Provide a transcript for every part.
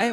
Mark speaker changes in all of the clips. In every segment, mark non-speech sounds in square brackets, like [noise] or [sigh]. Speaker 1: 哎，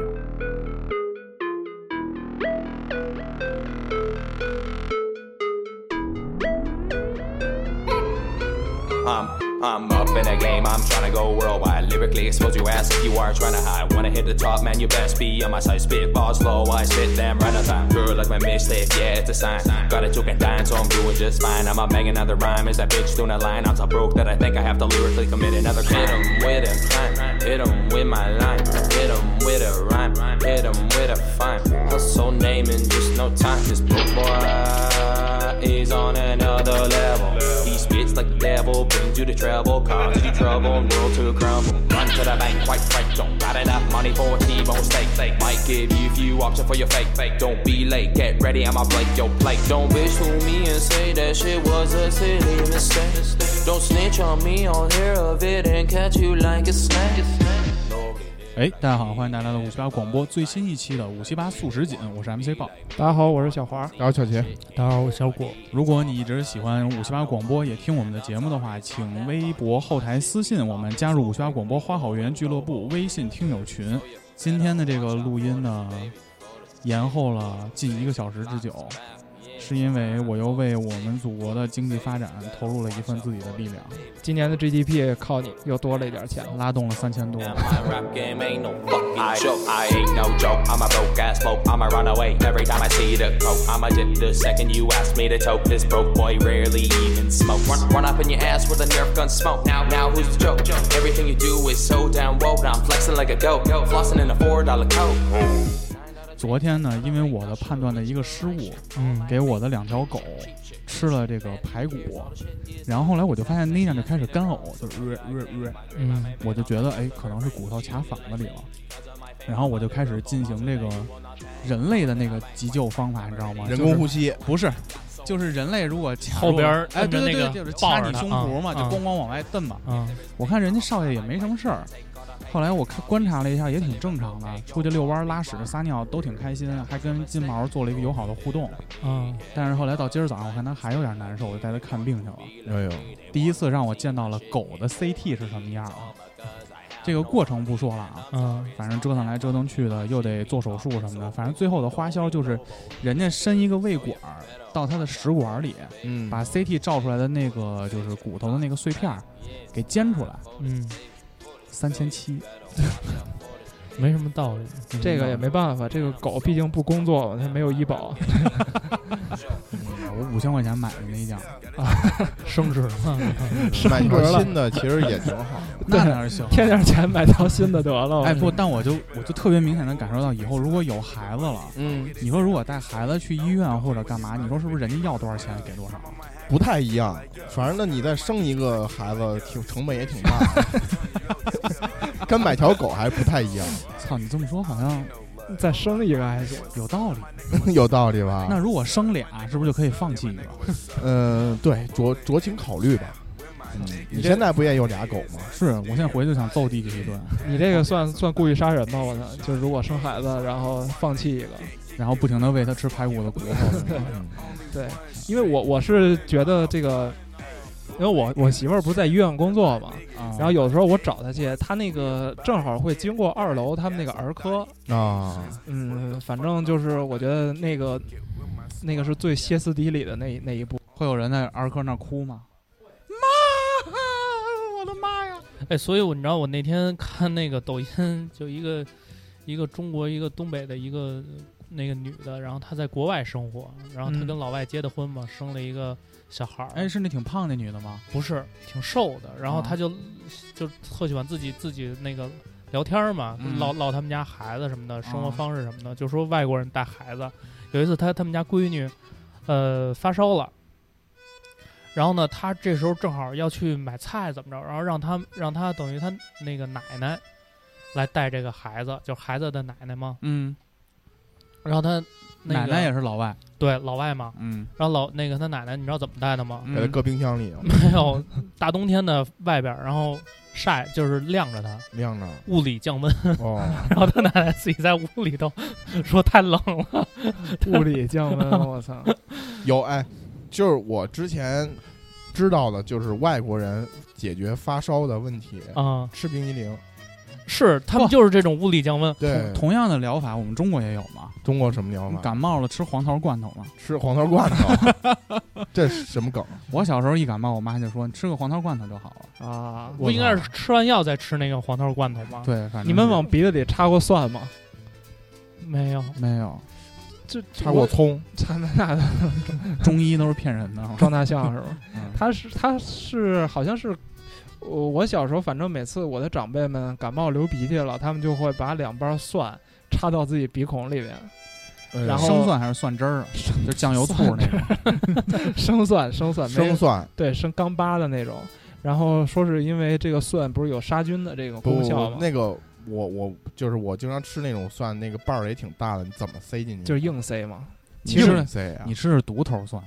Speaker 2: I'm I'm up in the game, I'm tryna go worldwide. Lyrically expose your ass if you are tryna hide. Wanna hit the top, man, you best be on my side. Spit bars low, I spit them right on time. Girl, like my mistake, yeah, it's a sign. Got a joke and dime, so I'm doing just fine. I'm up banging another rhyme, is that bitch doing a line? I'm so broke that I think I have to lyrically commit another crime. Hit 'em with a crime, hit 'em with my line, hit 'em with a rhyme, hit 'em with a fine. Hustle name in just no time, this book boy is on another level. He spits like the devil, brings you to trouble, causes you trouble, world to crumble. Run to the bank, quite right, don't got enough money for a T-bone steak. They might give you a few options for your fake, fake. Don't be late, get ready, I'ma break your plate. Don't bitch to me and say that shit was a silly mistake. Don't snitch on me, I'll hear of it and catch you like a snake.
Speaker 3: 哎，大家好，欢迎大家来到五七八广播最新一期的五七八素食锦，我是 MC 豹。
Speaker 4: 大家好，我是小华。
Speaker 5: 然后小齐，
Speaker 4: 大家好，我是小果。
Speaker 3: 如果你一直喜欢五七八广播，也听我们的节目的话，请微博后台私信我们，加入五七八广播花好园俱乐部微信听友群。今天的这个录音呢，延后了近一个小时之久，是因为我又为我们祖国的经济发展投入了一份自己的力量，
Speaker 4: 今年的 GDP 靠你又多了一点钱了。
Speaker 3: 拉动了三千多。
Speaker 2: My rap game ain't no fucking joke. I ain't no joke. I'm a broke ass folk. I'ma run away every time I see the coke. I'ma dip the second you ask me to toke. This broke boy rarely even smoke. Run, run up in your ass with a Nerf gun smoke. Now, now who's the joke? Everything you do is so down woke. Now I'm flexing like a goat. Flossing in a four dollar coat.
Speaker 3: 昨天呢，因为我的判断的一个失误，
Speaker 4: 嗯，
Speaker 3: 给我的两条狗吃了这个排骨，然后后来我就发现那样就开始干呕，就是、呃呃呃，
Speaker 4: 嗯，
Speaker 3: 我就觉得哎，可能是骨头卡嗓子里了，然后我就开始进行这个人类的那个急救方法，你知道吗？
Speaker 5: 人工
Speaker 3: 就是
Speaker 5: 呼吸，
Speaker 3: 不是，就是人类如果卡
Speaker 6: 后
Speaker 3: 住
Speaker 6: 边儿
Speaker 3: 哎，
Speaker 6: 摁着
Speaker 3: 对对
Speaker 6: 那
Speaker 3: 对，就是
Speaker 6: 个抱
Speaker 3: 掐
Speaker 6: 着
Speaker 3: 你
Speaker 6: 它
Speaker 3: 胸脯嘛，
Speaker 4: 啊
Speaker 3: 就咣咣往外蹬嘛。
Speaker 4: 啊，
Speaker 3: 我看人家少爷也没什么事儿。后来我看观察了一下，也挺正常的，出去遛弯儿、拉屎、撒尿都挺开心，啊还跟金毛做了一个友好的互动。
Speaker 4: 嗯，
Speaker 3: 但是后来到今儿早上，我看他还有点难受，我就带他看病去了。
Speaker 5: 哎呦，
Speaker 3: 第一次让我见到了狗的 CT 是什么样啊？这个过程不说了啊，
Speaker 4: 嗯，
Speaker 3: 反正折腾来折腾去的，又得做手术什么的，反正最后的花销就是，人家伸一个胃管儿到他的食管里，
Speaker 5: 嗯，
Speaker 3: 把 CT 照出来的那个就是骨头的那个碎片儿给煎出来，
Speaker 4: 嗯，
Speaker 3: 三千七，
Speaker 6: 没什么道理。
Speaker 4: 这个也没办法，这个狗毕竟不工作嘛，它没有医保，嗯
Speaker 3: 我五千块钱买的那一件儿，
Speaker 6: 升
Speaker 4: [laughs]
Speaker 6: 值了，
Speaker 5: 买一
Speaker 4: 格
Speaker 5: 条
Speaker 4: 了
Speaker 5: 新的其实也挺好的。
Speaker 3: 那哪儿行？
Speaker 4: 添点钱买条新的得了。
Speaker 3: 哎不，但我就我就特别明显的感受到，以后如果有孩子了，
Speaker 5: 嗯，
Speaker 3: 你说如果带孩子去医院或者干嘛，你说是不是人家要多少钱给多少？
Speaker 5: 不太一样，反正那你再生一个孩子，挺成本也挺大的， [laughs] 跟买条狗还不太一样， [laughs]
Speaker 3: 操，你这么说好像
Speaker 4: 再生一个还行。
Speaker 3: 有道理。
Speaker 4: 啊
Speaker 5: 有道理吧？
Speaker 3: 那如果生俩，是不是就可以放弃一个？
Speaker 5: 嗯，对，酌酌情考虑吧。嗯，你现在不也有俩狗吗？
Speaker 3: 是我现在回去就想揍弟弟一顿，
Speaker 4: [laughs] 你这个算算故意杀人吧？我操！就是如果生孩子，然后放弃一个，
Speaker 3: 然后不停的喂他吃排骨的骨
Speaker 4: [laughs]
Speaker 3: 头。
Speaker 4: 对，因为我我是觉得这个，因为我我媳妇儿不是在医院工作嘛，
Speaker 3: 啊
Speaker 4: 然后有的时候我找她去，她那个正好会经过二楼他们那个儿科，
Speaker 5: 啊，
Speaker 4: 嗯，反正就是我觉得那个那个是最歇斯底里的那一那一步。
Speaker 3: 会有人在儿科那儿哭吗？妈，我的妈呀！
Speaker 6: 哎，所以我你知道我那天看那个抖音，就一个一个中国一个东北的一个那个女的，然后她在国外生活，然后她
Speaker 4: 嗯
Speaker 6: 跟老外结的婚嘛，生了一个小孩儿。
Speaker 3: 哎，是那挺胖那女的吗？
Speaker 6: 不是挺瘦的，然后
Speaker 3: 啊
Speaker 6: 她就、就 [laughs] 特喜欢自己自己那个聊天儿嘛，
Speaker 3: 嗯
Speaker 6: 唠唠他们家孩子什么的，
Speaker 4: 哦
Speaker 6: 生活
Speaker 3: 啊
Speaker 6: 方式什么的，就说外国人带孩子。有一次她他们家闺女，呃，发烧了。然后呢，她这时候正好要去买菜，怎么着？然后让她让她等于她那个奶奶来带这个孩子，就是孩子的奶奶嘛。
Speaker 3: 嗯，
Speaker 6: 然后她、那个、
Speaker 3: 奶奶也是老外。
Speaker 6: 对老外嘛。
Speaker 3: 嗯，
Speaker 6: 然后老
Speaker 4: [laughs]
Speaker 6: 那
Speaker 5: 嗯
Speaker 6: 个她奶奶，你知道怎么带的吗？
Speaker 5: 给它搁冰箱里。啊
Speaker 6: 没有，大冬天的外边儿，然后晒，就是晾着它，
Speaker 5: 晾着
Speaker 6: 物理降温。
Speaker 5: 哦，
Speaker 6: 然后他奶奶自己在屋里头说太冷了，
Speaker 4: 物理降
Speaker 6: [laughs]
Speaker 4: 温，我操！
Speaker 5: 有哎，就是我之前知道的，就是外国人解决发烧的问题，
Speaker 6: 啊，
Speaker 5: 吃冰激凌。
Speaker 6: 是他们
Speaker 3: 哇
Speaker 6: 就是这种物理降温。
Speaker 5: 对，
Speaker 3: 同样的疗法，我们中国也有嘛。
Speaker 5: 中国什么疗法？
Speaker 3: 感冒了吃黄桃罐头嘛。
Speaker 5: 吃黄桃罐头，这是什么梗？
Speaker 3: 我小时候一感冒，我妈就说你吃个黄桃罐头就好了。
Speaker 4: 啊，
Speaker 6: 不应该是吃完药再吃那个黄桃罐头吗？，
Speaker 3: 对，反正
Speaker 4: 你们
Speaker 3: 是
Speaker 4: 往鼻子里插过蒜吗？
Speaker 6: 没有，
Speaker 3: 没有
Speaker 4: 这
Speaker 5: 插过葱，
Speaker 4: 插那那
Speaker 3: 中医都是骗人的。
Speaker 4: 装大象是吗？
Speaker 3: 嗯
Speaker 4: 他是他是好像是。我我小时候，反正每次我的长辈们感冒流鼻涕了，他们就会把两瓣蒜插到自己鼻孔里面， [laughs]
Speaker 5: 呃
Speaker 4: 然后
Speaker 3: 生蒜还是蒜汁儿啊？就酱油醋那种。
Speaker 4: 生蒜生蒜没
Speaker 5: 生蒜
Speaker 4: 对生刚扒的那种，然后说是因为这个蒜不是有杀菌的这个
Speaker 5: 不
Speaker 4: 功效吗？
Speaker 5: 那个。我我就是我经常吃那种蒜，那个瓣儿也挺大的，你怎么塞进
Speaker 4: [laughs]
Speaker 5: 去？
Speaker 4: 就是硬塞嘛。
Speaker 3: 其实
Speaker 5: 硬塞啊
Speaker 3: 你，吃的是独头蒜，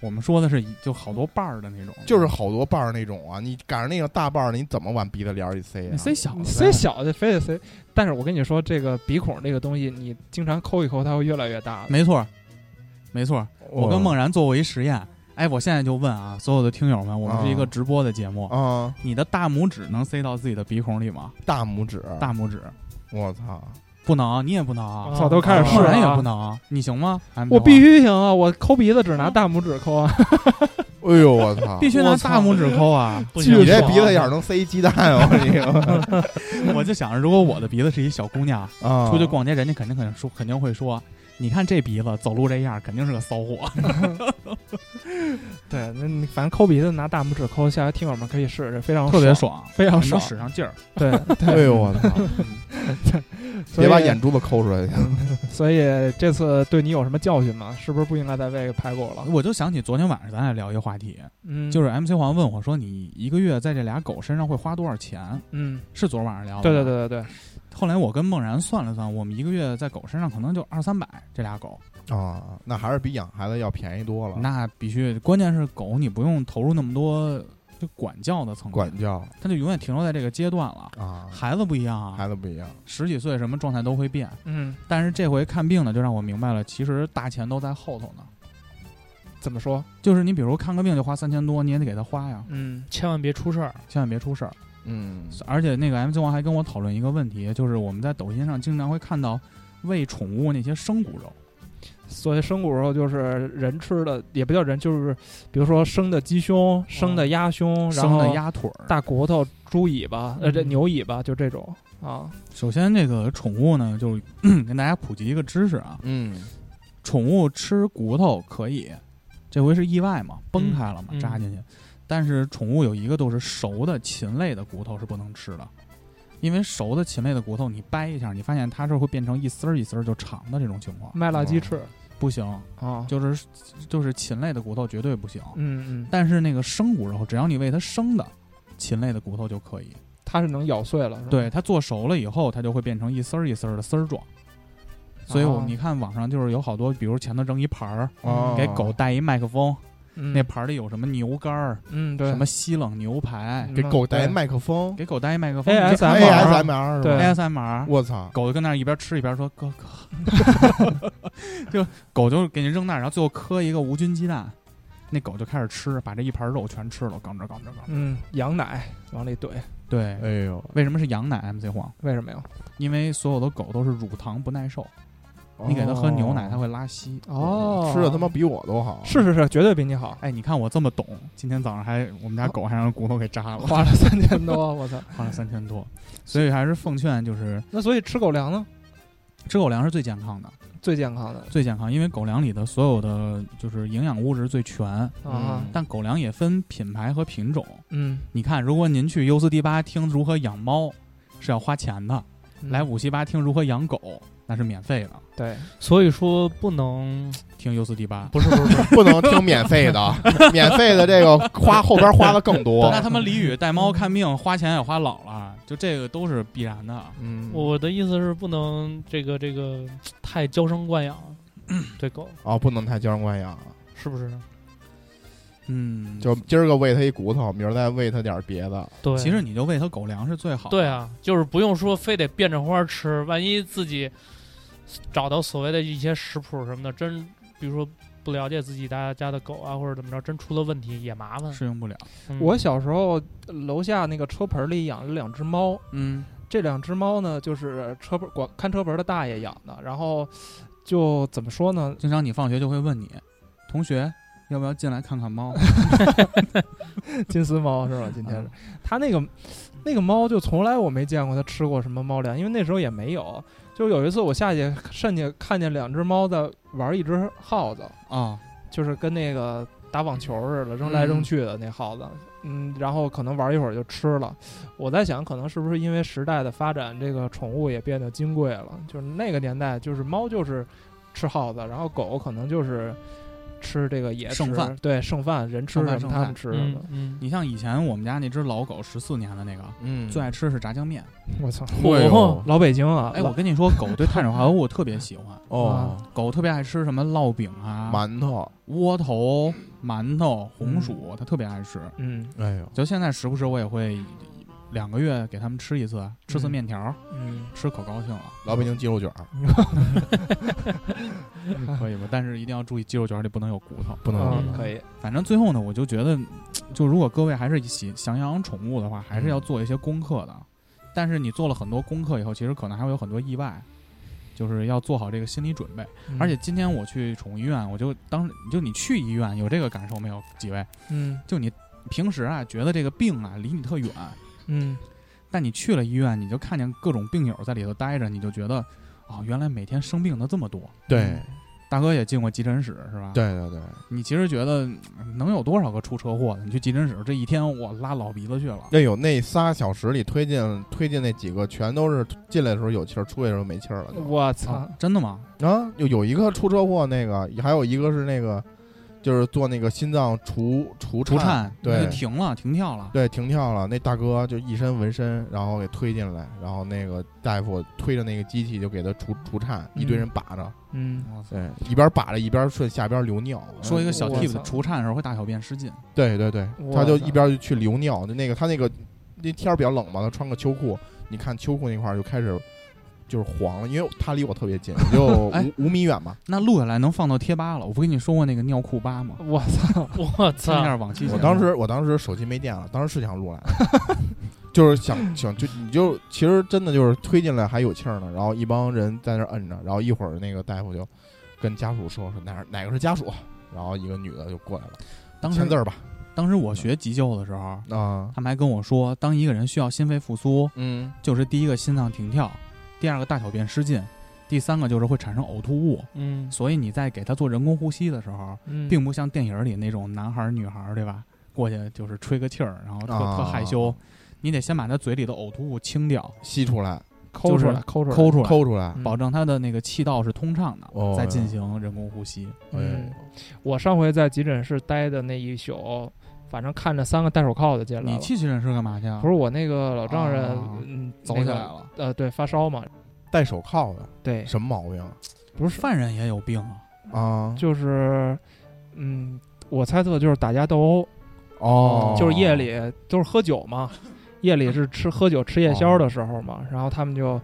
Speaker 3: 我们说的是就好多瓣儿的那种，
Speaker 5: 就是好多瓣儿那种啊，你赶上那个大瓣儿，你怎么往鼻子帘儿里塞啊呀
Speaker 3: 你？塞小的呗，
Speaker 4: 塞小的非得塞，但是我跟你说，这个鼻孔这个东西，你经常抠一抠，它会越来越大的。
Speaker 3: 没错儿，没错儿。我跟
Speaker 5: 哦
Speaker 3: 梦然做过一实验，哎，我现在就问啊，所有的听友们，我们是一个
Speaker 5: 啊
Speaker 3: 直播的节目，
Speaker 5: 啊，
Speaker 3: 你的大拇指能塞到自己的鼻孔里吗？
Speaker 5: 大拇指，
Speaker 3: 大拇指
Speaker 5: 我操，
Speaker 3: 不能，你也不能啊，
Speaker 4: 操，都开始试
Speaker 3: 梦
Speaker 4: 了
Speaker 3: 然也
Speaker 4: 啊
Speaker 3: 不能啊，你行吗？还没
Speaker 4: 我
Speaker 3: 有啊
Speaker 4: 必须行啊！我抠鼻子只拿大拇指抠啊， [laughs]
Speaker 5: 哎呦我操，
Speaker 3: 必须拿
Speaker 5: 我操
Speaker 3: 大拇指抠啊！
Speaker 6: 不
Speaker 4: 巨
Speaker 6: 行
Speaker 5: 你
Speaker 4: 爽
Speaker 5: 这鼻子眼儿能塞一鸡蛋啊！我跟
Speaker 3: [laughs]
Speaker 5: 你说
Speaker 3: 我就想着，如果我的鼻子是一小姑娘，
Speaker 4: 哦
Speaker 5: 啊，
Speaker 3: 出去逛街，人家肯定肯定说肯定会说，你看这鼻子走路这样，肯定是个骚货。
Speaker 4: 对，那你反正抠鼻子拿大拇指抠，下回听友们可以试试，非常
Speaker 3: 特别，爽，
Speaker 4: 非常
Speaker 3: 能
Speaker 4: 哦爽。
Speaker 3: 使上劲儿。
Speaker 4: 对，
Speaker 5: 哎呦我操，
Speaker 4: 所以
Speaker 5: 别把眼。珠子抠出来去。
Speaker 4: 所以这次对你有什么教训吗？是不是不应该再喂排骨了？
Speaker 3: 我就想起昨天晚上咱俩聊一个话题，
Speaker 4: 嗯，
Speaker 3: 就是 MC 黄问我说，你一个月在这俩狗身上会花多少钱？
Speaker 4: 嗯，
Speaker 3: 是昨儿晚上聊的。
Speaker 4: 对对。对对对，
Speaker 3: 后来我跟梦然算了算，我们一个月在狗身上可能就二三百，这俩狗。
Speaker 5: 啊，那还是比养孩子要便宜多了。
Speaker 3: 那必须，关键是狗你不用投入那么多就管教的层面，
Speaker 5: 管教
Speaker 3: 它就永远停留在这个阶段了。
Speaker 5: 啊，
Speaker 3: 孩子不一样啊，
Speaker 5: 孩子不一样。
Speaker 3: 十几岁什么状态都会变。
Speaker 4: 嗯，
Speaker 3: 但是这回看病呢，就让我明白了，其实大钱都在后头呢。
Speaker 4: 怎么说？
Speaker 3: 就是你比如看个病就花三千多，你也得给他花呀，
Speaker 4: 嗯
Speaker 6: 千万别出事儿。
Speaker 3: 千万别出事儿。
Speaker 5: 嗯
Speaker 3: 而且那个 MC 王还跟我讨论一个问题，就是我们在抖音上经常会看到喂宠物那些生骨肉，，
Speaker 4: 所以生骨肉就是人吃的，也不叫人，就是比如说生的鸡胸、生的鸭胸，然
Speaker 3: 生
Speaker 4: 后
Speaker 3: 的鸭腿儿。
Speaker 4: 大骨头、猪尾巴，呃，这
Speaker 6: 嗯
Speaker 4: 牛尾巴就这种啊。
Speaker 3: 首先，这个宠物呢，就是 [clears throat] 跟大家普及一个知识啊，
Speaker 5: 嗯，
Speaker 3: 宠物吃骨头可以，这回是意外嘛，崩开了嘛，
Speaker 6: 嗯
Speaker 3: 扎进去。但是宠物有一个都是熟的禽类的骨头是不能吃的，因为熟的禽类的骨头你掰一下，你发现它是会变成一丝儿一丝儿就长的这种情况，
Speaker 6: 嗯
Speaker 4: 麦辣鸡翅
Speaker 3: 不行，
Speaker 4: 啊，
Speaker 3: 就是就是禽类的骨头绝对不行。
Speaker 4: 嗯嗯，
Speaker 3: 但是那个生骨肉，只要你喂它生的禽类的骨头就可以，
Speaker 4: 它是能咬碎了，是吧，
Speaker 3: 对它做熟了以后，它就会变成一丝儿一丝儿的丝儿状。所以我
Speaker 4: 哦
Speaker 3: 你看网上就是有好多，比如前头扔一盘儿，
Speaker 5: 哦
Speaker 3: 给狗带一麦克风，
Speaker 4: 嗯
Speaker 3: 那盘儿里有什么牛肝儿，
Speaker 4: 嗯对嗯
Speaker 3: 什么西冷牛排，
Speaker 5: 给狗带
Speaker 4: 带
Speaker 5: 一麦克风哎
Speaker 3: 给狗带一麦克风
Speaker 4: ASMR
Speaker 3: 你就
Speaker 5: ASMR 是吧？
Speaker 4: 对
Speaker 3: ASMR，
Speaker 5: 我操，
Speaker 3: 狗就跟那儿一边吃一边说哥哥， [laughs] 就狗就给你扔那儿，然后最后磕一个无菌鸡蛋，那狗就开始吃，把这一盘肉全吃了，嘎嘣嘎嘣嘎嘣。
Speaker 4: 嗯羊奶往里怼，
Speaker 3: 对，
Speaker 5: 哎呦
Speaker 3: 为什么是羊奶 MC 黄？
Speaker 4: 为什么呀？
Speaker 3: 因为所有的狗都是乳糖不耐受，你给它
Speaker 5: 哦
Speaker 3: 喝牛奶，它会拉稀。
Speaker 4: 哦，
Speaker 5: 吃的他妈比我都好。
Speaker 4: 是是是，绝对比
Speaker 3: [laughs]
Speaker 4: 你好，
Speaker 3: 哎，你看我这么懂，今天早上还我们家狗还让骨头给扎了，
Speaker 4: 花了三千 [laughs] 多，我操！
Speaker 3: 花了三千多，所以还是奉劝就是
Speaker 4: 那所以吃狗粮呢，
Speaker 3: 吃狗粮是最健康的。
Speaker 4: 最健康的
Speaker 3: 最健康，因为狗粮里的所有的就是营养物质最全。
Speaker 4: 啊，
Speaker 3: 但狗粮也分品牌和品种。
Speaker 4: 嗯，
Speaker 3: 你看，如果您去优四 D 八听如何养猫是要花钱的，
Speaker 4: 嗯
Speaker 3: 来五七八听如何养狗那是免费的。
Speaker 4: 对，
Speaker 6: 所以说不能，
Speaker 3: 听优四 D 八，
Speaker 6: 不是不是不是，
Speaker 5: 不能听免费
Speaker 3: [laughs]
Speaker 5: 的，免费的这个花后边花的更多
Speaker 3: 那。他妈俚语带猫看病花钱也花老了，就这个都是必然的。
Speaker 5: 嗯，
Speaker 6: [laughs] 我的意思是不能这个这个太娇生惯养，对狗
Speaker 5: 哦啊，不能太娇生惯养。
Speaker 6: 是不是？
Speaker 3: 嗯，
Speaker 5: 就今儿个喂它一骨头，明儿再喂它点儿别的。
Speaker 6: 对，
Speaker 3: 其实你就喂它狗粮是最好。
Speaker 6: 对，啊，就是不用说非得变着花儿吃，万一自己找到所谓的一些食谱什么的，真比如说不了解自己大家的狗啊或者怎么着，真出了问题也麻烦。
Speaker 3: 适应不了。
Speaker 6: 嗯
Speaker 4: 我小时候呃楼下那个车棚里养了两只猫，
Speaker 3: 嗯，
Speaker 4: 这两只猫呢，就是车棚管看车棚的大爷养的，然后就怎么说呢？
Speaker 3: 经常你放学就会问你，同学要不要进来看看猫？
Speaker 4: 金丝猫是吧？今天是它那个那个猫，就从来我没见过它吃过什么猫粮，因为那时候也没有。就有一次我下去上去看见两只猫在玩一只耗子，
Speaker 3: 哦，
Speaker 4: 就是跟那个打网球似的，扔来扔去的那耗子。嗯，然后可能玩一会儿就吃了。我在想，可能是不是因为时代的发展，这个宠物也变得金贵了？就是那个年代，就是猫就是吃耗子，然后狗可能就是吃这个野食
Speaker 3: 剩饭，
Speaker 4: 对剩饭，人吃
Speaker 3: 剩
Speaker 4: 什
Speaker 3: 饭
Speaker 4: 么
Speaker 3: 剩
Speaker 4: 他
Speaker 3: 饭
Speaker 4: 们吃什么
Speaker 6: 嗯。嗯，
Speaker 3: 你像以前我们家那只老狗，十四年的那个，
Speaker 5: 嗯
Speaker 3: 最爱吃是炸酱面。
Speaker 4: 我操，
Speaker 5: 会有
Speaker 4: 老北京啊！
Speaker 3: 哎，
Speaker 4: 老
Speaker 3: 我跟你说，狗对碳水化合物特别喜欢，
Speaker 5: 哦，
Speaker 3: 狗特别爱吃什么烙饼啊、
Speaker 5: 馒头，
Speaker 3: 窝头、馒头、红薯，它特别爱吃。
Speaker 4: 嗯
Speaker 5: 哎呦，
Speaker 3: 就现在时不时我也会两个月给它们吃一次，吃次
Speaker 4: 嗯
Speaker 3: 面条，
Speaker 4: 嗯，
Speaker 3: 吃可高兴了，
Speaker 5: 老北京鸡肉卷儿
Speaker 3: 可以吧？但是一定要注意鸡肉卷里不能啊有骨头。
Speaker 5: 不能有
Speaker 4: 嗯
Speaker 5: 这个
Speaker 4: 可以，
Speaker 3: 反正最后呢，我就觉得，就如果各位还是喜想养宠物的话，还是要做一些功课的。但是你做了很多功课以后，其实可能还会有很多意外，就是要做好这个心理准备。
Speaker 4: 嗯
Speaker 3: 而且今天我去宠物医院，我就当时就你去医院有这个感受没有？几位？
Speaker 4: 嗯
Speaker 3: 就你平时啊，觉得这个病啊离你特远，
Speaker 4: 嗯
Speaker 3: 但你去了医院，你就看见各种病友在里头待着，你就觉得，哦，原来每天生病的这么多。嗯
Speaker 5: 对
Speaker 3: 大哥也进过急诊室是吧？，
Speaker 5: 对对对，
Speaker 3: 你其实觉得嗯能有多少个出车祸的？你去急诊室这一天，我拉老鼻子去了。
Speaker 5: 那有那仨小时里推进推进那几个，全都是进来的时候有气儿，出去的时候没气儿了就。
Speaker 4: 嗯我操
Speaker 3: 啊，真的吗？
Speaker 5: 啊，有有一个出车祸，那个还有一个是那个，就是做那个心脏除除
Speaker 3: 除
Speaker 5: 颤，
Speaker 3: 颤，
Speaker 5: 对
Speaker 3: 就停了，停跳了。
Speaker 5: 对，停跳了。那大哥就一身纹身，然后给推进来，然后那个大夫推着那个机器就给他除除颤，一堆人把着，
Speaker 4: 嗯，
Speaker 3: 我操！
Speaker 5: 对，一边把着一边顺下边流尿。嗯
Speaker 3: 说一个小
Speaker 4: 我
Speaker 3: tip，
Speaker 4: 操
Speaker 3: 除颤的时候会大小便失禁。
Speaker 5: 对对对，
Speaker 4: 我
Speaker 5: 他就
Speaker 4: 操
Speaker 5: 一边就去流尿，就那个他那个那天儿比较冷嘛，他穿个秋裤，你看秋裤那块儿就开始就是黄了，因为他离我特别近，也就五、
Speaker 3: [laughs] 哎
Speaker 5: 五米远吧。
Speaker 3: 那录下来能放到贴吧了。我不跟你说过那个尿裤吧吗？
Speaker 4: 我操，
Speaker 6: 我
Speaker 3: 听一下
Speaker 6: 操，
Speaker 3: 往期节目。
Speaker 5: 我当时我当时手机没电了，当时是想录来的 [laughs] 就是想想就你就其实真的就是推进来还有气儿呢，然后一帮人在那儿摁着，然后一会儿那个大夫就跟家属说说哪儿哪个是家属，然后一个女的就过来了，
Speaker 3: 当时嗯
Speaker 5: 签字儿吧
Speaker 3: 当时我学急救的时候，
Speaker 5: 啊，
Speaker 3: 他们还跟我说，当一个人需要心肺复苏，
Speaker 5: 嗯，
Speaker 3: 就是第一个心脏停跳，第二个大小便失禁，第三个就是会产生呕吐物。
Speaker 6: 嗯，
Speaker 3: 所以你在给他做人工呼吸的时候，
Speaker 4: 嗯
Speaker 3: 并不像电影里那种男孩儿女孩儿对吧？过去就是吹个气儿，然后特、
Speaker 5: 啊
Speaker 3: 特害羞，你得先把他嘴里的呕吐物清掉，
Speaker 5: 吸出来
Speaker 4: 抠出
Speaker 3: 就
Speaker 4: 来
Speaker 3: 是，
Speaker 4: 抠出来，
Speaker 3: 抠出来，
Speaker 5: 抠出来，
Speaker 4: 嗯
Speaker 3: 保证他的那个气道是通畅的，
Speaker 5: 哦
Speaker 3: 再进行人工呼吸。
Speaker 4: 嗯
Speaker 5: 哎，
Speaker 4: 我上回在急诊室待的那一宿，反正看着三个戴手铐的进来了。
Speaker 3: 你去急诊室干嘛去啊？
Speaker 4: 不是我那个老丈人，
Speaker 3: 啊
Speaker 4: 嗯，
Speaker 3: 走
Speaker 4: 那
Speaker 3: 起
Speaker 4: 个
Speaker 3: 来了，
Speaker 4: 呃，对，发烧嘛，
Speaker 5: 戴手铐的
Speaker 4: 对，
Speaker 5: 什么毛病
Speaker 4: 不是，
Speaker 3: 犯人也有病啊。
Speaker 5: 啊？
Speaker 4: 就是，嗯，我猜测就是打架斗殴，
Speaker 5: 哦，
Speaker 4: 就是夜里都是喝酒嘛，夜里是吃喝酒吃夜宵的时候嘛，然后他们就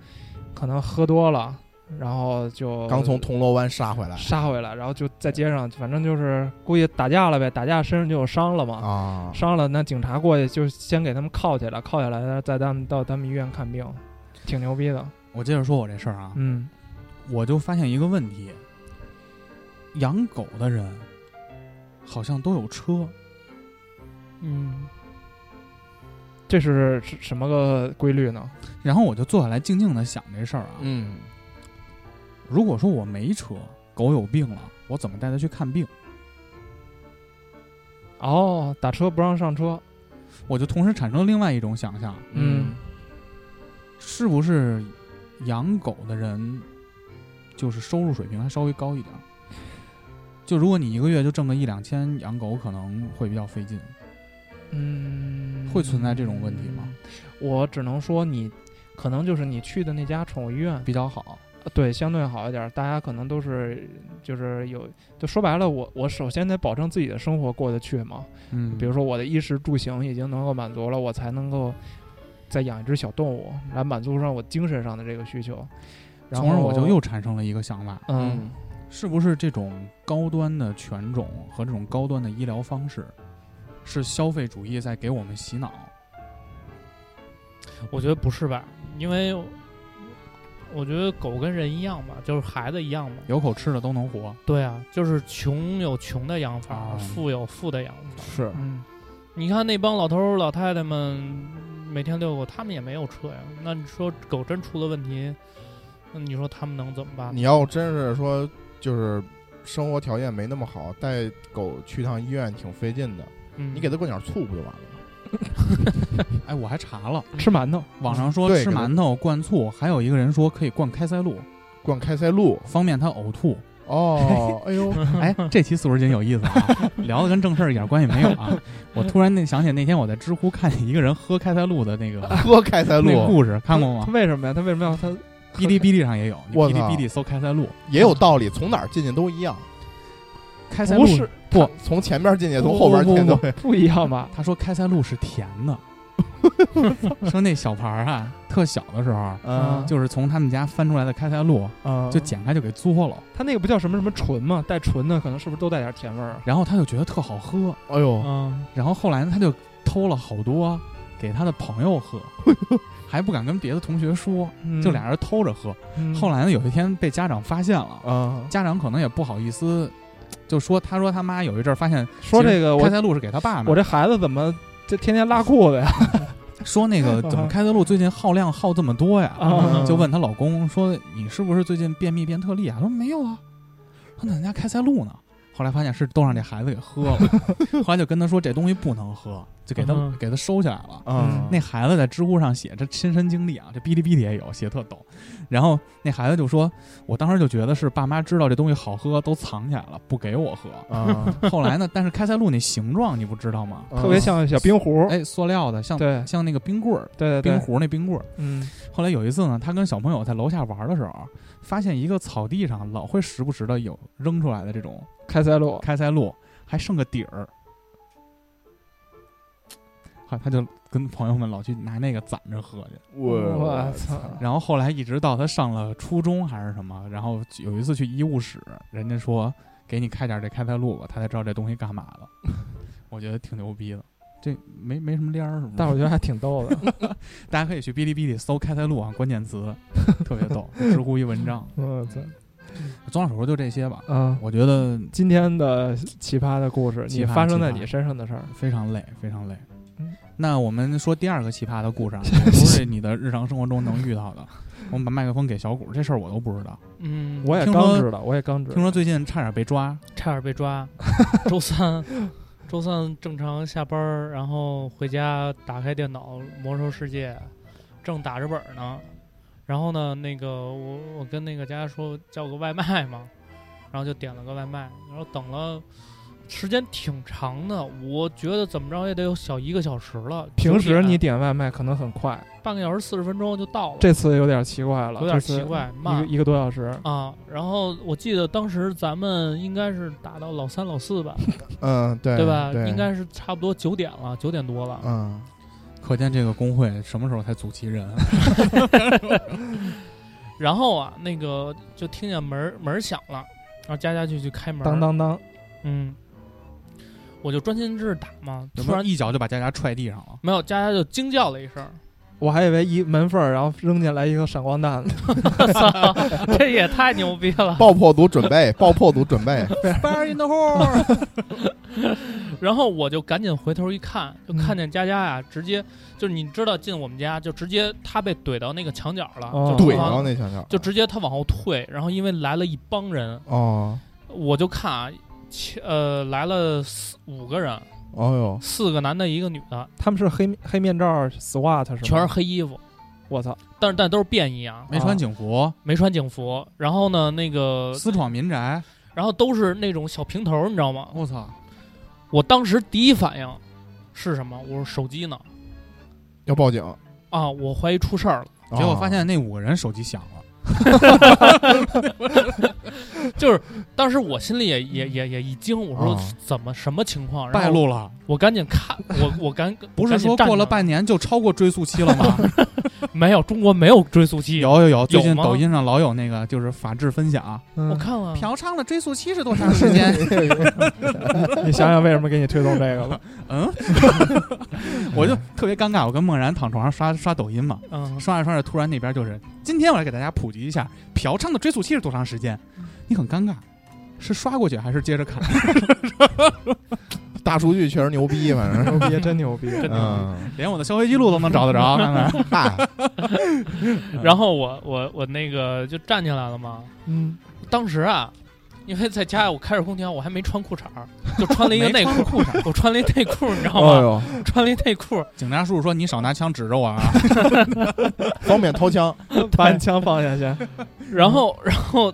Speaker 4: 可能喝多了，然后就
Speaker 5: 刚从铜锣湾杀回来
Speaker 4: 杀回来，然后就在街上，反正就是估计打架了呗，打架身上就有伤了嘛，
Speaker 5: 啊，
Speaker 4: 伤了，那警察过去就先给他们铐起来，铐起来，再他们到他们医院看病，挺牛逼的。
Speaker 3: 我接着说我这事儿啊，
Speaker 4: 嗯
Speaker 3: 我就发现一个问题：养狗的人好像都有车，
Speaker 6: 嗯，
Speaker 4: 这是是什么个规律呢？
Speaker 3: 然后我就坐下来静静的想这事儿啊。
Speaker 5: 嗯，
Speaker 3: 如果说我没车，狗有病了，我怎么带它去看病？
Speaker 4: 哦，打车不让上车，
Speaker 3: 我就同时产生了另外一种想象：
Speaker 4: 嗯，
Speaker 3: 是不是养狗的人就是收入水平还稍微高一点儿？就如果你一个月就挣个一两千，养狗可能会比较费劲。
Speaker 4: 嗯，
Speaker 3: 会存在这种问题吗？
Speaker 4: 我只能说你，可能就是你去的那家宠物医院呃
Speaker 3: 比较好，
Speaker 4: 对，相对好一点儿。大家可能都是就是有，就说白了，我我首先得保证自己的生活过得去嘛。
Speaker 3: 嗯，
Speaker 4: 比如说我的衣食住行已经能够满足了，我才能够再养一只小动物来满足上我精神上的这个需求。然后
Speaker 3: 从而我就又产生了一个想法，
Speaker 4: 嗯，
Speaker 3: 是不是这种高端的犬种和这种高端的医疗方式，是消费主义在给我们洗脑？
Speaker 6: 我觉得不是吧，因为我觉得狗跟人一样吧，就是孩子一样嘛。
Speaker 3: 有口吃的都能活，
Speaker 6: 对啊，就是穷有穷的养法，
Speaker 3: 啊
Speaker 6: 富有富的养法。
Speaker 5: 是
Speaker 4: 嗯
Speaker 6: 你看那帮老头儿老太太们每天遛狗，他们也没有车呀。那你说狗真出了问题，那你说他们能怎么办？
Speaker 5: 你要真是说就是生活条件没那么好，带狗去趟医院挺费劲的，
Speaker 6: 嗯
Speaker 5: 你给它灌点醋不就完了吗？
Speaker 3: 哎，我还查了，
Speaker 4: 吃馒头，
Speaker 3: 网上说
Speaker 5: 嗯对
Speaker 3: 吃
Speaker 5: 给它
Speaker 3: 馒头灌醋，还有一个人说可以灌开塞露，
Speaker 5: 灌开塞露
Speaker 3: 方便他呕吐。
Speaker 5: 哦，哎呦，
Speaker 3: 哎，这期素食锦有意思啊，聊的跟正事儿一点关系没有
Speaker 5: [laughs]
Speaker 3: 啊。我突然那想起那天我在知乎看见一个人喝开塞露的那个
Speaker 5: 喝开塞
Speaker 3: [laughs] 那
Speaker 5: 露
Speaker 3: 故事，看过吗
Speaker 4: 他？为什么呀？他为什么要他
Speaker 3: 哔哩哔哩上也有，你
Speaker 5: [laughs] 我
Speaker 3: 哔
Speaker 5: 操
Speaker 3: 哩哔哩搜开塞露，
Speaker 5: 也有道理，从哪儿进去都一样，
Speaker 3: 开塞
Speaker 4: 不
Speaker 3: 露
Speaker 5: [laughs]
Speaker 4: 是
Speaker 3: 不，
Speaker 5: 从前边进去，从后边进去
Speaker 3: 不
Speaker 5: 都
Speaker 3: 不
Speaker 4: [laughs] 不一样吧？
Speaker 3: 他说开塞露是甜的，说那小盘儿啊，特小的时候，
Speaker 5: 嗯
Speaker 3: 就是从他们家翻出来的开塞露，
Speaker 4: 啊，
Speaker 3: 就剪开就给嘬了，
Speaker 4: 他那个不叫什么什么醇嘛，带醇的可能是不是都带点甜味儿啊？
Speaker 3: 然后他就觉得特好喝，
Speaker 5: [laughs] 哎呦，
Speaker 6: 嗯，
Speaker 3: 然后后来呢，他就偷了好多给他的朋友 [laughs] 喝，还不敢跟别的同学说，就俩人偷着喝。
Speaker 4: 嗯。
Speaker 3: 后来呢，有一天被家长发现了，
Speaker 5: 啊，
Speaker 3: 家长可能也不好意思，就说他说他妈有一阵儿发现
Speaker 4: 说这个
Speaker 3: 其实
Speaker 4: 我
Speaker 3: 开塞露是给他爸
Speaker 4: 我
Speaker 3: 买的，
Speaker 4: 这孩子怎么这天天拉裤子呀？
Speaker 3: 说那个 [laughs] 怎么开塞露最近耗量耗这么多呀？
Speaker 4: 啊
Speaker 3: 嗯就问她老公说：“你是不是最近便秘变特例啊？”她说：“没有啊。”说：“那人家开塞露呢？”后来发现是都让这孩子给喝了， [laughs] 后来就跟他说这东西不能喝，就给他、
Speaker 6: 嗯
Speaker 3: 给他收起来了。
Speaker 5: 嗯，
Speaker 3: 那孩子在知乎上写这亲身经历啊，这哔哩哔哩也有写特逗。然后那孩子就说：“我当时就觉得是爸妈知道这东西好喝，都藏起来了，不给我喝。
Speaker 5: 啊，
Speaker 3: [laughs] 后来呢，但是开塞露那形状你不知道吗？
Speaker 5: 特
Speaker 4: 特别像小冰壶。
Speaker 3: 哎，塑料的，像
Speaker 4: 哦对
Speaker 3: 像那个冰棍儿，
Speaker 4: 对对
Speaker 3: 冰
Speaker 4: 对，
Speaker 3: 壶那冰棍儿。
Speaker 4: 嗯
Speaker 3: 后来有一次呢，他跟小朋友在楼下玩的时候，发现一个草地上老会时不时的有扔出来的这种，
Speaker 4: 开塞露。
Speaker 3: 开塞露，还剩个底儿。好，他就跟朋友们老去拿那个攒着喝去。
Speaker 5: 我
Speaker 4: 操！
Speaker 3: 然后后来一直到他上了初中还是什么，然后有一次去医务室，人家说给你开点这开塞露吧，他才知道这东西干嘛的。 [laughs] 我觉得挺牛逼的，这没没什么边儿是吗？
Speaker 4: 但我觉得还挺逗的。
Speaker 3: 大家可以去哔哩哔哩搜开塞露啊，关键 [laughs] 词特别逗，知乎一文 [laughs] 章。
Speaker 4: 我操！
Speaker 3: 综上所述就这些吧。
Speaker 4: 啊，
Speaker 3: 我觉得
Speaker 4: 今天的奇葩的故事，
Speaker 3: 奇葩
Speaker 4: 你发生在
Speaker 3: 奇葩
Speaker 4: 你身上的事儿，
Speaker 3: 非常累，非常累
Speaker 4: 嗯。
Speaker 3: 那我们说第二个奇葩的故事 [laughs] 啊，也不是你的日常生活中能遇到的。我们把麦克风给小谷，这事儿我都不知道。
Speaker 6: 嗯，
Speaker 4: 我也
Speaker 3: 听
Speaker 4: 刚
Speaker 3: 说
Speaker 4: 知道，我也刚知道。
Speaker 3: 听说最近差点被抓，
Speaker 6: 差点被
Speaker 4: [laughs]
Speaker 6: 抓。周三，周三正常下班儿，然后回家打开电脑《魔兽世界》，正打着本儿呢。然后呢，那个我我跟那个佳佳说叫个外卖嘛，然后就点了个外卖，然后等了时间挺长的，我觉得怎么着也得有小一个小时了。
Speaker 4: 平
Speaker 6: 九
Speaker 4: 时
Speaker 6: 点
Speaker 4: 你点外卖可能很快，
Speaker 6: 半个小时四十分钟就到了，
Speaker 4: 这次有点奇怪了，
Speaker 6: 有点
Speaker 4: 这次
Speaker 6: 奇怪，
Speaker 4: 一
Speaker 6: 慢
Speaker 4: 个一个多小时。
Speaker 6: 啊。然后我记得当时咱们应该是打到老三老四吧，
Speaker 5: 嗯，对
Speaker 6: 对吧？
Speaker 5: 对
Speaker 6: 应该是差不多九点了，九点多了。
Speaker 5: 嗯，
Speaker 3: 可见这个工会什么时候才组齐人啊？
Speaker 6: 然后啊，那个就听见门儿门儿响了，然后佳佳就去开门。
Speaker 4: 当，当当，
Speaker 6: 嗯，我就专心致志打嘛，
Speaker 3: 有
Speaker 6: 突
Speaker 3: 没有
Speaker 6: 然
Speaker 3: 一脚就把佳佳踹地上了？
Speaker 6: 没有，佳佳就惊叫了一声，
Speaker 4: 我还以为一门缝儿，然后扔进来一个闪光弹呢。
Speaker 6: 操，这也太牛逼
Speaker 5: [laughs]
Speaker 6: 了。
Speaker 5: 爆破组准备，爆破组准备，
Speaker 1: Fire in the
Speaker 6: [laughs]
Speaker 1: hole！
Speaker 6: 然后我就赶紧回头一看，就
Speaker 4: 嗯
Speaker 6: 看见佳佳呀、直接就是你知道进我们家就直接她被怼到那个墙角了，
Speaker 4: 哦
Speaker 6: 就
Speaker 5: 怼
Speaker 6: 往
Speaker 5: 着那墙角，
Speaker 6: 就直接她往后退，然后因为来了一帮人，
Speaker 5: 哦，
Speaker 6: 我就看啊，切呃来了四五个人，
Speaker 5: 哦呦，
Speaker 6: 四个男的，一个女的，
Speaker 4: 他们是黑黑面罩 SWAT 是吗？
Speaker 6: 全是黑衣服，
Speaker 4: 我操！
Speaker 6: 但是但都是便衣啊，呃
Speaker 3: 没穿警服，
Speaker 6: 没穿警服。然后呢，那个，
Speaker 3: 私闯民宅，
Speaker 6: 然后都是那种小平头，你知道吗？
Speaker 3: 我操！
Speaker 6: 我当时第一反应是什么？我说手机呢？
Speaker 5: 要报警，
Speaker 6: 啊，我怀疑出事儿了。
Speaker 3: 结果
Speaker 5: 啊
Speaker 3: 发现那五个人手机响了，
Speaker 6: 就是当时我心里也也也也一惊，我说
Speaker 5: 啊
Speaker 6: 怎么什么情况？然
Speaker 3: 败
Speaker 6: 后
Speaker 3: 露了。
Speaker 6: 我赶紧看，
Speaker 3: [laughs]
Speaker 6: 我我赶
Speaker 3: 不是说过了半
Speaker 6: 年
Speaker 3: 年就超过追溯期了
Speaker 6: [laughs]
Speaker 3: 吗？
Speaker 6: 没有中国没有追溯期，
Speaker 3: 有有有，最近
Speaker 6: 吗
Speaker 3: 抖音上老有那个就是法制分享，
Speaker 6: 我
Speaker 4: 嗯，
Speaker 6: 看了，
Speaker 3: 嫖娼的追溯期是多长时间？
Speaker 6: [laughs]
Speaker 4: 嗯你想想为什么给你推送这个吧？
Speaker 3: 嗯，我就特别尴尬，我跟梦然躺床上刷刷抖音嘛，
Speaker 6: 嗯，
Speaker 3: 刷着刷着，突然那边就是，今天我来给大家普及一下嫖娼的追溯期是多长时间？
Speaker 6: 嗯
Speaker 3: 你很尴尬，是刷过去还是接着看？
Speaker 5: 大数据确实牛
Speaker 6: [laughs]
Speaker 5: 逼，反正
Speaker 4: 牛逼，真牛逼！
Speaker 5: 嗯，
Speaker 3: 连我的消费记录都能找得
Speaker 6: [laughs]
Speaker 3: 着，看看。
Speaker 5: 大
Speaker 6: 然后我我我那个就站起来了嘛，
Speaker 4: 嗯，
Speaker 6: 当时啊。因为在家我开着空调，我还没穿裤衩 [laughs] 儿，就穿了一个
Speaker 3: 没
Speaker 6: 内
Speaker 3: 穿
Speaker 6: 裤，
Speaker 3: [laughs]
Speaker 6: 裤衩哦嗯我穿了一内裤，你知道
Speaker 5: 哎
Speaker 6: 吗？
Speaker 5: 呦，
Speaker 6: 穿了一内裤，
Speaker 3: 警察叔叔说：“你少拿枪指着我啊 [laughs]
Speaker 5: 方便掏枪，
Speaker 4: 把你枪放下先。
Speaker 6: 然后，然后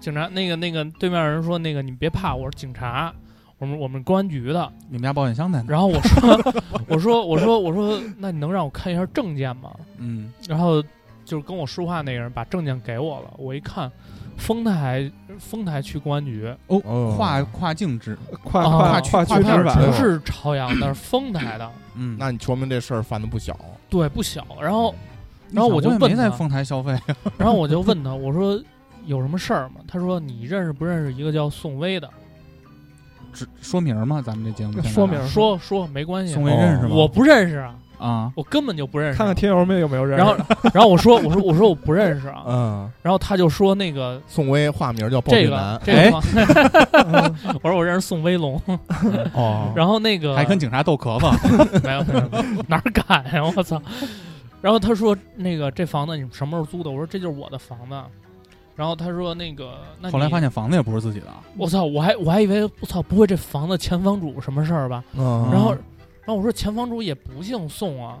Speaker 6: 警察那个那个对面人说：“那个你别怕，我是警察，我们我们公安局的。！”
Speaker 3: 你们家保险箱在哪？
Speaker 6: 然后我说：“ [laughs] 我说我说我说，那你能让我看一下证件吗
Speaker 3: 嗯，？”
Speaker 6: 然后就是跟我说话那个人把证件给我了，我一看，丰台丰台区公安局，
Speaker 3: 哦，
Speaker 5: 哦
Speaker 3: 跨跨境指，
Speaker 4: 快
Speaker 6: 啊
Speaker 3: 跨
Speaker 4: 快跨
Speaker 3: 区
Speaker 4: 区
Speaker 3: 跨
Speaker 4: 执
Speaker 3: 片
Speaker 4: 法
Speaker 3: 儿
Speaker 6: 不
Speaker 5: 执，
Speaker 6: 是朝阳的，是丰台的，
Speaker 3: 嗯，
Speaker 5: 那你说明这事儿犯的不小。
Speaker 6: 对，不小。然后然后我就
Speaker 3: 也
Speaker 6: 问
Speaker 3: 没在
Speaker 6: 他
Speaker 3: 丰台消 [laughs] 费，
Speaker 6: 然后我就问他，我说有什么事儿吗？他说你认识不认识一个叫宋威的？
Speaker 3: 只说明吗？咱们这节目现在
Speaker 4: 说明儿
Speaker 6: 说说没关系啊
Speaker 3: 宋，威认识吗？
Speaker 6: 我不认识啊。
Speaker 3: 啊，
Speaker 6: 我根本就不认识。
Speaker 4: 看看听友们有没有人。
Speaker 6: 然后，然后我说，我说，我说我不认识啊。
Speaker 5: 嗯，
Speaker 6: 然后他就说那个
Speaker 5: 宋威化名叫暴
Speaker 6: 这
Speaker 5: 力
Speaker 6: 个
Speaker 5: 男，
Speaker 6: 这个吗？
Speaker 3: 哎
Speaker 6: [laughs] 我说我认识宋
Speaker 3: [laughs]
Speaker 6: 威龙。 [laughs]
Speaker 3: 哦
Speaker 6: 然后那个
Speaker 3: 还跟警察斗咳嗽，
Speaker 6: 没有没有没有哪儿敢呀、我操！然后他说那个这房子你们什么时候租的？我说这就是我的房子。然后他说那个那你啊
Speaker 3: 后来发现房子也不是自己的，
Speaker 6: 我操，我还我还以为我操不会这房子前房主什么事儿吧？
Speaker 5: 嗯
Speaker 6: 然后，然后我说前房主也不姓宋啊。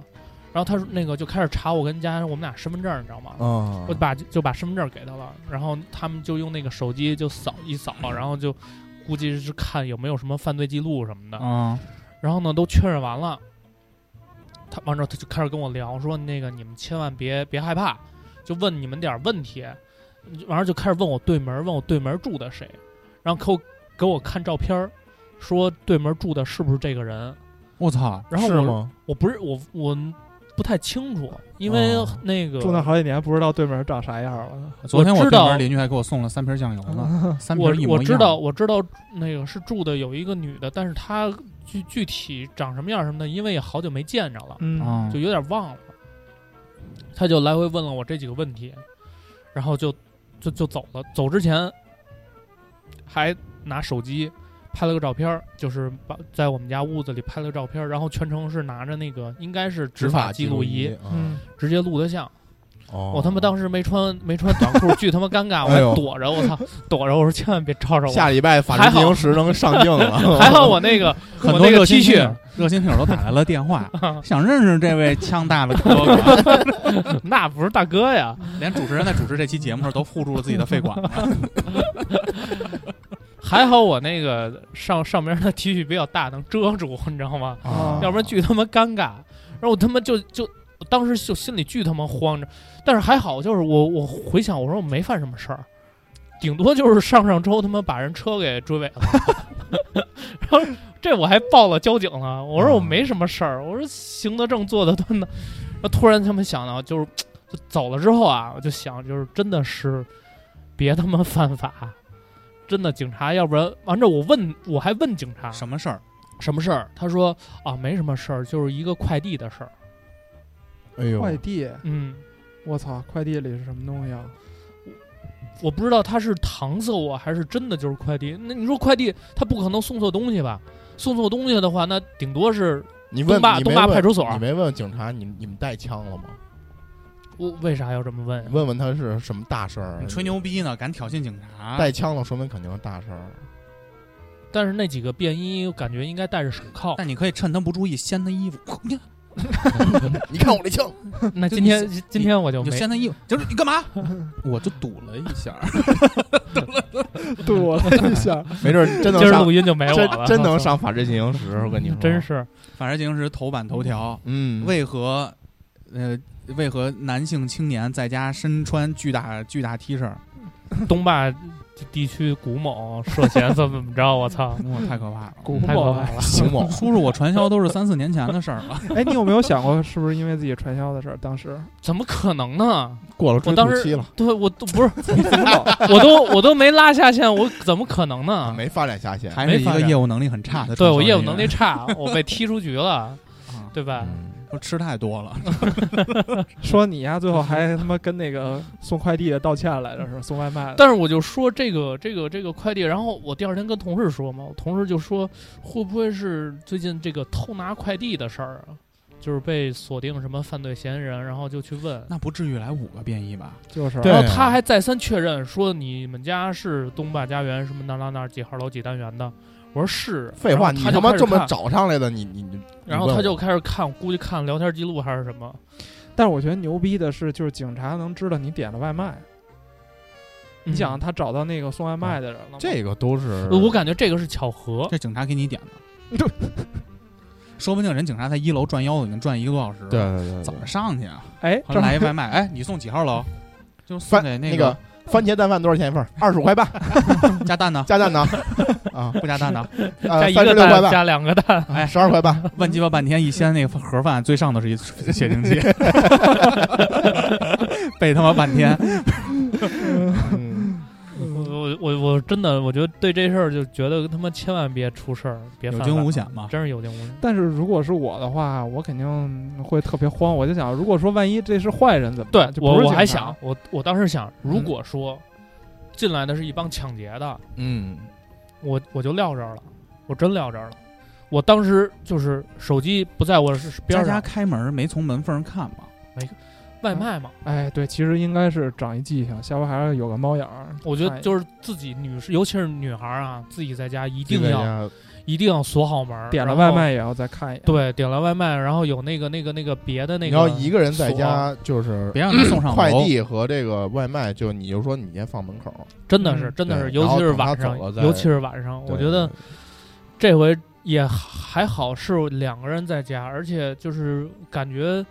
Speaker 6: 然后他说那个就开始查我跟家我们俩身份证，你知道吗？
Speaker 5: 嗯
Speaker 6: 我把就把身份证给他了，然后他们就用那个手机就扫一扫，然后就估计是看有没有什么犯罪记录什么的。
Speaker 3: 嗯，
Speaker 6: 然后呢，都确认完了，他完之后他就开始跟我聊，说那个你们千万别别害怕，就问你们点儿问题。完了就开始问我对门儿，问我对门儿住的谁，然后给我给我看照片儿，说对门儿住的是不是这个人。
Speaker 3: 我操，
Speaker 6: 然后
Speaker 5: 是
Speaker 6: 我
Speaker 5: 吗？
Speaker 6: 我不是我我不太清楚，因为
Speaker 5: 哦
Speaker 6: 那个、
Speaker 4: 住那好几年，不知道对面长啥样了。
Speaker 3: 昨天
Speaker 6: 我
Speaker 3: 我
Speaker 6: 知
Speaker 3: 对
Speaker 6: 道
Speaker 3: 门邻居还给我送了三瓶酱油呢，三瓶
Speaker 6: 我
Speaker 3: 一模一样。
Speaker 6: 我知道，我知道那个是住的有一个女的，但是她具具体长什么样什么的，因为也好久没见着了，
Speaker 4: 嗯，
Speaker 3: 啊
Speaker 6: 就，有点忘了。她就来回问了我这几个问题，然后就就就走了。走之前还拿手机拍了个照片儿，就是把在我们家屋子里拍了个照片儿，然后全程是拿着那个应该是执法记录仪，
Speaker 5: 嗯，
Speaker 6: 直接录的像。
Speaker 5: 哦
Speaker 6: 我他妈当时没穿没穿短裤，巨他妈尴尬，
Speaker 5: [laughs]
Speaker 6: 我
Speaker 5: 哎
Speaker 6: 还
Speaker 5: 呦
Speaker 6: 躲着，我操，躲着，我说千万别招着我。
Speaker 5: 下礼拜法制进行时能上镜 [laughs] 了，
Speaker 6: [laughs] 还好我那个
Speaker 3: 很
Speaker 6: 我
Speaker 3: 多
Speaker 6: 那个
Speaker 3: 热心
Speaker 6: T
Speaker 3: 听
Speaker 6: 恤
Speaker 3: 友，热心听友都打来了电
Speaker 6: [laughs]
Speaker 3: 话，想认识这位枪大的哥哥，
Speaker 6: 那不是大哥呀。
Speaker 3: [laughs] 连主持人在主持这期节目的时候都护住了自己的肺管。
Speaker 6: 还好我那个上上边的 T 恤比较大，能遮住，你知道吗？
Speaker 5: 啊
Speaker 6: 要不然巨他妈尴尬。然后我他妈就就我当时就心里巨他妈慌着，但是还好，就是我我回想，我说我没犯什么事儿。顶多就是上上周他妈把人车给追尾了， [laughs] 然后这我还报了交警了。我说我没什么事儿，我说行得正坐得端的。然后突然他们想到，就是就走了之后啊，我就想，就是真的是别他妈犯法，真的警察，要不然完这我问我还问警察
Speaker 3: 什么事儿？
Speaker 6: 什么事儿，他说啊没什么事儿，就是一个快递的事儿。
Speaker 5: 哎呦，
Speaker 4: 快递，
Speaker 6: 嗯，
Speaker 4: 我操，快递里是什么东西
Speaker 6: [laughs]
Speaker 4: 啊？
Speaker 6: 我不知道他是搪塞我还是真的就是快递。那你说快递他不可能送错东西吧？送错东西的话，那顶多是
Speaker 5: 你问
Speaker 6: 东坝
Speaker 5: 你
Speaker 6: 东
Speaker 5: 没
Speaker 6: 坝
Speaker 5: 问
Speaker 6: 派出所。
Speaker 5: 你没问警察，你你们带枪了吗？
Speaker 6: 我为啥要这么问呀？
Speaker 5: 问问他是什么大事儿？
Speaker 3: 你吹牛逼呢？敢挑衅警察？
Speaker 5: 带枪了，说明肯定是大事
Speaker 6: [laughs]
Speaker 5: 儿。
Speaker 6: 但是那几个便衣，我感觉应该戴着手铐。
Speaker 3: 但你可以趁他不注意掀他衣服， [laughs] 你
Speaker 5: 你看我这枪，
Speaker 6: [laughs] 那
Speaker 3: 就
Speaker 6: 今天今天我就
Speaker 3: 就
Speaker 6: 没
Speaker 3: 掀他衣服，就是你干嘛？ [laughs] 我就堵了一下。 [laughs]
Speaker 4: [laughs] 躲了一下，
Speaker 5: 没准儿真能
Speaker 6: [laughs] 今儿
Speaker 5: 上
Speaker 6: 录，音就没我了，
Speaker 5: 真真能
Speaker 6: 操，
Speaker 5: 上法制进行时。我跟你说，
Speaker 6: 真是 [laughs]
Speaker 3: 反正进行时头版头条，
Speaker 5: 嗯，
Speaker 3: 为何呃，为何男性青年在家身穿巨大巨大 T 恤？
Speaker 6: 东坝地区古某涉嫌怎么怎么着？我操，
Speaker 3: 哇，太可怕了！
Speaker 4: 古
Speaker 6: 太可
Speaker 4: 某
Speaker 6: 怕了！
Speaker 5: 行吗？
Speaker 3: 叔叔，我传销都是三四年前的事儿了。
Speaker 4: 哎，你有没有想过是不是因为自己传销的事儿？当
Speaker 6: [laughs]
Speaker 4: 时
Speaker 6: [laughs] 怎么可能呢？
Speaker 5: [laughs] 过了
Speaker 6: 我
Speaker 5: 追
Speaker 6: 当
Speaker 5: 溯期
Speaker 6: 时
Speaker 5: 了，
Speaker 6: 对我都不是，
Speaker 4: 古某
Speaker 6: 我都我都没拉下线，我怎么可能 [laughs] 呢？
Speaker 5: 没发展下线。
Speaker 3: 还是一
Speaker 6: 没发
Speaker 3: 个
Speaker 6: 展
Speaker 3: 业务能力很差的传销人员。
Speaker 6: 对我业务能
Speaker 5: [laughs]
Speaker 6: 力差，我被踢出局了，
Speaker 3: 啊，
Speaker 6: 对吧？
Speaker 5: 嗯
Speaker 3: 说吃太多了。 [laughs]
Speaker 4: 说你呀，最后还他妈跟那个送快递的道歉来着，是吧送外卖的。
Speaker 6: 但是我就说这个这个这个快递，然后我第二天跟同事说嘛，我同事就说会不会是最近这个偷拿快递的事儿啊？就是被锁定什么犯罪嫌疑人，然后就去问，
Speaker 3: 那不至于来五个便衣吧？
Speaker 4: 就是
Speaker 5: 对啊
Speaker 6: 然后他还再三确认说你们家是东坝家园什么哪哪哪几号楼几单元的。我说是，
Speaker 5: 废话，
Speaker 6: 然
Speaker 5: 你
Speaker 6: 后他
Speaker 5: 他
Speaker 6: 就
Speaker 5: 妈
Speaker 6: 开始
Speaker 5: 这么
Speaker 6: 看，
Speaker 5: 找上来的，你你你
Speaker 6: 然
Speaker 5: 你
Speaker 6: 后
Speaker 5: 问
Speaker 6: 他就
Speaker 5: 我
Speaker 6: 开始看，估计看聊天记录还是什么。
Speaker 4: 但是我觉得牛逼的是，就是警察能知道你点了外卖。你
Speaker 6: 嗯
Speaker 4: 想，他找到那个送外卖的人了吗，
Speaker 5: 这个都是
Speaker 6: 我感觉这个是巧合，
Speaker 3: 这警察给你点的， [laughs] 说不定人警察在一楼转腰子已经转一个多小时了。
Speaker 5: 对，对对对，
Speaker 3: 怎么上去啊？
Speaker 4: 哎，
Speaker 3: 后
Speaker 4: 这
Speaker 3: 来一外卖，哎，你送几号楼？就送
Speaker 5: 番
Speaker 3: 给
Speaker 5: 那
Speaker 3: 个
Speaker 5: 个番茄蛋饭多少钱一份儿？二十五块半，
Speaker 3: 加蛋的，
Speaker 5: 加蛋呢？ [laughs] 啊，
Speaker 3: 不加蛋的。哎
Speaker 6: 加
Speaker 5: 呃，
Speaker 6: 一
Speaker 5: 三十
Speaker 6: 个
Speaker 5: 六块
Speaker 6: 蛋，
Speaker 5: 半，
Speaker 6: 加两个蛋，
Speaker 5: 十二块半。
Speaker 6: [laughs]
Speaker 3: 问鸡巴半天，一掀那个盒饭，最上头是一血腥鸡， [laughs] 背他妈半天。
Speaker 5: 嗯，
Speaker 6: 我我我我真的，我觉得对这事儿就觉得他妈千万别出事儿，别
Speaker 3: 有
Speaker 6: 犯
Speaker 3: 惊
Speaker 6: 法
Speaker 3: 无险嘛
Speaker 6: 真是有惊无险。
Speaker 4: 但是如果是我的话，我肯定会特别慌。我就想，如果说万一这是坏人怎么
Speaker 6: 对
Speaker 4: 办？就
Speaker 6: 我
Speaker 4: 不是
Speaker 6: 我
Speaker 4: 警
Speaker 6: 还
Speaker 4: 察
Speaker 6: 想，，我我当时想，如果说进来的是一帮抢劫的，
Speaker 5: 嗯，
Speaker 6: 我我就撂这儿了，我真撂这儿了。我当时就是手机不在我边
Speaker 3: 佳
Speaker 6: 儿
Speaker 3: 佳
Speaker 6: 上，
Speaker 3: 开门没从门缝上看吧？
Speaker 6: 外卖嘛，
Speaker 4: 哎，对，其实应该是长一记性，下回还是有个猫眼儿。
Speaker 6: 我觉
Speaker 4: 看
Speaker 6: 得
Speaker 4: 一
Speaker 6: 就是自己女士，尤其是女孩儿啊，自己在家一
Speaker 5: 这
Speaker 6: 定
Speaker 5: 个
Speaker 6: 要
Speaker 5: 也
Speaker 6: 一定要锁好门儿，
Speaker 4: 点了
Speaker 6: 然
Speaker 4: 外
Speaker 6: 后
Speaker 4: 卖也要再看一眼。
Speaker 6: 对，点了外卖，然后有那个那个那个别的那
Speaker 5: 你
Speaker 6: 个，
Speaker 5: 要一个人在家，就是
Speaker 3: 别让你送上
Speaker 5: 快
Speaker 3: 楼。
Speaker 5: 递和这个外卖，就你就说你先放门口，
Speaker 6: 真的是
Speaker 4: 嗯
Speaker 6: 真的是，
Speaker 5: 对
Speaker 6: 尤
Speaker 5: 然
Speaker 6: 其
Speaker 5: 后
Speaker 6: 是
Speaker 5: 等他
Speaker 6: 晚上
Speaker 5: 走了，再
Speaker 6: 尤其是晚上，我
Speaker 5: 对
Speaker 6: 觉得这回也还好是两个人在家，而且就是感觉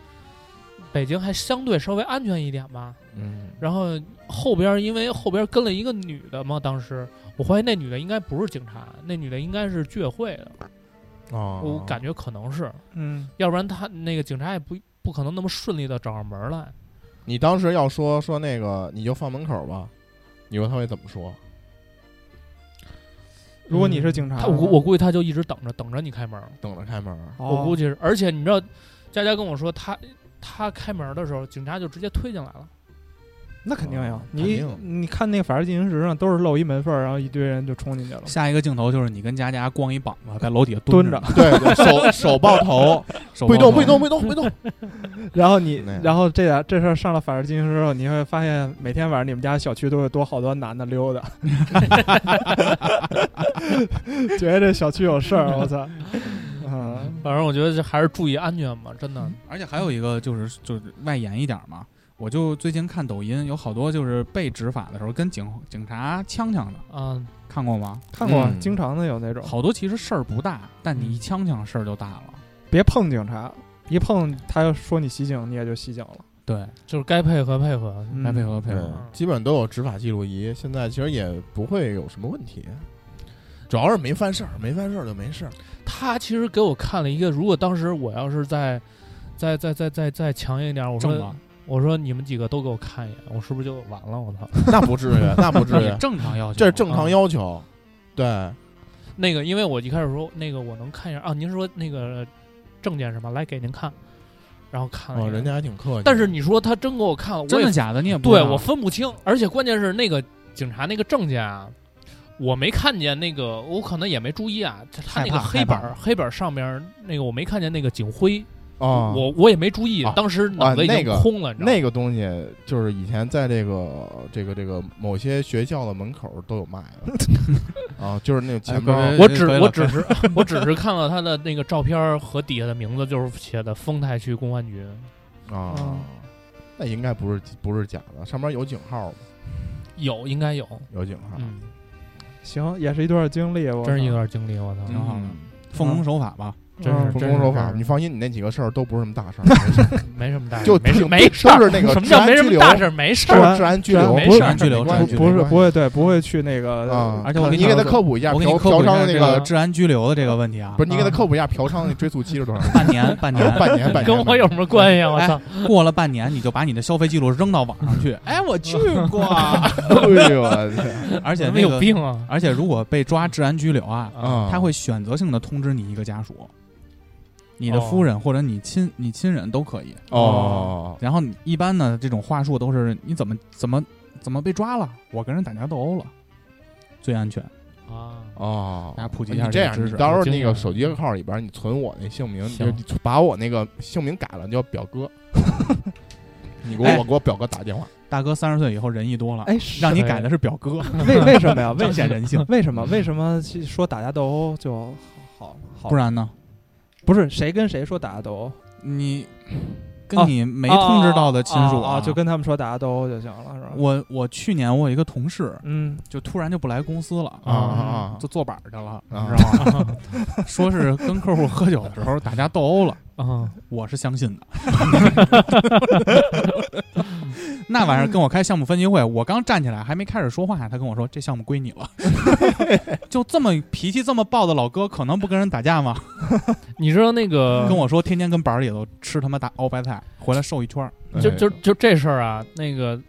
Speaker 6: 北京还相对稍微安全一点吧。
Speaker 5: 嗯，
Speaker 6: 然后后边儿因为后边儿跟了一个女的嘛，当时我怀疑那女的应该不是警察，那女的应该是居委会的，
Speaker 5: 哦，
Speaker 6: 我感觉可能是，
Speaker 4: 嗯，
Speaker 6: 要不然她那个警察也不不可能那么顺利的找上门儿来。
Speaker 5: 你当时要说说那个，你就放门口吧，你说他会怎么说？
Speaker 4: 如果你是
Speaker 5: 啊
Speaker 4: 警察
Speaker 6: 她
Speaker 4: 呢，
Speaker 6: 我估我估计她就一直等着等着你开门儿。
Speaker 5: 等着开门，
Speaker 6: 我估
Speaker 4: 计
Speaker 6: 计是。而且你知道，佳佳跟我说，她她开门的时候，警察就直接推进来了。
Speaker 4: 那肯定呀。
Speaker 5: 肯
Speaker 4: 哦你
Speaker 5: 定
Speaker 4: 你看那个《法制进行时》上都是露一门缝儿，然后一堆人就冲进去了。
Speaker 3: 下一个镜头就是你跟佳佳光一膀子在楼底下
Speaker 4: 蹲
Speaker 3: 着
Speaker 4: 着，，
Speaker 5: 对，对 [laughs] 手手抱头，
Speaker 3: 手
Speaker 5: 不许动，不
Speaker 3: 抱
Speaker 5: 许
Speaker 3: 头
Speaker 5: 动，不许动，不许动。
Speaker 4: 然后你
Speaker 5: 那样，
Speaker 4: 然后这俩这事儿上了《法制进行时》之后，你会发现每天晚上你们家小区都会多好多男的溜 [laughs] 达，觉得这小区有事儿，我 [laughs] 操！嗯，
Speaker 6: 反正我觉得这还是注意安全吧，真的。
Speaker 3: 而且还有一个就是就是外延一点嘛，我就最近看抖音，有好多就是被执法的时候跟警警察呛呛的，
Speaker 6: 嗯，
Speaker 3: 看过吗？
Speaker 4: 看过，啊
Speaker 5: 嗯
Speaker 4: 经常的有那种，
Speaker 3: 好多其实事儿不大，但你一呛呛事儿就大了。
Speaker 4: 别碰警察，一碰他要说你袭警，你也就袭警了。
Speaker 3: 对，
Speaker 6: 就是该配合配合。
Speaker 4: 嗯
Speaker 3: 该配合配
Speaker 5: [laughs] 对
Speaker 3: 合。，
Speaker 5: 基本都有执法记录仪，现在其实也不会有什么问题，主要是没犯事儿，没犯事儿就没事儿。
Speaker 6: 他其实给我看了一个，如果当时我要是再再再再再再强硬一点，我
Speaker 3: 正
Speaker 6: 说
Speaker 3: 常，
Speaker 6: 我说你们几个都给我看一眼，我是不是就完了？我操！
Speaker 5: [laughs] 那不至于，那不至于
Speaker 3: 也，正常要求，
Speaker 5: 这是正常
Speaker 3: 啊
Speaker 5: 要求。对，
Speaker 6: 那个，因为我一开始说那个我能看一下啊，您说那个证件什么，来给您看，然后看了一
Speaker 5: 哦，
Speaker 6: 眼
Speaker 5: 人家还挺客气。
Speaker 6: 但是你说他真给我看了，我
Speaker 3: 真
Speaker 6: 也
Speaker 3: 的假的
Speaker 5: 嗯
Speaker 3: 你也不知
Speaker 6: 对
Speaker 3: 道
Speaker 6: 我分不清，而且关键是那个警察那个证件啊，我没看见那个，我可能也没注意啊，他他
Speaker 3: 害
Speaker 6: 那个
Speaker 3: 怕
Speaker 6: 黑
Speaker 3: 害怕
Speaker 6: 板儿黑板儿上面那个我没看见那个警徽，
Speaker 5: 啊，
Speaker 6: 我我也没注意
Speaker 5: 啊，
Speaker 6: 当时脑子已
Speaker 5: 啊那
Speaker 6: 经
Speaker 5: 个
Speaker 6: 空了，你知道吗
Speaker 5: 那个东西就是以前在这个这个这个某些学校的门口都有卖 [laughs] 的啊，就是那个
Speaker 3: 哎
Speaker 5: 钱
Speaker 3: 各
Speaker 5: 包。
Speaker 3: 位
Speaker 6: 我
Speaker 3: 这可
Speaker 6: 只
Speaker 3: 以
Speaker 5: [laughs]
Speaker 6: 我
Speaker 3: 了
Speaker 6: 只是我只是看了他的那个照片儿和底下的名字，就是写的丰台区公安局，
Speaker 5: 啊
Speaker 4: 嗯，
Speaker 5: 那应该不是不是假的，上面有井号吗？
Speaker 6: 有应该有，
Speaker 5: 有井号，
Speaker 6: 嗯，
Speaker 4: 行，也是一段经历，我
Speaker 6: 真是一
Speaker 3: 嗯
Speaker 4: 操
Speaker 6: 段经历，我操，
Speaker 5: 嗯
Speaker 4: 嗯
Speaker 3: 挺好的奉公守法吧。
Speaker 6: 真是
Speaker 5: 奉
Speaker 6: 真
Speaker 5: 公
Speaker 6: 是
Speaker 5: 守法。
Speaker 6: 真
Speaker 5: 你
Speaker 6: 是
Speaker 5: 放心，你那几个事儿都不是什么
Speaker 3: [laughs]
Speaker 5: 大事儿，
Speaker 6: 没什么大事，
Speaker 5: 就
Speaker 6: 没什
Speaker 5: 就
Speaker 6: 没事儿
Speaker 5: 都是那个
Speaker 6: 什么
Speaker 5: 治
Speaker 6: 叫
Speaker 5: 安
Speaker 6: 没什么
Speaker 5: 拘
Speaker 6: 大
Speaker 5: 留
Speaker 6: 事儿？没事
Speaker 5: 都
Speaker 6: 儿，
Speaker 5: 是治安拘留，
Speaker 6: 没
Speaker 5: 不
Speaker 6: 事
Speaker 5: 是
Speaker 6: 儿
Speaker 3: 啊治安拘留
Speaker 5: 没关
Speaker 3: 治安
Speaker 5: 系
Speaker 3: 拘
Speaker 5: 没
Speaker 3: 留
Speaker 4: 不是
Speaker 5: 关系
Speaker 4: 不会对不会去那个
Speaker 5: 啊，
Speaker 3: 而且我跟
Speaker 5: 你
Speaker 3: 你
Speaker 5: 给他
Speaker 3: 说
Speaker 5: 科普一下
Speaker 3: 我给你
Speaker 5: 嫖
Speaker 3: 科普
Speaker 5: 嫖
Speaker 3: 一下
Speaker 5: 娼
Speaker 3: 这
Speaker 5: 那
Speaker 3: 个
Speaker 5: 个，
Speaker 3: 治安拘留的这个问题啊
Speaker 5: 不，是你给他
Speaker 4: 啊
Speaker 5: 科普一下嫖娼那追溯
Speaker 3: [laughs]
Speaker 5: 期是多少？
Speaker 3: 半
Speaker 5: [laughs]
Speaker 3: 年半年
Speaker 5: 半年半年
Speaker 6: 跟我有什么关系啊？我
Speaker 5: 哎
Speaker 6: 操！
Speaker 3: 过了半年，你就把你的消费记录扔到网上
Speaker 5: [laughs]
Speaker 3: 去，哎，我去过，
Speaker 5: 哎呦
Speaker 3: [laughs]
Speaker 5: 我天
Speaker 3: 而且
Speaker 6: 你
Speaker 3: 那
Speaker 6: 们有
Speaker 3: 个，
Speaker 6: 病啊！
Speaker 3: 而且如果被抓治安拘留啊，
Speaker 5: 啊！
Speaker 3: 他会选择性的通知你一个家属，你的夫人或者你亲你亲人都可以。
Speaker 5: 哦，
Speaker 3: 然后你一般呢，这种话术都是你怎么怎么怎么被抓了，我跟人打架斗殴了，最安全。
Speaker 6: 啊，
Speaker 5: 哦，
Speaker 3: 大家普及一
Speaker 5: 你
Speaker 3: 下
Speaker 5: 这
Speaker 3: 个
Speaker 5: 样，
Speaker 3: 知
Speaker 5: 你
Speaker 3: 识。啊
Speaker 5: 到时候
Speaker 6: 经
Speaker 5: 那个
Speaker 6: 验
Speaker 5: 手机号里边你存我那姓名，你就
Speaker 6: 行
Speaker 5: 你把我那个姓名改了，你叫表哥。你给
Speaker 3: 哎
Speaker 5: 我，我给我表哥打电话。
Speaker 3: 大哥三十岁以后仁义多了，
Speaker 4: 哎，是
Speaker 3: 让你改的是表哥，
Speaker 4: 为为什
Speaker 3: [laughs]
Speaker 4: 么呀？为
Speaker 3: 彰显人性。
Speaker 4: 为什么为什么说打架斗殴就好好？
Speaker 3: 不然呢，
Speaker 4: 不是谁跟谁说打架斗殴，
Speaker 3: 你跟你没通知到的亲属
Speaker 4: 啊，就跟他们说打架斗殴就行了，是吧？
Speaker 3: 我我去年我有一个同事，
Speaker 4: 嗯
Speaker 3: 就突然就不来公司了
Speaker 5: 啊啊
Speaker 3: 就坐板儿去了，
Speaker 5: 啊
Speaker 3: 你知道吗？ [laughs] 说是跟客户喝酒的时候打架斗殴了，
Speaker 6: 啊，
Speaker 3: 我是相信的。 [laughs] 那晚上跟我开项目分析会，我刚站起来还没开始说话，他跟我说这项目归你了。 [laughs] 就这么脾气这么暴的老哥，可能不跟人打架吗？
Speaker 6: 你知道那
Speaker 5: 嗯
Speaker 6: 个
Speaker 3: 跟我说天天跟板儿里头吃他妈大熬白菜，回来瘦一圈儿。
Speaker 5: 啊！
Speaker 6: 就
Speaker 5: 哎
Speaker 6: 就就这事儿啊，那个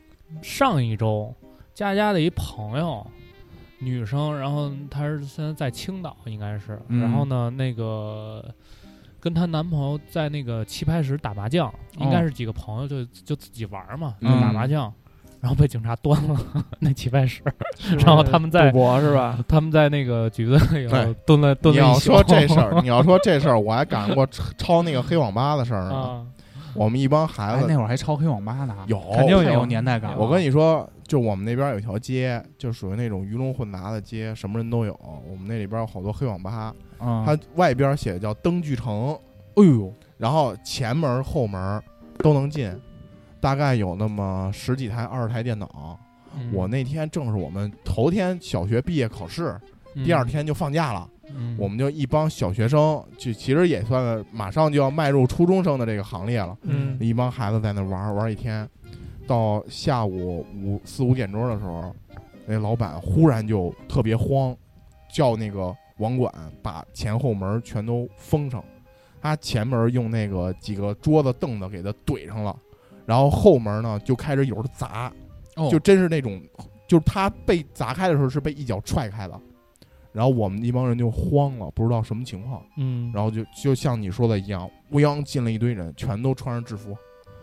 Speaker 6: 上一周佳佳的一朋友，女生，然后她是现在在青岛，应该是，
Speaker 3: 嗯
Speaker 6: 然后呢，那个跟她男朋友在那个棋牌室打麻将，应
Speaker 5: 哦
Speaker 6: 该是几个朋友就就自己玩儿嘛，就打
Speaker 3: 嗯
Speaker 6: 麻将。然后被警察端了 [laughs] 那棋牌
Speaker 5: 哦
Speaker 6: 室，然后他们在
Speaker 4: 赌博是吧？
Speaker 6: 他们在那个局子
Speaker 5: 对
Speaker 6: 里头蹲了蹲
Speaker 5: 你
Speaker 6: 了
Speaker 5: 要
Speaker 6: 一宿。
Speaker 5: 说这
Speaker 3: [laughs]
Speaker 5: 事儿，你要说这事儿，我还赶过抄抄那个黑网吧的事儿呢。
Speaker 6: [laughs] 啊，
Speaker 5: 我们一帮
Speaker 3: 哎
Speaker 5: 孩，子
Speaker 3: 那会儿还抄黑网吧呢，
Speaker 5: 有
Speaker 3: 肯定
Speaker 4: 太
Speaker 3: 有
Speaker 4: 有
Speaker 3: 年代感了。
Speaker 5: 我跟你说，就我们那边有条街，就属于那种鱼龙混杂的街，什么人都有。我们那里边有好多黑网吧，
Speaker 3: 嗯，
Speaker 5: 它外边写的叫灯具城，
Speaker 3: 哎呦，
Speaker 5: 然后前门后门都能进，大概有那么十几台、二十台电脑。
Speaker 6: 嗯
Speaker 5: 我那天正是我们头天小学毕业考试，第二，天就放假了，
Speaker 6: 嗯
Speaker 5: 我们就一帮小学生，就其实也算马上就要迈入初中生的这个行列了。
Speaker 4: 嗯
Speaker 5: 一帮孩子在那玩儿玩儿一天，到下午五四五点钟的时候，那老板忽然就特别慌，叫那个网管把前后门全都封上，他前门用那个几个桌子凳子给他怼上了，然后后门呢就开始有人砸，
Speaker 3: 哦
Speaker 5: 就真是那种，就是他被砸开的时候是被一脚踹开的，然后我们一帮人就慌了，不知道什么情况，
Speaker 6: 嗯，
Speaker 5: 然后就就像你说的一样，乌泱进了一堆人，全都穿上制服。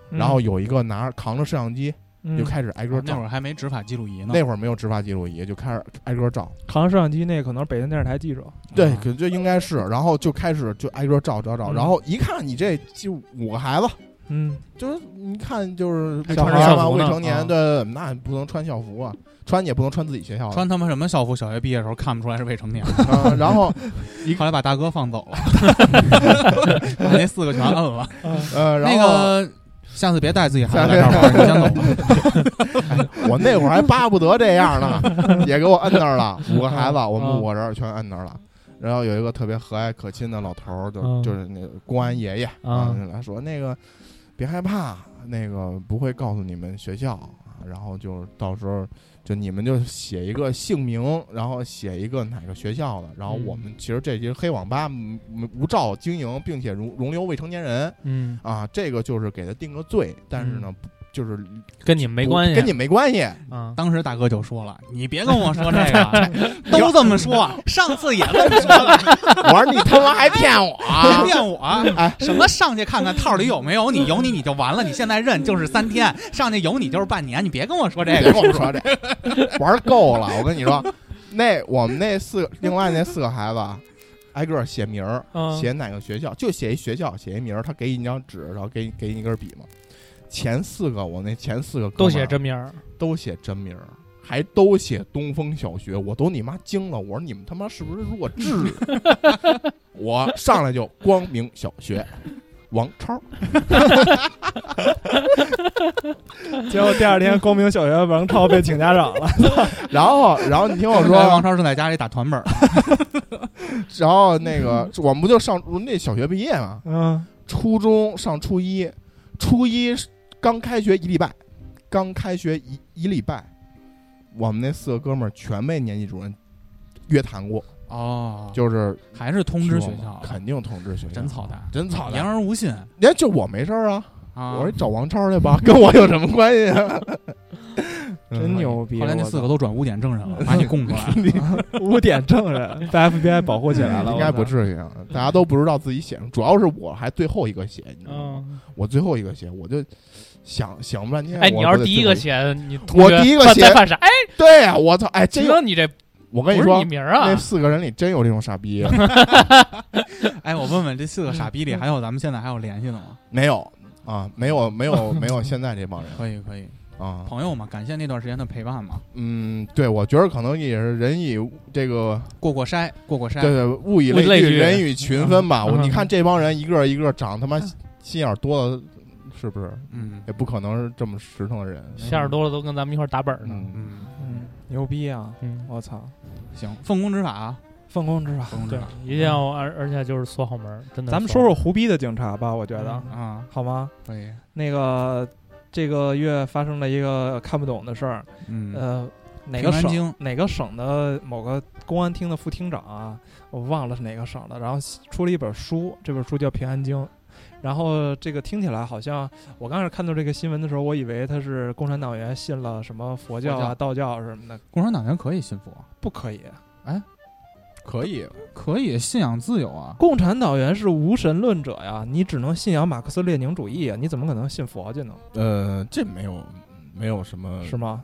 Speaker 5: 然后有一个拿着扛着摄像机
Speaker 4: 嗯
Speaker 5: 就开始挨个
Speaker 3: 那会
Speaker 5: 照
Speaker 3: 儿。还没执法记录仪呢，
Speaker 5: 那会儿没有执法记录仪，就开始挨个照。
Speaker 4: 嗯扛摄像机那可能是北京电视台记者，
Speaker 5: 对，
Speaker 3: 啊
Speaker 5: 可就应该是，然后就开始就挨个照照照，
Speaker 6: 嗯
Speaker 5: 然后一看你这就五个孩子，
Speaker 4: 嗯，
Speaker 5: 就是你看就是
Speaker 6: 还
Speaker 5: 小
Speaker 6: 穿
Speaker 5: 孩
Speaker 6: 着
Speaker 5: 儿
Speaker 6: 校
Speaker 5: 嘛，
Speaker 6: 服
Speaker 5: 未
Speaker 6: 呢
Speaker 5: 成年，
Speaker 6: 啊
Speaker 5: 对对对，那不能穿校服啊，穿也不能穿自己学校的。
Speaker 3: 穿他妈什么校服？小学毕业的时候看不出来是未成年，
Speaker 5: 啊然
Speaker 6: [laughs]
Speaker 5: 后
Speaker 3: 后来把大哥放走
Speaker 5: [laughs]
Speaker 3: 了，把那四个全摁了。
Speaker 5: 呃，然
Speaker 3: 那
Speaker 5: 后
Speaker 3: 个下次别带自己孩子来这儿玩儿，你先走吧。
Speaker 5: [laughs] 我那会儿还巴不得这样呢，也给我摁那儿了，五个孩子，我
Speaker 6: 嗯
Speaker 5: 们五个人儿全摁那儿了。然后有一个特别和蔼可亲的老头儿，就、
Speaker 6: 嗯
Speaker 5: 就是那个公安爷爷
Speaker 6: 啊
Speaker 5: 就来说那个别害怕，那个不会告诉你们学校，啊然后就到时候就你们就写一个姓名，然后写一个哪个学校的，然后
Speaker 6: 嗯
Speaker 5: 我们其实这些黑网吧嗯无照经营，并且容容留未成年人
Speaker 6: 嗯，
Speaker 5: 啊，这个就是给他定个罪，但是呢。不就是
Speaker 6: 跟你们嗯没
Speaker 5: 不
Speaker 6: 关系，
Speaker 5: 跟你没关系，
Speaker 6: 啊，
Speaker 3: 当时大哥就说了：“你别跟我说这个，
Speaker 5: [laughs]
Speaker 3: 都这么说，上次也这么说了， [laughs]
Speaker 5: 我说你他妈还骗
Speaker 6: [laughs]
Speaker 5: 我！
Speaker 3: 别骗
Speaker 5: 哎
Speaker 3: 我。什么上去看看套里有没有你，有你你就完了。你现在认就是三天，上去有你就是半年。你别跟我说这
Speaker 5: 别
Speaker 3: 个
Speaker 5: [laughs] 跟，我说这
Speaker 6: [laughs]
Speaker 5: 个玩够了，我跟你说，那我们那四个另外那四个孩子啊，挨个儿写名儿，
Speaker 6: 嗯
Speaker 5: 写哪个学校，就写一学校，写一名儿，他给你一张纸，然后给你给你一根笔嘛。前四个我那前四个哥
Speaker 6: 都
Speaker 5: 们
Speaker 6: 写
Speaker 5: 儿啊
Speaker 6: 真名儿，
Speaker 5: 都写真名儿，还都写东风小学，我都你妈惊了，我说你们他妈是不是弱智？啊 [laughs] 我上来就光明小学，王超，
Speaker 4: [laughs] 结果第二天光明小学王超被请家长了，
Speaker 5: 然后然后你听我
Speaker 3: 后来
Speaker 5: 说啊
Speaker 3: 王，超正在家里打团本儿，
Speaker 5: 然后那个我们不就上我们那小学毕业嘛，
Speaker 4: 嗯，
Speaker 5: 初中上初一，初一是刚开学一礼拜，刚开学一一礼拜，我们那四个哥们儿全被年级主任约谈过，
Speaker 4: 啊
Speaker 3: 哦，
Speaker 5: 就是
Speaker 3: 还是通知学
Speaker 5: 去我
Speaker 3: 校
Speaker 5: 们，肯定通知学校，
Speaker 3: 真操蛋，
Speaker 5: 真操
Speaker 3: 言
Speaker 5: 蛋！
Speaker 3: 而无信啊！
Speaker 5: 人家就我没事儿啊，我说
Speaker 3: 我
Speaker 5: 你找王超去吧， [laughs] 跟我有什么关系啊？
Speaker 4: [laughs]
Speaker 5: 嗯
Speaker 4: 真牛逼！
Speaker 3: 后来那
Speaker 4: 我
Speaker 3: 四个都转污点证人了，把你供出来了。
Speaker 4: 操 [laughs] 污点证人被 FBI 保护起来了，
Speaker 5: 应该
Speaker 4: 我操
Speaker 5: 不至于啊，大家都不知道自己写什么，主要是我还最后一个写，你知道吗？
Speaker 6: 嗯，
Speaker 5: 我最后一个写，我就想想半天。
Speaker 6: [laughs] 哎，你
Speaker 5: 我
Speaker 6: 要
Speaker 5: 不
Speaker 6: 是
Speaker 5: 得
Speaker 6: 第一
Speaker 5: 最后
Speaker 6: 个写，你
Speaker 5: 我第一个
Speaker 6: 犯
Speaker 5: 写
Speaker 6: 再犯傻，哎，
Speaker 5: 对呀，我操！哎，真
Speaker 6: 行
Speaker 5: 有，，
Speaker 6: 你这不
Speaker 5: 我跟你
Speaker 6: 是
Speaker 5: 说
Speaker 6: 你，名儿
Speaker 5: 那
Speaker 6: 啊，
Speaker 5: 四个人里真有这种傻
Speaker 6: [laughs]
Speaker 5: 逼，
Speaker 3: 哎，我问问这
Speaker 4: 嗯
Speaker 3: 四个傻逼里，还有咱们现在还有联系的吗？
Speaker 5: 没有啊，没有，没有，没有，现在这帮人
Speaker 3: 可以，可以，
Speaker 4: 嗯
Speaker 5: 啊，
Speaker 3: 朋友嘛，感谢那段时间的陪伴嘛，
Speaker 5: 嗯，对，我觉得可能也是人以这个
Speaker 3: 过过筛，过过筛。
Speaker 5: 对对物以
Speaker 6: 哎物以类
Speaker 5: 聚，
Speaker 6: 聚
Speaker 5: 人以群分吧。我
Speaker 6: 嗯
Speaker 5: 你看这帮人一个一个长他妈心眼儿多了，是不是？
Speaker 3: 嗯
Speaker 5: 也不可能是这么实诚的人。
Speaker 6: 馅儿多了都跟咱们一块儿打本儿呢。
Speaker 5: 嗯，
Speaker 3: 嗯，
Speaker 4: 嗯牛逼啊！
Speaker 6: 嗯，
Speaker 4: 我操，
Speaker 3: 行，奉公执法啊，
Speaker 4: 奉公执法。
Speaker 3: 奉公执
Speaker 6: 对
Speaker 3: 法，
Speaker 6: 一定要而而且就是锁好门儿，真的。
Speaker 4: 咱们说说胡逼的警察吧，我觉得
Speaker 6: 嗯
Speaker 3: 啊，
Speaker 4: 好吗？
Speaker 3: 可以。
Speaker 4: 那个这个月发生了一个看不懂的事儿，
Speaker 3: 嗯，
Speaker 4: 呃，哪个
Speaker 3: 平安京
Speaker 4: 省哪个省的某个公安厅的副厅长啊，我忘了是哪个省了，然后出了一本书，这本书叫《平安京》。然后这个听起来好像，我刚开始看到这个新闻的时候，我以为他是共产党员信了什么佛教
Speaker 3: 佛
Speaker 4: 啊、
Speaker 3: 教
Speaker 4: 道教什么的，
Speaker 3: 共产党员可以信佛，
Speaker 4: 不可以。
Speaker 5: 可以，
Speaker 3: 可以信仰自由啊。
Speaker 4: 共产党员是无神论者呀，你只能信仰马克思列宁主义啊，你怎么可能信佛去呢？
Speaker 5: 呃，这没有没有什
Speaker 3: 呃
Speaker 5: 么
Speaker 4: 是吗？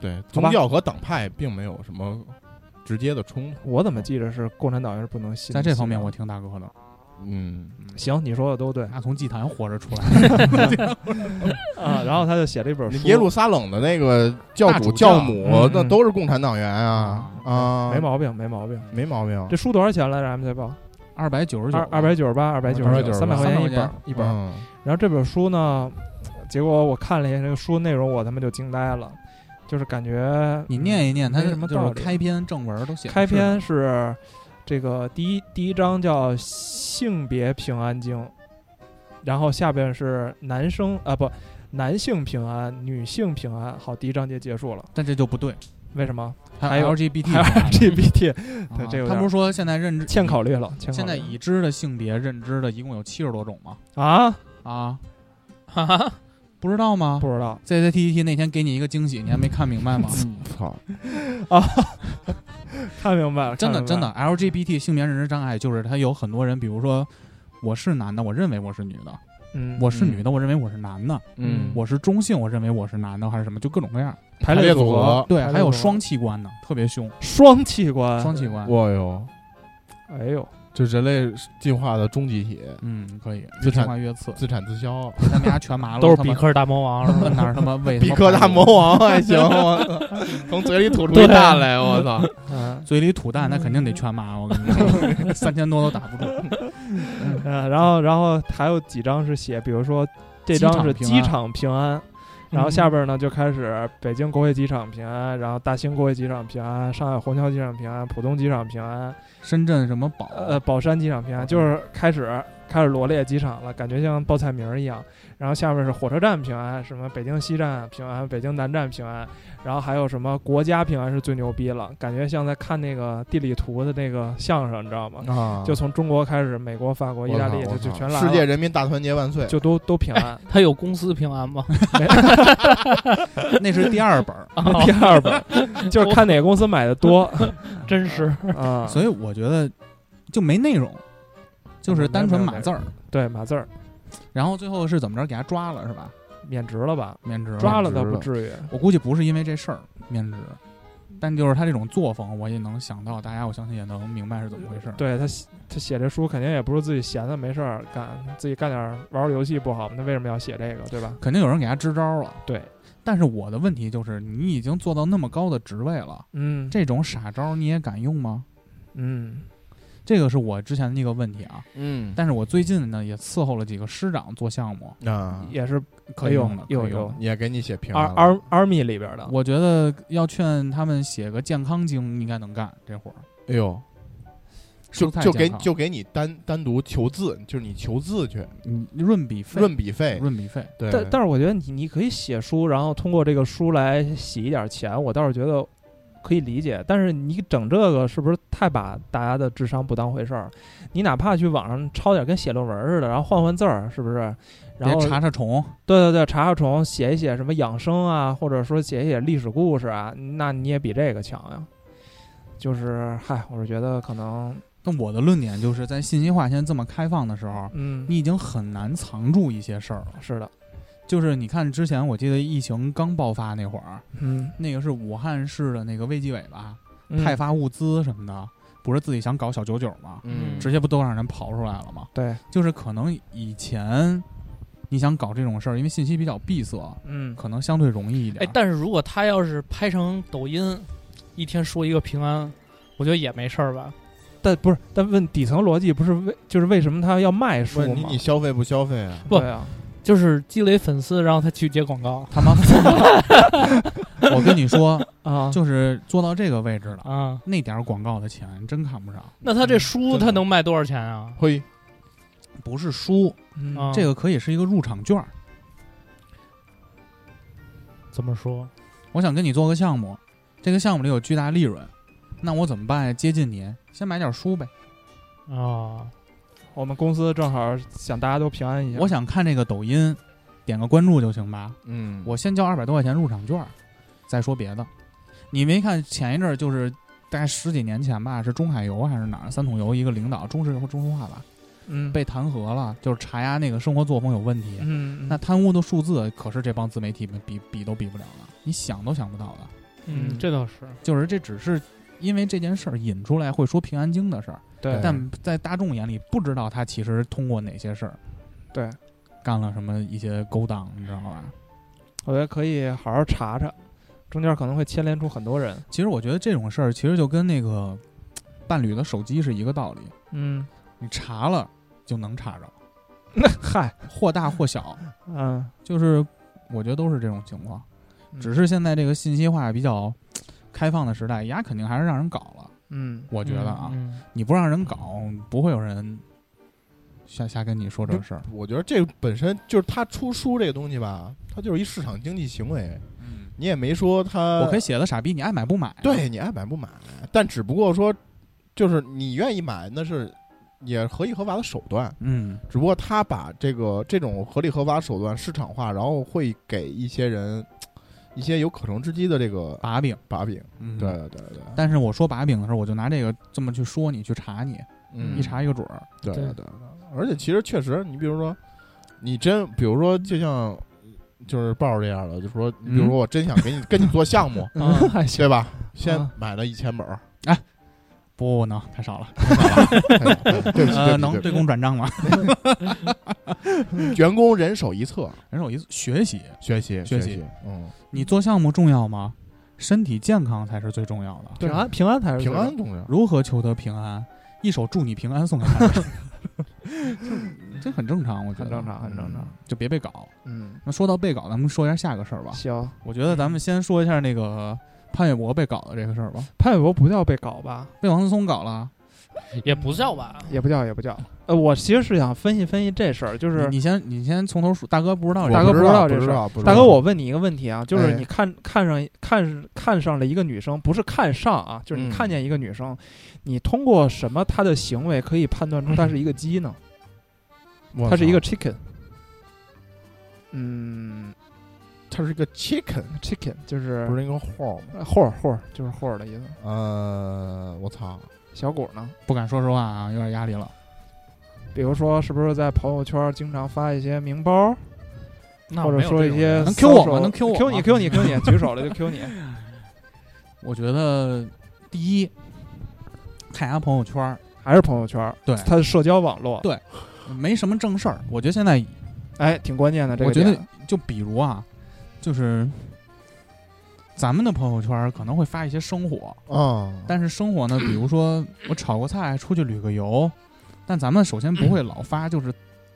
Speaker 5: 对
Speaker 4: 好
Speaker 5: 宗
Speaker 4: 吧
Speaker 5: 教和党派并没有什么直接的冲突。
Speaker 4: 我怎么记着是共产党员是不能信的？
Speaker 3: 在这方面，我听大哥的，
Speaker 5: 嗯，
Speaker 4: 行，你说的都对
Speaker 3: 那从祭坛活着出来，
Speaker 4: [laughs]
Speaker 3: 嗯
Speaker 4: 啊。然后他就写了一本
Speaker 5: 那
Speaker 4: 书，
Speaker 5: 耶路撒冷的那个教
Speaker 3: 大主
Speaker 5: 主
Speaker 3: 教
Speaker 5: 教母
Speaker 4: 嗯，
Speaker 5: 那
Speaker 4: 嗯
Speaker 5: 都是共产党员啊啊，
Speaker 4: 没毛病，没毛病。
Speaker 5: 没毛病
Speaker 4: 这。书多少钱来着？M 财报
Speaker 3: 二百九十九，
Speaker 4: 啊二二百九十八，二百九十九，
Speaker 5: 298
Speaker 4: 三百块钱一本
Speaker 3: 300
Speaker 4: 儿一本儿。
Speaker 5: 嗯
Speaker 4: 然后这本书呢，结果我看了一下这个书内容，我他妈就惊呆了，就是感觉
Speaker 3: 你念一念，它
Speaker 4: 没什么
Speaker 3: 就是
Speaker 4: 道理
Speaker 3: 开篇正文都写
Speaker 4: 开
Speaker 3: 的是
Speaker 4: 篇是这个第一第一章叫性别平安经，然后下边是男生啊不男性平安，女性平安。好，第一章节结束了，
Speaker 3: 但这就不对，
Speaker 4: 为什么？
Speaker 3: 还
Speaker 4: 还有
Speaker 3: LGBT，
Speaker 4: 还有 LGBT
Speaker 3: 啊
Speaker 4: 对这有点
Speaker 3: 他不是说现在认知
Speaker 4: [laughs] 欠考虑了，欠考虑
Speaker 3: 现在已知的性别认知的一共有七十多种吗？
Speaker 4: 啊
Speaker 3: 啊，
Speaker 6: 哈哈，
Speaker 3: 不知道吗
Speaker 4: 不知道，
Speaker 3: ？Z Z T T 那天给你一个惊喜，你还没看明白吗？
Speaker 4: 嗯
Speaker 5: 操，
Speaker 4: 看明白了，
Speaker 3: 真的
Speaker 4: 看明白
Speaker 3: 真的
Speaker 4: 了
Speaker 3: ，LGBT 性别认知障碍就是他有很多人，比如说我是男的，我认为我是女的；
Speaker 4: 嗯，
Speaker 3: 我是女的，我认为我是男的；
Speaker 4: 嗯
Speaker 3: 我是中性，我认为我是男的还是什么，就各种各样。
Speaker 4: 排
Speaker 5: 排
Speaker 4: 列
Speaker 5: 列
Speaker 4: 组
Speaker 5: 组
Speaker 4: 合
Speaker 5: 合，
Speaker 3: 对，
Speaker 4: 排
Speaker 3: 还有
Speaker 4: 列组合
Speaker 3: 双器官呢，特别凶，
Speaker 4: 双器官，
Speaker 3: 双器官。
Speaker 5: 我哟，
Speaker 4: 哎呦，
Speaker 5: 这人类进化的终极体，
Speaker 3: 嗯，可以，越
Speaker 5: 自
Speaker 3: 进
Speaker 5: 产
Speaker 3: 化越次，
Speaker 5: 自产自销。
Speaker 3: 咱们家全麻了，
Speaker 6: 都是
Speaker 3: 他
Speaker 6: 比
Speaker 3: 妈
Speaker 6: 克大魔王是吧？
Speaker 3: 哪儿他妈喂他
Speaker 5: 比
Speaker 3: 妈
Speaker 5: 克大
Speaker 3: 胖子
Speaker 5: 魔王还行，我操，
Speaker 4: [laughs]
Speaker 5: 从嘴里吐出一蛋来，我操！
Speaker 4: 嗯
Speaker 3: 嘴里吐蛋，那肯定得全麻。我跟你说， [laughs] 三千多都打不住。
Speaker 4: 嗯，然后然后还有几张是写，比如说这张是
Speaker 3: 机场平
Speaker 4: 机
Speaker 3: 安嗯
Speaker 4: 场平安。然后下边呢就开始北京国会机场平安，然后大兴国会机场平安，上海虹桥机场平安，浦东机场平安，
Speaker 3: 深圳什么宝？
Speaker 4: 呃，宝山机场平
Speaker 3: 嗯
Speaker 4: 安，就是开始开始罗列机场了，感觉像报菜名儿一样。然后下面是火车站平安，什么北京西站平安、北京南站平安，然后还有什么国家平安是最牛逼了，感觉像在看那个地理图的那个相声，你知道吗？
Speaker 5: 啊
Speaker 4: 就从中国开始，美国、法国、意大利就就全来
Speaker 5: 世界
Speaker 4: 了，
Speaker 5: 人民大团结万岁！
Speaker 4: 就都都
Speaker 3: [laughs]
Speaker 4: 平安。
Speaker 6: 他有公司平安吗？ [laughs]
Speaker 3: 那是第二本儿。
Speaker 4: 第二本哦 [laughs] 就是看哪个公司买
Speaker 3: [laughs]
Speaker 4: 的多
Speaker 6: 真是
Speaker 4: 啊，
Speaker 3: 所以我觉得就没内容，就是单纯码字儿。
Speaker 4: 对码字儿
Speaker 3: 然后最后是怎么着给他抓了是吧？
Speaker 4: 免职了吧？
Speaker 3: 免职了
Speaker 4: 抓了
Speaker 5: 免
Speaker 4: 倒
Speaker 5: 职
Speaker 4: 不
Speaker 5: 了
Speaker 4: 至于，
Speaker 3: 我估计不是因为这事儿免职，
Speaker 4: 嗯
Speaker 3: 但就是他这种作风，我也能想到，大家我相信也能明白是怎么回事儿。
Speaker 4: 对他写他写这书肯定也不是自己闲的没事儿干，自己干点儿玩玩游戏不好吗？他为什么要写这个，对吧？
Speaker 3: 肯定有人给他支招了。
Speaker 4: 对，
Speaker 3: 但是我的问题就是，你已经做到那么高的职位了，
Speaker 4: 嗯，
Speaker 3: 这种傻招你也敢用吗？
Speaker 4: 嗯
Speaker 3: 这个是我之前的一个问题啊。
Speaker 5: 嗯，
Speaker 3: 但是我最近呢也伺候了几个师长做项目，
Speaker 5: 啊，
Speaker 4: 也是哎
Speaker 3: 可以用的，
Speaker 4: 有
Speaker 3: 可以用
Speaker 4: 有
Speaker 3: 的。
Speaker 5: 也给你写评
Speaker 4: 二
Speaker 5: 论
Speaker 4: 二 army 里边的，
Speaker 3: 我觉得要劝他们写个健康经应该能干这活儿，
Speaker 5: 哎呦，就
Speaker 3: 蔬菜
Speaker 5: 就给
Speaker 3: 健康
Speaker 5: 就给你单单独求字，就是你求字去
Speaker 3: 嗯润笔费，
Speaker 5: 润笔费，
Speaker 3: 润笔费，
Speaker 5: 对，
Speaker 4: 但但是我觉得你你可以写书，然后通过这个书来洗一点钱，我倒是觉得可以理解。但是你整这个是不是太把大家的智商不当回事儿？你哪怕去网上抄点跟写论文似的，然后换换字儿，是不是？然
Speaker 3: 别
Speaker 4: 后
Speaker 3: 查查虫，
Speaker 4: 对对对，查查虫，写一写什么养生啊，或者说写一写历史故事啊，那你也比这个强呀。就是嗨，我是觉得可能，
Speaker 3: 但我的论点就是在信息化现在这么开放的时候，
Speaker 4: 嗯，
Speaker 3: 你已经很难藏住一些事儿了。
Speaker 4: 是的，
Speaker 3: 就是你看之前，我记得疫情刚爆发那会儿，
Speaker 4: 嗯，
Speaker 3: 那个是武汉市的那个卫计委吧，
Speaker 4: 嗯
Speaker 3: 派发物资什么的，不是自己想搞小九九吗？
Speaker 5: 嗯
Speaker 4: 嗯
Speaker 3: 直接不都让人刨出来了吗？
Speaker 4: 对，
Speaker 3: 就是可能以前你想搞这种事儿，因为信息比较闭塞，
Speaker 4: 嗯，
Speaker 3: 可能相对容易一点。
Speaker 6: 哎，但是如果他要是拍成抖音，一天说一个平安，我觉得也没事儿吧。
Speaker 4: 但不是，但问底层逻辑不是为就是为什么他要卖书
Speaker 5: 问
Speaker 4: 吗？
Speaker 5: 你你消费不消费啊？
Speaker 6: 不
Speaker 4: 对啊，
Speaker 6: 就是积累粉丝，然后他去接广告
Speaker 3: 他妈 [laughs] 疯了！我跟你说，
Speaker 4: 啊，
Speaker 3: 就是做到这个位置了，
Speaker 6: 啊。
Speaker 3: 那点儿广告的钱真看不上。
Speaker 6: 那他这书
Speaker 5: 真的
Speaker 6: 他能卖多少钱啊？
Speaker 5: 嘿，
Speaker 3: 不是书，
Speaker 4: 嗯
Speaker 6: 啊
Speaker 3: 这个可以是一个入场券儿。
Speaker 6: 怎么说？
Speaker 3: 我想跟你做个项目，这个项目里有巨大利润，那我怎么办呀？接近你，先买点书呗。
Speaker 6: 啊，
Speaker 4: 我们公司正好想大家都平安一下，
Speaker 3: 我想看这个抖音，点个关注就行吧。
Speaker 5: 嗯，
Speaker 3: 我先交二百多块钱入场券儿，再说别的。你没看前一阵儿就是大概十几年前吧，是中海油还是哪儿三桶油一个领导，中石油或中石化吧，
Speaker 4: 嗯
Speaker 3: 被弹劾了，就是查押那个生活作风有问题。
Speaker 4: 嗯
Speaker 3: 那贪污的数字可是这帮自媒体们比比都比不了了，你想都想不到的。
Speaker 6: 嗯，
Speaker 4: 嗯
Speaker 6: 这倒是。
Speaker 3: 就是这只是因为这件事儿引出来会说平安京的事儿，
Speaker 4: 对
Speaker 3: 但在大众眼里不知道他其实通过哪些事儿
Speaker 4: 对，
Speaker 3: 干了什么一些勾当，你知道吧？
Speaker 4: 我觉得可以好好查查，中间可能会牵连出很多人，
Speaker 3: 其实我觉得这种事儿其实就跟那个嘖伴侣的手机是一个道理，
Speaker 4: 嗯，
Speaker 3: 你查了就能查着，
Speaker 4: [laughs] 嗨，
Speaker 3: 或大或
Speaker 6: [laughs]
Speaker 3: 小，
Speaker 4: 嗯，
Speaker 3: 就是我觉得都是这种情况。
Speaker 6: 嗯
Speaker 3: 只是现在这个信息化比较嘖开放的时代，丫肯定还是让人搞了。
Speaker 4: [laughs] 嗯，
Speaker 3: 我
Speaker 6: 我
Speaker 3: 觉得啊，
Speaker 6: 嗯
Speaker 3: 你不让人搞，不会有人瞎瞎跟你说这事儿。
Speaker 5: 我觉得这本身就是他出书这个东西吧，它就是一市场经济行为，
Speaker 3: 嗯，
Speaker 5: 你也没说他，
Speaker 3: 我可以写的傻逼，你爱买不啊买、，
Speaker 5: 对你爱买不买，但只不过说，就是你愿意买那是也合理合法的手段，
Speaker 3: 嗯，
Speaker 5: 只不过他把这个这种合理合法手段市场化，然后会给一些人一些有可乘之机的这个
Speaker 3: 把柄，
Speaker 5: 把柄。
Speaker 3: 嗯，
Speaker 5: 对。对对对，
Speaker 3: 但是我说把柄的时候，我就拿这个这么去说你，去查你，
Speaker 5: 嗯
Speaker 3: 一查一个准儿。
Speaker 5: 对
Speaker 6: 对
Speaker 5: 对对，而且其实确实，你比如说，你真比如说，就像就是豹这样的，就说，你比如说，我真想给你跟你做项目，
Speaker 4: 嗯，还行，
Speaker 5: 对吧？先
Speaker 4: 啊
Speaker 5: 买了一千本儿，
Speaker 3: 不能太少了，
Speaker 5: 哎呀对不起，
Speaker 3: 呃，
Speaker 5: 对不
Speaker 3: 能
Speaker 5: 起对
Speaker 3: 对
Speaker 5: 不
Speaker 3: 公转账吗？
Speaker 5: 起，员工人手一册，
Speaker 3: 人手一次学习，
Speaker 5: 学习
Speaker 3: 学习
Speaker 5: 习，嗯，
Speaker 3: 你做项目重要吗？身体健康才是最重要的。
Speaker 4: 平安平安才是
Speaker 5: 平
Speaker 4: 最
Speaker 5: 安重要。
Speaker 3: 如何求得平安？一首《祝你平安》送给大家，这这很正常，我觉得
Speaker 4: 很正，常，很正常，
Speaker 3: 就别被搞。
Speaker 4: 嗯，
Speaker 3: 那说到被搞，咱们说一下下个事儿吧。
Speaker 4: 行，
Speaker 3: 我觉得咱们先说一下那个潘玮柏被搞的这个事儿吧，
Speaker 4: 潘玮柏不叫被搞吧？
Speaker 3: 被王思聪搞了。
Speaker 6: 嗯也不叫吧。
Speaker 4: 也不叫，也不叫。呃，我其实是想分析分析这事儿，就是
Speaker 3: 你你先你先从头说，大哥不知道这
Speaker 4: 大
Speaker 3: 个，
Speaker 4: 哥
Speaker 5: 不
Speaker 4: 不知道这
Speaker 5: 不知
Speaker 4: 事儿
Speaker 5: 道，不知
Speaker 4: 大哥，
Speaker 5: 道
Speaker 4: 我问你一个问题啊，就是
Speaker 5: 哎
Speaker 4: 你看看上看看上了一个女生，不是看上啊，就是你
Speaker 5: 嗯
Speaker 4: 看见一个女生，你通过什么她的行为可以判断出她是一个鸡呢？
Speaker 5: 我
Speaker 4: 她是一个
Speaker 5: 操
Speaker 4: chicken。嗯
Speaker 5: 他是一个 chicken，
Speaker 4: ，chicken 就是
Speaker 5: 不是一个 home。
Speaker 4: 或儿或儿，就是或儿的意思。
Speaker 5: 呃，我操，
Speaker 4: 小果呢？
Speaker 3: 不敢说实话啊，有点压力了。
Speaker 4: 比如说，是不是在朋友圈经常发一些名包，
Speaker 6: 那
Speaker 4: 或者说一些
Speaker 3: 啊能 Q 我吗
Speaker 4: social-
Speaker 3: 能 Q 我吗
Speaker 4: Q 你 Q 你 Q 你，举手了就
Speaker 3: [laughs]
Speaker 4: Q 你。
Speaker 3: 我觉得第一，看人家朋友圈儿，
Speaker 4: 还是朋友圈，
Speaker 3: 对
Speaker 4: 他的社交网络，
Speaker 3: 对没什么正事儿。我觉得现在，
Speaker 4: 哎，挺关键的。这个
Speaker 3: 我觉
Speaker 4: 点
Speaker 3: 得就比如啊，就是咱们的朋友圈儿可能会发一些生活，
Speaker 5: 啊，
Speaker 3: 但是生
Speaker 5: [clears throat]
Speaker 3: 活呢，比如说我炒个菜，出去旅个游，但咱们首先不会老发，就是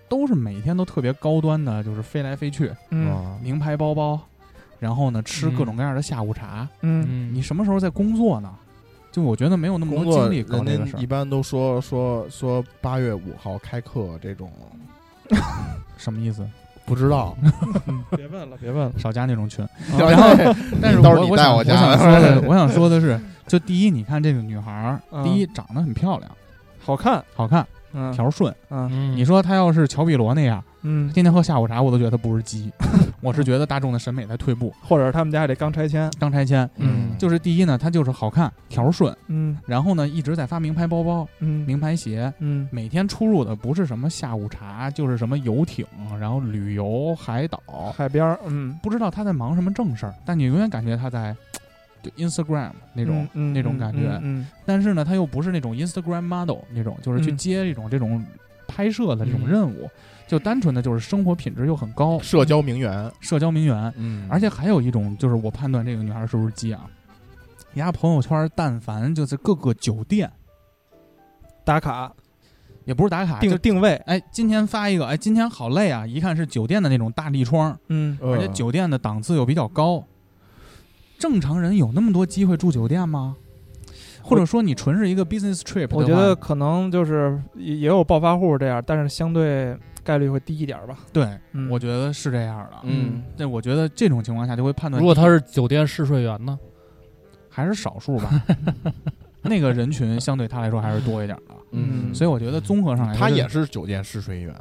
Speaker 3: 都是每天都特别高端的，就是飞来飞去，
Speaker 4: 嗯
Speaker 5: 啊
Speaker 3: 名牌包包，然后呢吃各种各样的下午茶。
Speaker 4: 嗯，
Speaker 6: 嗯，
Speaker 3: 你什么时候在工作呢？就我觉得没有那么
Speaker 5: 工
Speaker 3: 多
Speaker 5: 作
Speaker 3: 精力搞这
Speaker 5: 人
Speaker 3: 个
Speaker 5: 家
Speaker 3: 事儿
Speaker 5: 一。般都说说说八月五号开课这
Speaker 3: [laughs]
Speaker 5: 种，
Speaker 3: 什么意思？
Speaker 5: 不知道。
Speaker 4: 别问了，别问了。
Speaker 3: 少加那种群。
Speaker 5: 然后，
Speaker 3: 但是
Speaker 5: 到
Speaker 3: 我
Speaker 5: 时候你
Speaker 3: 我
Speaker 5: 带
Speaker 3: 想
Speaker 5: 我
Speaker 3: 我
Speaker 5: 家
Speaker 3: 想说的，
Speaker 5: [laughs]
Speaker 3: 我想说的是，就第一，你看这个女孩儿，
Speaker 4: 嗯
Speaker 3: 第一长得很漂亮，
Speaker 4: 好看，
Speaker 3: 好看，
Speaker 4: 嗯
Speaker 3: 条顺。
Speaker 4: 嗯
Speaker 6: 嗯
Speaker 3: 你说她要是乔碧罗那样，
Speaker 4: 嗯，
Speaker 3: 天天喝下午茶，我都觉得她不是鸡。 [laughs] 我是觉得大众的审美在退步。
Speaker 4: 或者他们家这刚拆迁，
Speaker 3: 张拆迁
Speaker 4: 嗯
Speaker 3: 就是第一呢，她就是好看，条顺，
Speaker 4: 嗯
Speaker 3: 然后呢一直在发名牌包包、
Speaker 4: 嗯
Speaker 3: 名牌鞋，
Speaker 4: 嗯
Speaker 3: 每天出入的不是什么下午茶，就是什么游艇，然后旅游、海岛，
Speaker 4: 海边儿，嗯
Speaker 3: 不知道他在忙什么正事儿，但你永远感觉他在就 Instagram 那
Speaker 4: 那
Speaker 3: 种、那种感觉、
Speaker 4: 嗯
Speaker 3: 但是呢，他又不是那种 Instagram model 那种，就是去
Speaker 4: 嗯
Speaker 3: 接这种、这种拍摄的这种
Speaker 4: 嗯
Speaker 3: 任务，就单纯的就是生活品质又很高，
Speaker 5: 社交名媛，
Speaker 3: 社交名媛。
Speaker 5: 嗯
Speaker 3: 而且还有一种就是我判断这个女孩是不是鸡啊，人家朋友圈但凡就是各个酒店，
Speaker 4: 打卡
Speaker 3: 也不是打卡，
Speaker 4: 定
Speaker 3: 啊就
Speaker 4: 定位，
Speaker 3: 哎今天发一个，哎今天好累啊，一看是酒店的那种大立窗，
Speaker 4: 嗯
Speaker 5: 呃
Speaker 3: 而且酒店的档次又比较高。正常人有那么多机会住酒店吗？或者说你纯是一个 business trip？的
Speaker 4: 我觉
Speaker 3: 话
Speaker 4: 得可能就是也也有暴发户这样，但是相对概率会低一点儿吧。
Speaker 3: 对，
Speaker 4: 嗯，
Speaker 3: 我觉得是这样的。
Speaker 5: 嗯，
Speaker 3: 那我觉得这种情况下就会判断，
Speaker 6: 如果他是酒店试睡员呢？
Speaker 3: 还是少数吧， [laughs] 那个人群相对他来说还是多一点的。
Speaker 5: 嗯，
Speaker 3: 所以我觉得综合上来说，
Speaker 5: 他也是酒店
Speaker 3: [laughs]
Speaker 5: 试睡员，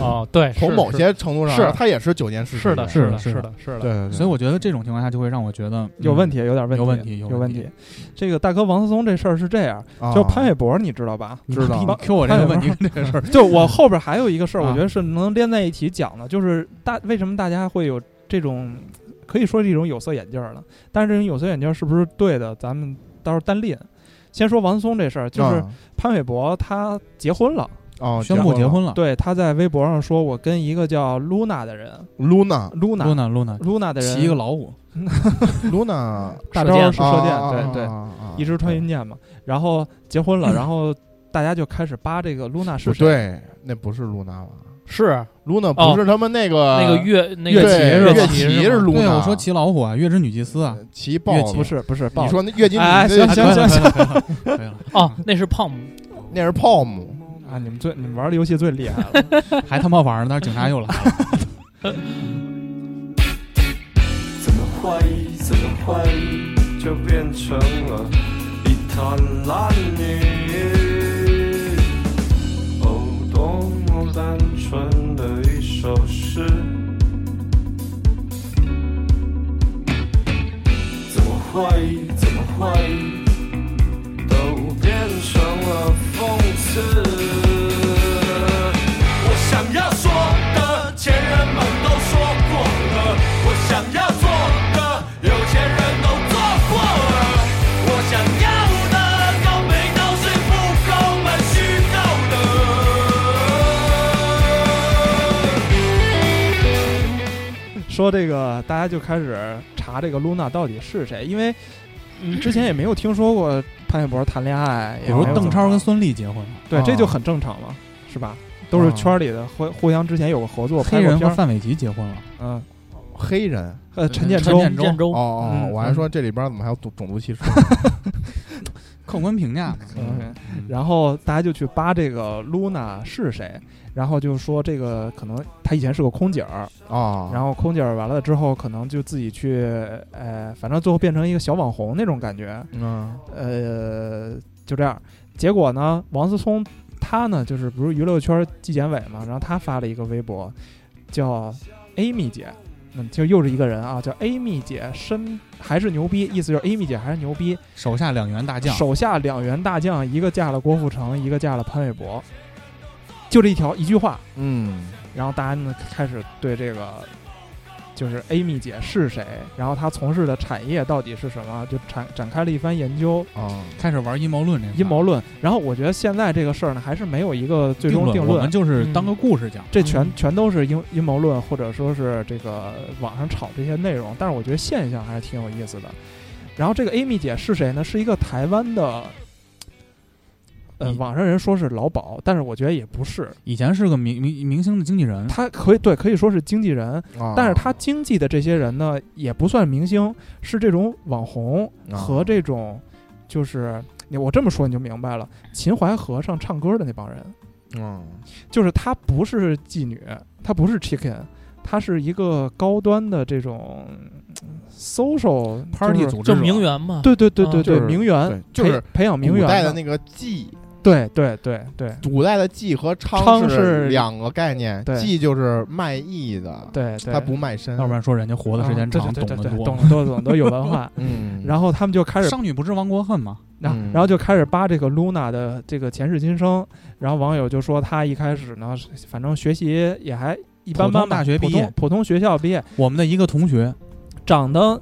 Speaker 6: 哦，对，
Speaker 5: 从
Speaker 6: 是
Speaker 5: 某
Speaker 6: 是
Speaker 5: 些程度上来说，
Speaker 6: 是
Speaker 5: 他也是酒店试睡
Speaker 6: 是
Speaker 5: 员
Speaker 6: 的，
Speaker 3: 是
Speaker 6: 的，
Speaker 3: 是
Speaker 6: 是
Speaker 3: 的
Speaker 6: 的，是
Speaker 5: 对对，
Speaker 6: 的。
Speaker 5: 对
Speaker 3: 所以我觉得这种情况下就会让我觉得嗯
Speaker 4: 有问。题，有点问
Speaker 3: 有问
Speaker 4: 问
Speaker 3: 题有
Speaker 4: 有
Speaker 3: 问
Speaker 4: 题
Speaker 3: 题。
Speaker 4: 这个大哥王思聪这事儿是这样，
Speaker 5: 啊
Speaker 4: 就潘玮柏你知道吧？
Speaker 3: 嗯
Speaker 5: 知道
Speaker 3: 你 Q 我这个问
Speaker 4: [laughs]
Speaker 3: 题跟这个事儿，
Speaker 4: 就我后边还有一个事儿，
Speaker 3: 啊
Speaker 4: 我觉得是能连在一起讲的，就是大为什么大家会有这种可以说是一种有色眼镜儿了，但是这种有色眼镜儿是不是对的，咱们到时候单练。先说王思聪这事儿，就是
Speaker 5: 啊
Speaker 4: 潘玮柏他结婚了，
Speaker 5: 哦
Speaker 3: 宣布结婚了。
Speaker 4: 对，他在微博上说，我跟一个叫 Luna 的人
Speaker 3: [laughs]
Speaker 5: ，Luna
Speaker 4: ，Luna
Speaker 3: Luna Luna，
Speaker 4: Luna 的人
Speaker 3: 骑一个老虎，
Speaker 5: Luna
Speaker 4: 大
Speaker 6: 射
Speaker 4: 招
Speaker 6: 箭
Speaker 4: 是
Speaker 5: 啊
Speaker 4: 射箭，对对，
Speaker 5: 对
Speaker 4: 一支穿云箭嘛，然后结婚了，然后大家就开始扒这个 Luna 是
Speaker 5: 不
Speaker 4: 谁，
Speaker 5: 对，那不是 Luna 吧
Speaker 6: 是
Speaker 5: ？Luna
Speaker 6: 哦
Speaker 5: 不是他们那个
Speaker 6: 那个乐那
Speaker 5: 对
Speaker 6: 个
Speaker 5: 呃乐
Speaker 6: 乐
Speaker 5: 骑
Speaker 6: 是
Speaker 5: 是
Speaker 6: 吗
Speaker 5: Luna，
Speaker 3: 对，我说骑老虎啊，月之女祭司啊，
Speaker 5: 骑豹
Speaker 3: 乐器
Speaker 4: 不
Speaker 5: 子，
Speaker 4: 是不是，
Speaker 5: 你
Speaker 4: 报
Speaker 5: 说那月经
Speaker 4: 哎
Speaker 5: 女
Speaker 4: 行
Speaker 5: 那
Speaker 4: 行
Speaker 3: 可以了可以了可以了
Speaker 6: 哦，那是胖姆，
Speaker 5: 那是 Palm，
Speaker 4: 啊，你们最你们玩的游戏最厉害了。
Speaker 3: 还他妈玩儿呢，但是警察又来了。
Speaker 7: 怎么挥，怎么挥，就变成了一滩烂泥。哦，多么单纯的一首诗。怎么会，怎么会，都变成了讽刺。我想要说的，前人们都说过了；我想要做的，有钱人都做过了；我想要的，高美都是不够们虚构的。
Speaker 4: 说这个，大家就开始查这个露娜到底是谁，因为嗯之前也没有听说过潘玮柏谈恋爱，也
Speaker 3: 比如
Speaker 4: 没有
Speaker 3: 哦邓超跟哦孙俪结婚了，
Speaker 4: 对，这
Speaker 5: 啊
Speaker 4: 就很正常了，是吧？都是圈里的互互相之前有过合作，
Speaker 3: 黑
Speaker 4: 拍过
Speaker 3: 人
Speaker 4: 片
Speaker 3: 和
Speaker 4: 儿，
Speaker 3: 范玮琪结婚了，
Speaker 4: 嗯，
Speaker 5: 黑人。
Speaker 4: 呃，陈建
Speaker 3: 陈
Speaker 4: 州，
Speaker 3: 建州
Speaker 6: 建州
Speaker 5: 哦哦，
Speaker 4: 嗯
Speaker 5: 我还说这里边怎么还有种种族歧视？
Speaker 3: 客观评价嘛。
Speaker 4: 嗯
Speaker 3: 嗯
Speaker 4: 然后大家就去扒这个露娜是谁，然后就说这个可能她以前是个空姐儿，
Speaker 3: 哦
Speaker 5: 啊，
Speaker 4: 然后空姐儿完了之后，可能就自己去，呃，反正最后变成一个小网红那种感觉，
Speaker 5: 嗯
Speaker 4: 呃，就这样。结果呢，王思聪他呢，就是不是娱乐圈纪检委嘛，然后他发了一个微博，叫 Amy 姐，嗯，就又是一个人啊，叫 Amy 姐身还是牛逼，意思就是 Amy 姐还是牛逼，
Speaker 3: 手下两员大将，
Speaker 4: 手下两员大将，一个嫁了郭富城，一个嫁了潘玮柏，就这一条一句话，
Speaker 5: 嗯，
Speaker 4: 然后大家呢开始对这个。就是 Amy 姐是谁，然后她从事的产业到底是什么，就展展开了一番研究。
Speaker 5: 啊，
Speaker 3: 开始玩阴谋论这块儿
Speaker 4: 阴谋论。然后我觉得现在这个事儿呢，还是没有一个最终定
Speaker 3: 我们
Speaker 4: 论，
Speaker 3: 就是当个故事讲。
Speaker 4: 这全全都是阴阴谋论，或者说是这个网上炒这些内容。但是我觉得现象还是挺有意思的。然后这个 Amy 姐是谁呢？是一个台湾的，呃，
Speaker 3: 你
Speaker 4: 网上人说是劳保，但是我觉得也不是，
Speaker 3: 以前是个明明明星的经纪人，
Speaker 4: 她可以对可以说是经纪人，
Speaker 5: 啊
Speaker 4: 但是她经纪的这些人呢，也不算明星，是这种网红
Speaker 5: 啊
Speaker 4: 和这种就是你我这么说你就明白了，秦淮河上唱歌的那帮人，
Speaker 5: 嗯，
Speaker 4: 就是她不是妓女，她不是 chicken，她是一个高端的这种嗯 social
Speaker 3: party
Speaker 4: 就是
Speaker 3: 组织
Speaker 6: 就
Speaker 3: 者
Speaker 6: 名媛嘛，
Speaker 4: 对对对对
Speaker 6: 啊
Speaker 4: 对，
Speaker 5: 就是
Speaker 4: 名媛
Speaker 5: 对，就是
Speaker 4: 培培养名媛
Speaker 5: 古代的
Speaker 4: 嘛
Speaker 5: 那个妓，
Speaker 4: 对对对对
Speaker 5: 古代的妓和
Speaker 4: 娼
Speaker 5: 娼
Speaker 4: 是
Speaker 5: 两个概念，
Speaker 4: 对
Speaker 5: 妓就是卖艺的，
Speaker 4: 对对，
Speaker 5: 它不卖身，。
Speaker 3: 要不然说人家活的时间
Speaker 4: 啊
Speaker 3: 长，
Speaker 4: 对
Speaker 3: 懂
Speaker 4: 对
Speaker 3: 得
Speaker 4: 对对
Speaker 3: 多。
Speaker 4: 懂得多，懂得多有文化
Speaker 3: [laughs]
Speaker 5: 嗯，
Speaker 4: 然后他们就开始
Speaker 3: 商女不知亡国恨嘛，
Speaker 4: 然后
Speaker 5: 嗯
Speaker 4: 然后就开始扒这个 Luna 的这个前世今生，然后网友就说她一开始呢，是反正学习也还一般
Speaker 3: 普
Speaker 4: 般
Speaker 3: 通
Speaker 4: 吧，
Speaker 3: 大学毕业
Speaker 4: 普通普通学校毕业，
Speaker 3: 我们的一个同学，
Speaker 4: 长得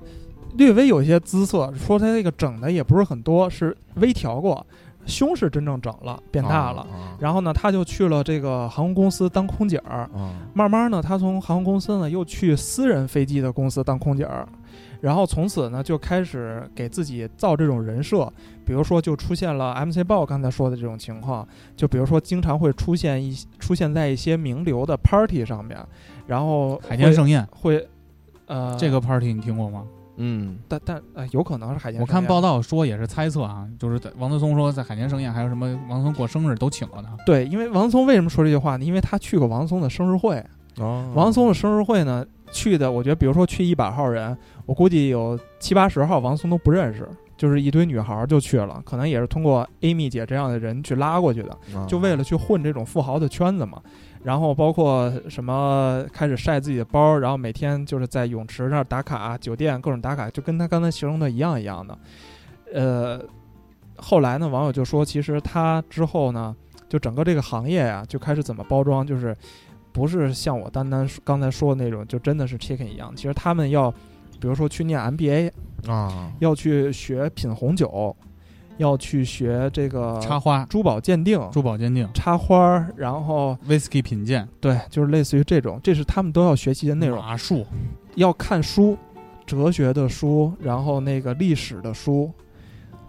Speaker 4: 略微有些姿色，说她这个整的也不是很多，是微调过，胸是真正整了，变大了。
Speaker 5: 啊
Speaker 4: 然后呢，她就去了这个航空公司当空姐儿，
Speaker 5: 啊
Speaker 4: 慢慢呢，他从航空公司呢又去私人飞机的公司当空姐儿，然后从此呢就开始给自己造这种人设，比如说就出现了 MC 豹刚才说的这种情况，就比如说经常会出现一出现在一些名流的 party 上面，然后
Speaker 3: 海天盛宴
Speaker 4: 会会呃
Speaker 3: 这个 party 你听过吗？
Speaker 5: 嗯
Speaker 4: 但但呃有可能是海天盛宴，
Speaker 3: 我看报道说也是猜测啊，就是在王思聪说在海天盛宴还有什么王思聪过生日都请了他，
Speaker 4: 对，因为王松为什么说这句话呢？因为他去过王松的生日会，
Speaker 3: 嗯
Speaker 5: 哦
Speaker 4: 王松的生日会呢去的，我觉得比如说去一百号人，我估计有七八十号王松都不认识，就是一堆女孩儿就去了，可能也是通过 Amy 姐这样的人去拉过去的，
Speaker 5: 啊哦
Speaker 4: 就为了去混这种富豪的圈子嘛。然后包括什么开始晒自己的包，然后每天就是在泳池那儿打卡，酒店各种打卡，就跟他刚才形容的一样一样的。呃，后来呢，网友就说，其实他之后呢，就整个这个行业呀、就开始怎么包装，就是不是像我单单说刚才说的那种，就真的是 chicken 一样。其实他们要，比如说去念 MBA，
Speaker 5: 啊
Speaker 4: 要去学品红酒，要去学这
Speaker 3: [laughs]
Speaker 4: 个
Speaker 3: 插花、
Speaker 4: 珠宝鉴定、
Speaker 3: 珠宝鉴定、
Speaker 4: 插花儿，然后
Speaker 3: whisky 品鉴、
Speaker 4: 对，就是类似于这种，这是他们都要学习的内
Speaker 6: 嗯
Speaker 4: 容。
Speaker 3: 马术，
Speaker 4: 要看书，哲学的书，然后那个历史的书，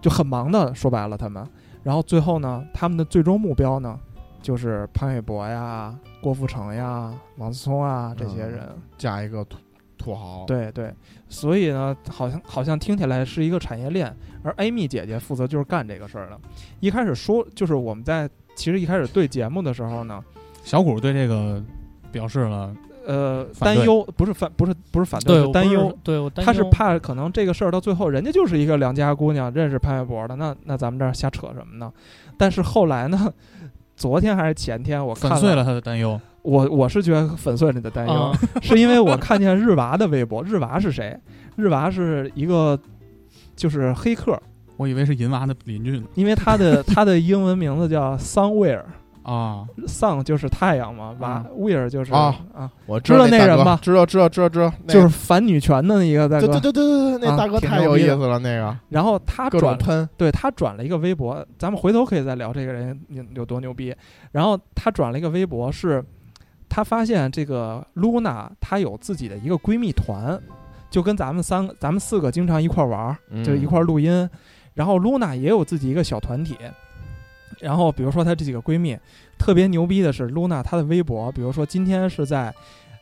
Speaker 4: 就很忙的。说白了，他们，然后最后呢，他们的最终目标呢，就是潘玮柏呀、郭富城呀、王思聪啊这些人。
Speaker 5: 嫁一个土土豪，，
Speaker 4: 对对，所以呢，好像好像听起来是一个产业链，而 Amy 姐姐负责就是干这个事儿的。一开始说，就是我们在其实一开始对节目的时候呢，
Speaker 3: 小谷对这个表示了
Speaker 4: 呃，
Speaker 3: 反
Speaker 4: 担
Speaker 3: 对
Speaker 4: 忧不是反不是不是反
Speaker 6: 对，
Speaker 4: 对，是
Speaker 6: 我
Speaker 4: 担
Speaker 6: 不是
Speaker 4: 忧。，
Speaker 6: 对我担
Speaker 4: 他
Speaker 6: 忧，
Speaker 4: 是怕可能这个事儿到最后，人家就是一个良家姑娘认识潘玮柏的，那那咱们这儿瞎扯什么呢？但是后来呢，昨天还是前天，我看
Speaker 3: 粉碎了他的担忧。
Speaker 4: 我我是觉得粉碎了你的担忧，
Speaker 6: 啊，
Speaker 4: 是因为我看见日娃的微博，日娃是谁？日娃是一个就是黑客，
Speaker 3: 我以为是银娃的邻居呢
Speaker 4: 因为他的他的英文名字叫 Sunwear，Sun
Speaker 3: 啊，
Speaker 4: 就是太阳嘛，娃 Wear 就是
Speaker 5: 啊
Speaker 4: 啊，
Speaker 5: 我
Speaker 4: 知道那
Speaker 5: 大
Speaker 4: 人
Speaker 5: 哥
Speaker 4: 吗
Speaker 5: 知道知道知道知道，那
Speaker 4: 就
Speaker 5: 个
Speaker 4: 是反女权的一个大
Speaker 5: 对对
Speaker 4: 哥。
Speaker 5: 对对对对，
Speaker 4: 啊
Speaker 5: 那大哥
Speaker 4: 挺
Speaker 5: 太
Speaker 4: 牛
Speaker 5: 有
Speaker 4: 逼
Speaker 5: 意
Speaker 4: 的
Speaker 5: 思了，那个
Speaker 4: 然后他
Speaker 5: 各
Speaker 4: 转
Speaker 5: 种喷，
Speaker 4: 对他转了一个微博，咱们回头可以再聊这个人有有多牛逼。然后他转了一个微博是，他发现这个露娜她有自己的一个闺蜜团，就跟咱们三个咱们四个经常一块儿玩儿，
Speaker 5: 嗯
Speaker 4: 就
Speaker 3: 嗯
Speaker 4: 一块儿录音。然后露娜也有自己一个小团体。然后比如说她这几个闺蜜，特别牛逼的是露娜她的微博，比如说今天是在。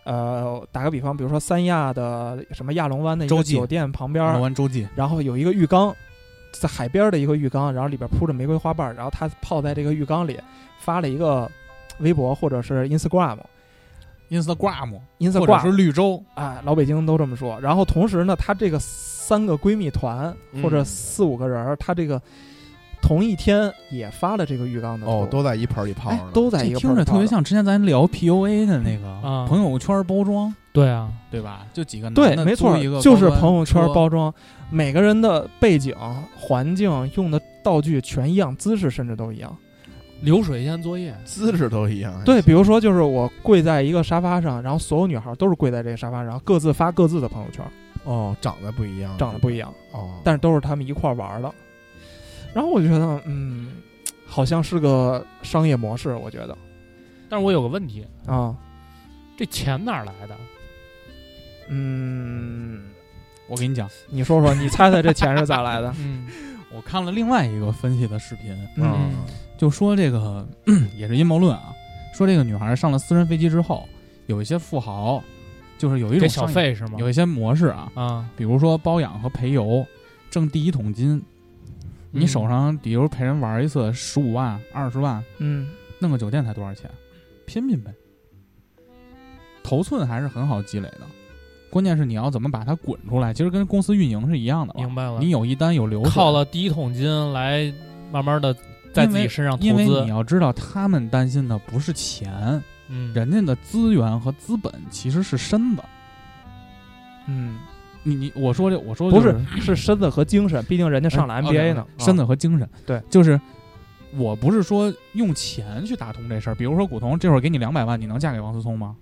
Speaker 4: 呃，打个比方，比如说三亚的什么亚龙湾的一
Speaker 3: 洲
Speaker 4: 个
Speaker 3: 际嗯
Speaker 4: 酒店旁边，
Speaker 3: 玩完周记，
Speaker 4: 然后有一个浴缸，在海边的一个浴缸，然后里边铺着玫瑰花瓣，然后他泡在这个浴缸里，发了一个微博或者是 Instagram。
Speaker 3: Instagram 或者是
Speaker 4: Instagram，
Speaker 3: 绿洲，
Speaker 4: 哎，老北京都这么说。然后同时呢，她这个三个闺蜜团
Speaker 5: 嗯
Speaker 4: 或者四五个人儿，她这个同一天也发了这个浴缸的
Speaker 5: 哦，
Speaker 4: 图
Speaker 5: 都在一盆儿里泡
Speaker 3: 哎
Speaker 5: 着呢，
Speaker 4: 都在一
Speaker 3: 这
Speaker 4: 个
Speaker 3: 听着
Speaker 4: part
Speaker 3: 特别
Speaker 4: 上
Speaker 3: 像之前咱聊 PUA 的那个
Speaker 6: 啊
Speaker 3: 朋友圈包装，
Speaker 6: 对啊，
Speaker 3: 对吧？就几个男
Speaker 4: 对，
Speaker 3: 的
Speaker 4: 没错
Speaker 3: 租一个，
Speaker 4: 就是
Speaker 3: 高端
Speaker 4: 朋友圈
Speaker 3: 车
Speaker 4: 包装，每个人的背景、环境、用的道具全一样，姿势甚至都一样。
Speaker 6: 流水线作业，
Speaker 5: 姿势都一样，
Speaker 4: 对，比如说就是我跪在一个沙发上，然后所有女孩都是跪在这个沙发上，然后各自发各自的朋友圈，
Speaker 5: 哦，长得不一样，
Speaker 4: 长得不一样，
Speaker 5: 哦，
Speaker 4: 但是都是他们一块儿玩儿的。然后我就觉得，嗯，好像是个商业模式，我觉得
Speaker 6: 但是我有个问题，
Speaker 4: 啊，
Speaker 6: 这钱哪儿来的？？
Speaker 4: 嗯，
Speaker 3: 我跟你讲，
Speaker 4: 你说说，你猜猜这钱是咋来的
Speaker 6: [laughs] 嗯
Speaker 3: 我看了另外一个分析的视频，啊
Speaker 4: 嗯，
Speaker 6: 嗯
Speaker 3: 就说这个 [clears throat] 也是阴谋论啊，说这个女孩上了私人飞机之后，有一些富豪，就是有一
Speaker 6: 给
Speaker 3: 种
Speaker 6: 小
Speaker 3: 商业，
Speaker 6: 费是吗？
Speaker 3: 有一些模式啊，
Speaker 6: 啊，
Speaker 3: 比如说包养和陪游，挣第一桶金，你
Speaker 6: 嗯
Speaker 3: 手上比如陪人玩一次十五万、二十万，
Speaker 4: 嗯，
Speaker 3: 弄个酒店才多少钱？拼拼呗。头寸还是很好积累的，关键是你要怎么把它滚出来。其实跟公司运营是一样的吧
Speaker 6: 明白了
Speaker 3: 你有一单有流水，
Speaker 6: 靠了第一桶金来慢慢的在自己身上投
Speaker 3: 因为你
Speaker 6: 资，
Speaker 3: 要知道，他们担心的不是钱，
Speaker 6: 嗯，
Speaker 3: 人家的资源和资本其实是身子。
Speaker 4: 嗯，
Speaker 3: 你你我说这我说
Speaker 4: 不
Speaker 3: 就是
Speaker 4: 是身子和精神，毕竟人家上了
Speaker 3: 哎
Speaker 4: MBA 呢啊
Speaker 3: 哦，身
Speaker 6: 啊
Speaker 3: 子和精神。
Speaker 4: 对，
Speaker 3: 就是我不是说用钱去打通这事儿。比如说古潼这会儿给你两百万，你能嫁给王思聪吗？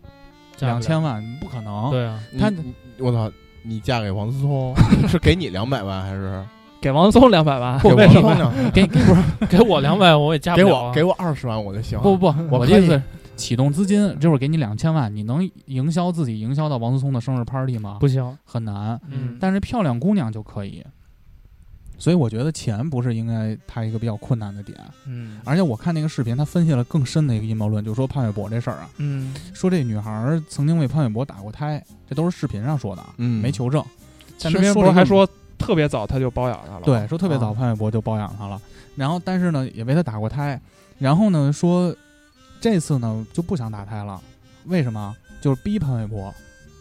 Speaker 6: 嫁不了
Speaker 3: 两千万不可能。，
Speaker 6: 对啊，
Speaker 3: 他
Speaker 5: 你你我操，你嫁给王思聪 [laughs] 是给你两百万还是
Speaker 4: 给王松两百万，
Speaker 5: 给
Speaker 4: 为
Speaker 5: 王
Speaker 4: 什
Speaker 5: 思
Speaker 4: 么
Speaker 5: 聪两百万？
Speaker 6: 给给给我两百 [laughs] 我也加不
Speaker 5: 给
Speaker 6: 了啊
Speaker 5: 我给我二十万我就行。
Speaker 3: 不不不，
Speaker 5: 我
Speaker 3: 我
Speaker 5: 可
Speaker 3: 的意
Speaker 5: 以
Speaker 3: 思是启动资金，这会儿给你两千万，你能营销自己营销到王思聪的生日 party 吗？
Speaker 6: 不行，
Speaker 3: 很难。
Speaker 6: 嗯，
Speaker 3: 但是漂亮姑娘就可以。所以我觉得钱不是应该他一个比较困难的点，
Speaker 4: 嗯
Speaker 3: 而且我看那个视频，他分析了更深的一个阴谋论，就是说潘玮柏这事儿啊，
Speaker 4: 嗯
Speaker 3: 说这女孩儿曾经为潘玮柏打过胎，这都是视频上说的啊，
Speaker 5: 嗯
Speaker 3: 没求证。但
Speaker 4: 视
Speaker 3: 他
Speaker 4: 频
Speaker 3: 说
Speaker 4: 不
Speaker 3: 了
Speaker 4: 是
Speaker 3: 一
Speaker 4: 还
Speaker 3: 个
Speaker 4: 说特别早他就包养他了？
Speaker 3: 对，说特别
Speaker 4: 啊
Speaker 3: 早潘玮柏就包养她了，然后但是呢也为她打过胎，然后呢说这次呢就不想打胎了，为什么？就是逼潘玮柏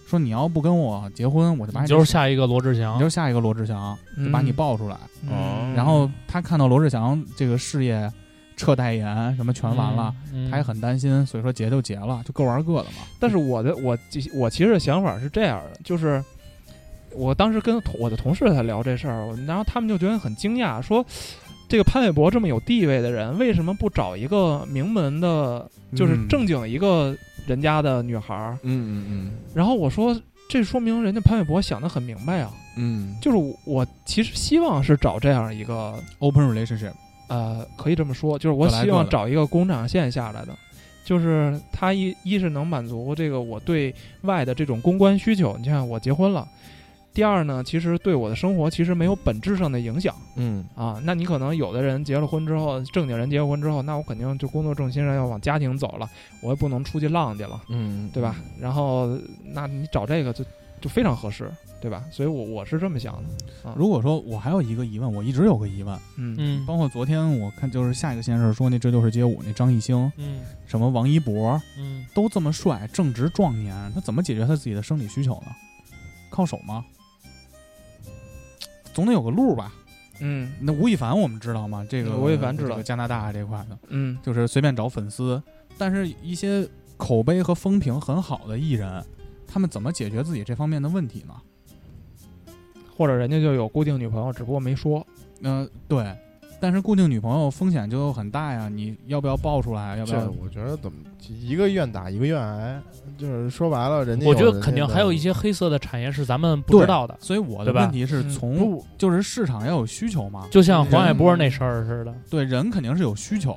Speaker 3: 说你要不跟我结婚，我就把
Speaker 6: 你
Speaker 3: 你
Speaker 6: 就是下一个罗志
Speaker 3: 你
Speaker 6: 祥
Speaker 3: 就，是下一个罗志祥，就把你
Speaker 4: 嗯
Speaker 3: 抱出来。
Speaker 5: 哦
Speaker 4: 嗯
Speaker 3: 然后他看到罗志祥这个事业撤代言什么全完了，
Speaker 6: 嗯，嗯
Speaker 3: 他也很担心，所以说结就结了，就各玩各的嘛。
Speaker 4: 但是我的我其我其实想法是这样的，就是我当时跟同我的同事在聊这事儿，我然后他们就觉得很惊讶，说这个潘玮柏这么有地位的人，为什么不找一个名门的，就是
Speaker 5: 嗯
Speaker 4: 正经一个人家的女孩儿？
Speaker 5: 嗯嗯
Speaker 4: 然后我说，这说明人家潘玮柏想得很明白啊，
Speaker 5: 嗯
Speaker 4: 就是我我其实希望是找这样一个
Speaker 3: Open relationship，
Speaker 4: 呃，可以这么说，就是我
Speaker 3: 各来
Speaker 4: 希
Speaker 3: 各
Speaker 4: 望
Speaker 3: 的
Speaker 4: 找一个工长线下来的，就是他一一是能满足这个我对外的这种公关需求，你像我结婚了。第二呢，其实对我的生活其实没有本质上的影响
Speaker 5: 嗯
Speaker 4: 啊。那你可能有的人结了婚之后，正经人结了婚之后，那我肯定就工作重心上要往家庭走了，我也不能出去浪去了，
Speaker 5: 嗯，
Speaker 4: 对吧？？然后，那你找这个就就非常合适，对吧？所以我我是这么想的。
Speaker 3: 如果说我还有一个疑问，我一直有个疑问，
Speaker 4: 嗯
Speaker 6: 嗯
Speaker 3: 包括昨天我看就是下一个先生说那这就是街舞那张艺兴，
Speaker 6: 嗯
Speaker 3: 什么王一博
Speaker 6: 嗯，
Speaker 3: 都这么帅，正值壮年，他怎么解决他自己的生理需求呢？靠手吗？总得有个路吧？
Speaker 4: 嗯
Speaker 3: 那吴亦凡我们知道吗？这个
Speaker 4: 吴亦凡知道
Speaker 3: 这个加拿大这块的，
Speaker 4: 嗯
Speaker 3: 就是随便找粉丝，但是一些口碑和风评很好的艺人，他们怎么解决自己这方面的问题呢？
Speaker 4: 或者人家就有固定女朋友，只不过没说。
Speaker 3: 嗯、对，但是固定女朋友风险就很大呀，你要不要爆出来？要不
Speaker 5: 这
Speaker 3: 要？
Speaker 5: 我觉得怎么一个愿打一个愿挨，就是说白了，人家
Speaker 6: 我觉得
Speaker 5: 人家
Speaker 6: 肯定
Speaker 5: 的
Speaker 6: 还有一些黑色的产业是咱们不知
Speaker 3: 对
Speaker 6: 道的，
Speaker 3: 所以我的
Speaker 6: 对吧
Speaker 3: 问题是
Speaker 4: 嗯
Speaker 3: 从
Speaker 5: 不
Speaker 3: 就是市场要有需求嘛，
Speaker 6: 就像黄海
Speaker 3: 人
Speaker 6: 波那事儿似的，
Speaker 3: 对人肯定是有需求，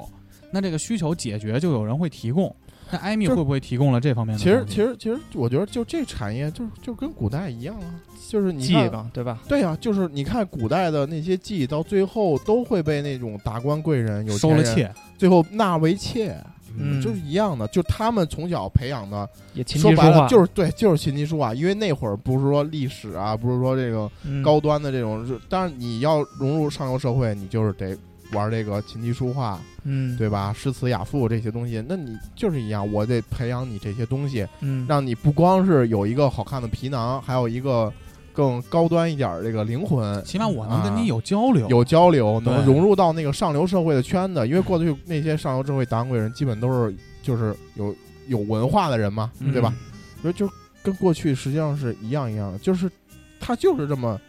Speaker 3: 那这个需求解决就有人会提供，那艾米
Speaker 5: 就
Speaker 3: 会不会提供了这方面的
Speaker 5: 其
Speaker 3: 东西？
Speaker 5: 实其实其实，我觉得就这产业就是就跟古代一样啊，就是你
Speaker 4: 技
Speaker 5: 看
Speaker 4: 吧，对吧？
Speaker 5: 对呀、啊就是你看古代的那些妓，到最后都会被那种达官贵人、有
Speaker 3: 收
Speaker 5: 钱
Speaker 3: 了
Speaker 5: 人，
Speaker 3: 妾，
Speaker 5: 最后纳为妾，
Speaker 4: 嗯，
Speaker 5: 就是一样的。就他们从小培养的，
Speaker 4: 也琴
Speaker 5: 说
Speaker 4: 棋书
Speaker 5: 白了
Speaker 4: 画，
Speaker 5: 就是对，就是琴棋书画、因为那会儿不是说历史啊，不是说这个
Speaker 4: 嗯
Speaker 5: 高端的这种，是当然你要融入上流社会，你就是得玩这个琴棋书画，
Speaker 4: 嗯，
Speaker 5: 对吧？诗词雅赋这些东西，那你就是一样，我得培养你这些东西，
Speaker 4: 嗯，
Speaker 5: 让你不光是有一个好看的皮囊，还有一个更高端一点儿这个灵魂。
Speaker 3: 起码我能跟
Speaker 5: 啊
Speaker 3: 你有交流。
Speaker 5: 有交流，
Speaker 3: 对
Speaker 5: 能融入到那个上流社会的圈子。因为过去那些上流社会达官贵人，基本都是就是有有文化的人嘛，
Speaker 3: 嗯
Speaker 5: 对吧？所以就跟过去实际上是一样一样的，就是他就是这么，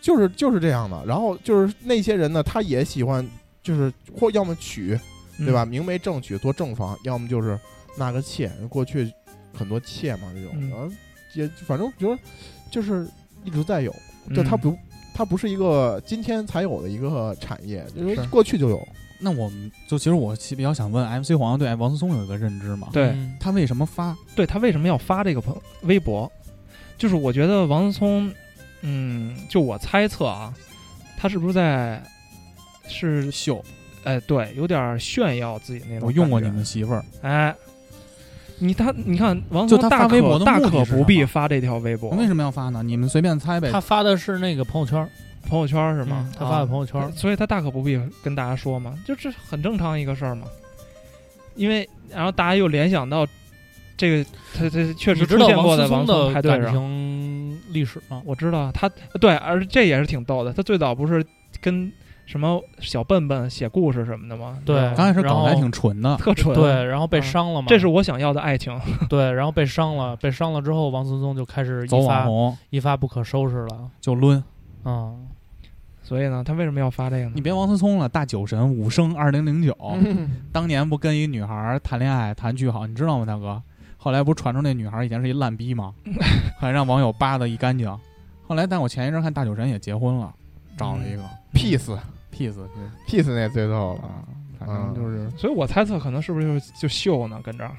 Speaker 5: 就是就是这样的。然后就是那些人呢，他也喜欢，就是或要么娶，
Speaker 4: 嗯
Speaker 5: 对吧？？明媒正娶做正房，要么就是纳个妾。过去很多妾嘛，这种，
Speaker 4: 嗯
Speaker 5: 然后也反正觉得就是一直在有。
Speaker 4: 嗯
Speaker 5: 就它不，它不是一个今天才有的一个产业，就是
Speaker 4: 是
Speaker 5: 过去就有。
Speaker 3: 那我们就其实我其实比较想问，MC 黄对王思聪有一个认知嘛？，
Speaker 4: 对
Speaker 6: 嗯
Speaker 3: 他为什么发？
Speaker 4: 对，他为什么要发这个朋微博？就是我觉得王思聪，嗯，就我猜测啊，他是不是在是秀？哎，对，有点炫耀自己那种。
Speaker 3: 我用过你们。媳妇儿，
Speaker 4: 哎，你他你看王思
Speaker 3: 就
Speaker 4: 聪
Speaker 3: 他
Speaker 4: 大
Speaker 3: 发微
Speaker 4: 可
Speaker 3: 博的
Speaker 4: 大
Speaker 3: 目的
Speaker 4: 可
Speaker 3: 是
Speaker 4: 不
Speaker 3: 什
Speaker 4: 必
Speaker 3: 么
Speaker 4: 发这条微博。
Speaker 3: 为什么要发呢？你们随便猜呗
Speaker 6: 他。发的是那个朋友圈，
Speaker 4: 朋友圈是吗
Speaker 6: 嗯？他发
Speaker 4: 啊
Speaker 6: 的朋友圈儿，
Speaker 4: 所以他大可不必跟大家说嘛，就这很正常一个事儿嘛。因为然后大家又联想到这个，他他确实
Speaker 6: 你
Speaker 4: 出
Speaker 6: 知道
Speaker 4: 现过
Speaker 6: 王
Speaker 4: 在
Speaker 6: 思
Speaker 4: 王
Speaker 6: 聪
Speaker 4: 思
Speaker 6: 的
Speaker 4: 派对
Speaker 6: 感
Speaker 4: 上，
Speaker 6: 情历史吗？
Speaker 4: 我知道啊他对，而这也是挺逗的。他最早不是跟什么小笨笨写故事什么的吗？
Speaker 6: 对
Speaker 4: 然后
Speaker 3: 刚开始
Speaker 6: 然
Speaker 3: 搞得还
Speaker 6: 后
Speaker 3: 挺纯的，
Speaker 4: 特蠢。
Speaker 6: 对，，然后被
Speaker 4: 啊
Speaker 6: 伤了嘛，
Speaker 4: 这是我想要的爱情。 [laughs]
Speaker 6: 对，然后被伤了，被伤了之后，王思聪就开始
Speaker 3: 走
Speaker 6: 一
Speaker 3: 网
Speaker 6: 发
Speaker 3: 红
Speaker 6: 一发不可收拾了，
Speaker 3: 就抡。
Speaker 6: 嗯，
Speaker 4: 所以呢，他为什么要发这个呢？
Speaker 3: 你别王思聪了，大酒神武生二零零九，
Speaker 5: 嗯
Speaker 3: 当年不跟一女孩儿谈恋爱谈巨好，你知道吗，大哥？后来不传出那女孩儿以前是一烂逼吗？后来让网友扒的一干净。后来，但我前一阵看大酒神也结婚了，找了一个
Speaker 5: 嗯
Speaker 3: 嗯
Speaker 5: peace
Speaker 3: peace，
Speaker 5: peace 那最逗了啊，
Speaker 3: 嗯
Speaker 5: 反正就是
Speaker 4: 所以我猜测可能是不是就是就秀呢，跟这
Speaker 6: [laughs]
Speaker 4: 儿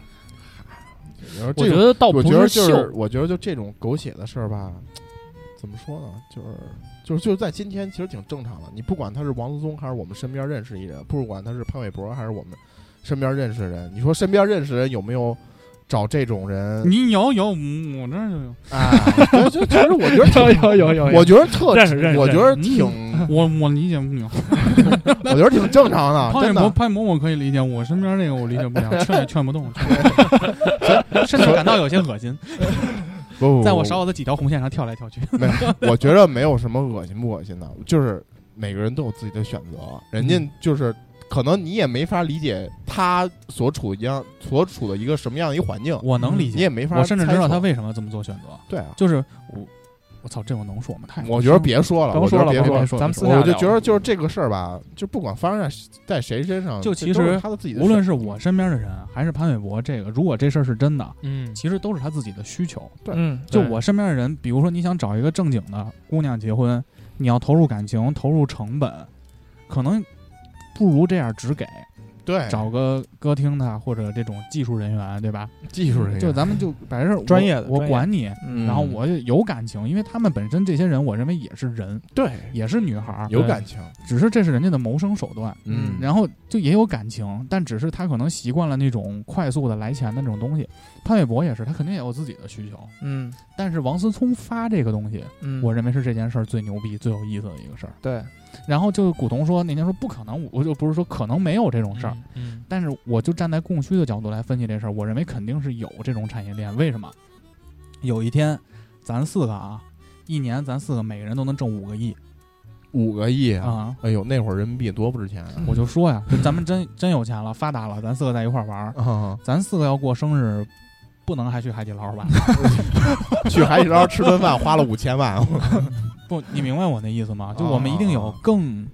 Speaker 5: 有时候
Speaker 6: 我
Speaker 5: 这
Speaker 6: 觉
Speaker 5: 种，
Speaker 6: 得倒
Speaker 5: 我
Speaker 6: 不
Speaker 5: 觉得就
Speaker 6: 秀，
Speaker 5: 是我觉得就这种狗血的事儿吧，怎么说呢？就是就是就是在今天其实挺正常的。你不管他是王思聪还是我们身边认识一人，不管他是潘玮柏还是我们身边认识的人，你说身边认识的人有没有找这种
Speaker 3: [laughs]
Speaker 5: 人
Speaker 3: 你有有，嗯我这儿就有。
Speaker 5: 啊？就就其实我
Speaker 4: [laughs]
Speaker 5: 觉得挺
Speaker 4: 有有有有
Speaker 5: 我觉得特
Speaker 4: 认识认识
Speaker 5: 我觉得
Speaker 3: 认识嗯
Speaker 5: 挺，
Speaker 3: 我我理解不了。
Speaker 5: 我觉得挺正常的，
Speaker 3: [laughs] 潘玮
Speaker 5: 啊真
Speaker 3: 柏，
Speaker 5: 的。
Speaker 3: 潘玮柏我可以理解，我身边那个我理解不
Speaker 5: [laughs]
Speaker 3: 了，劝也劝不动，劝不动甚至感到有些恶心，
Speaker 5: 不 [laughs] 不不
Speaker 3: 在我少有的几条红线上跳来跳去。
Speaker 5: 没，我觉得没有什么恶心不恶心的，就是每个人都有自己的选择，人家就是可能你也没法理解他所处一样所处的一个什么样的一个环境，
Speaker 3: 我能理
Speaker 5: 你
Speaker 3: 解，
Speaker 5: 也没法，
Speaker 3: 我甚至知道他。为什么这么做选择。
Speaker 5: 对啊，
Speaker 3: 就是我，我操，这我能说吗？太，
Speaker 5: 我觉得别说了，
Speaker 4: 甭
Speaker 5: 我觉
Speaker 4: 说
Speaker 5: 得
Speaker 4: 了，
Speaker 5: 别
Speaker 4: 甭
Speaker 3: 别说
Speaker 4: 说了，
Speaker 5: 说了
Speaker 4: 咱们私下
Speaker 5: 我就
Speaker 4: 聊
Speaker 5: 觉得就是这个事儿吧，就不管发生在在谁身上，
Speaker 3: 就
Speaker 5: 这
Speaker 3: 其
Speaker 5: 都是
Speaker 3: 实
Speaker 5: 他的自己的
Speaker 3: 无
Speaker 5: 选
Speaker 3: 论
Speaker 5: 择
Speaker 3: 是我身边的人还是潘玮柏，这个如果这事儿是真的，
Speaker 6: 嗯，
Speaker 3: 其实都是他自己的需求。
Speaker 4: 嗯，
Speaker 3: 就
Speaker 6: 对
Speaker 3: 我身边的人，比如说你想找一个正经的姑娘结婚，你要投入感情，投入成本，可能不如这样只给
Speaker 5: 对
Speaker 3: 找个歌厅的或者这种技术人员，对吧？
Speaker 5: 技术人员，
Speaker 3: 就咱们就把这事儿我
Speaker 4: 专业的
Speaker 3: 我
Speaker 4: 专业
Speaker 3: 管你，
Speaker 4: 嗯
Speaker 3: 然后我就有感情，因为他们本身这些人，我认为也是人，
Speaker 5: 对
Speaker 3: 也是女孩儿，
Speaker 5: 有
Speaker 6: 对
Speaker 5: 感情，
Speaker 3: 只是这是人家的谋生手段。
Speaker 5: 嗯
Speaker 3: 然后就也有感情，但只是他可能习惯了那种快速的来钱的那种东西。潘玮柏也是，他肯定也有自己的需求。
Speaker 4: 嗯
Speaker 3: 但是王思聪发这个东西，
Speaker 4: 嗯，
Speaker 3: 我认为是这件事儿最牛逼、最有意思的一个事儿。
Speaker 4: 对，
Speaker 3: 然后就是古潼说那天说不可能，我就不是说可能没有这种事儿，
Speaker 6: 嗯，
Speaker 3: 但是我就站在供需的角度来分析这事儿，我认为肯定是有这种产业链。为什么？有一天，咱四个啊，一年咱四个每个人都能挣五个亿
Speaker 5: 五个亿
Speaker 3: 啊。
Speaker 5: 啊，哎呦，那会儿人民币多不值钱啊
Speaker 3: 我就说呀，咱们真真有钱了，发达了，咱四个在一块儿玩儿，
Speaker 5: 啊！
Speaker 3: 咱四个要过生日，不能还去海底捞吧？ [laughs]
Speaker 5: 去海底捞吃顿饭花了五千万，
Speaker 3: 不，你明白我那意思吗？就我们一定有更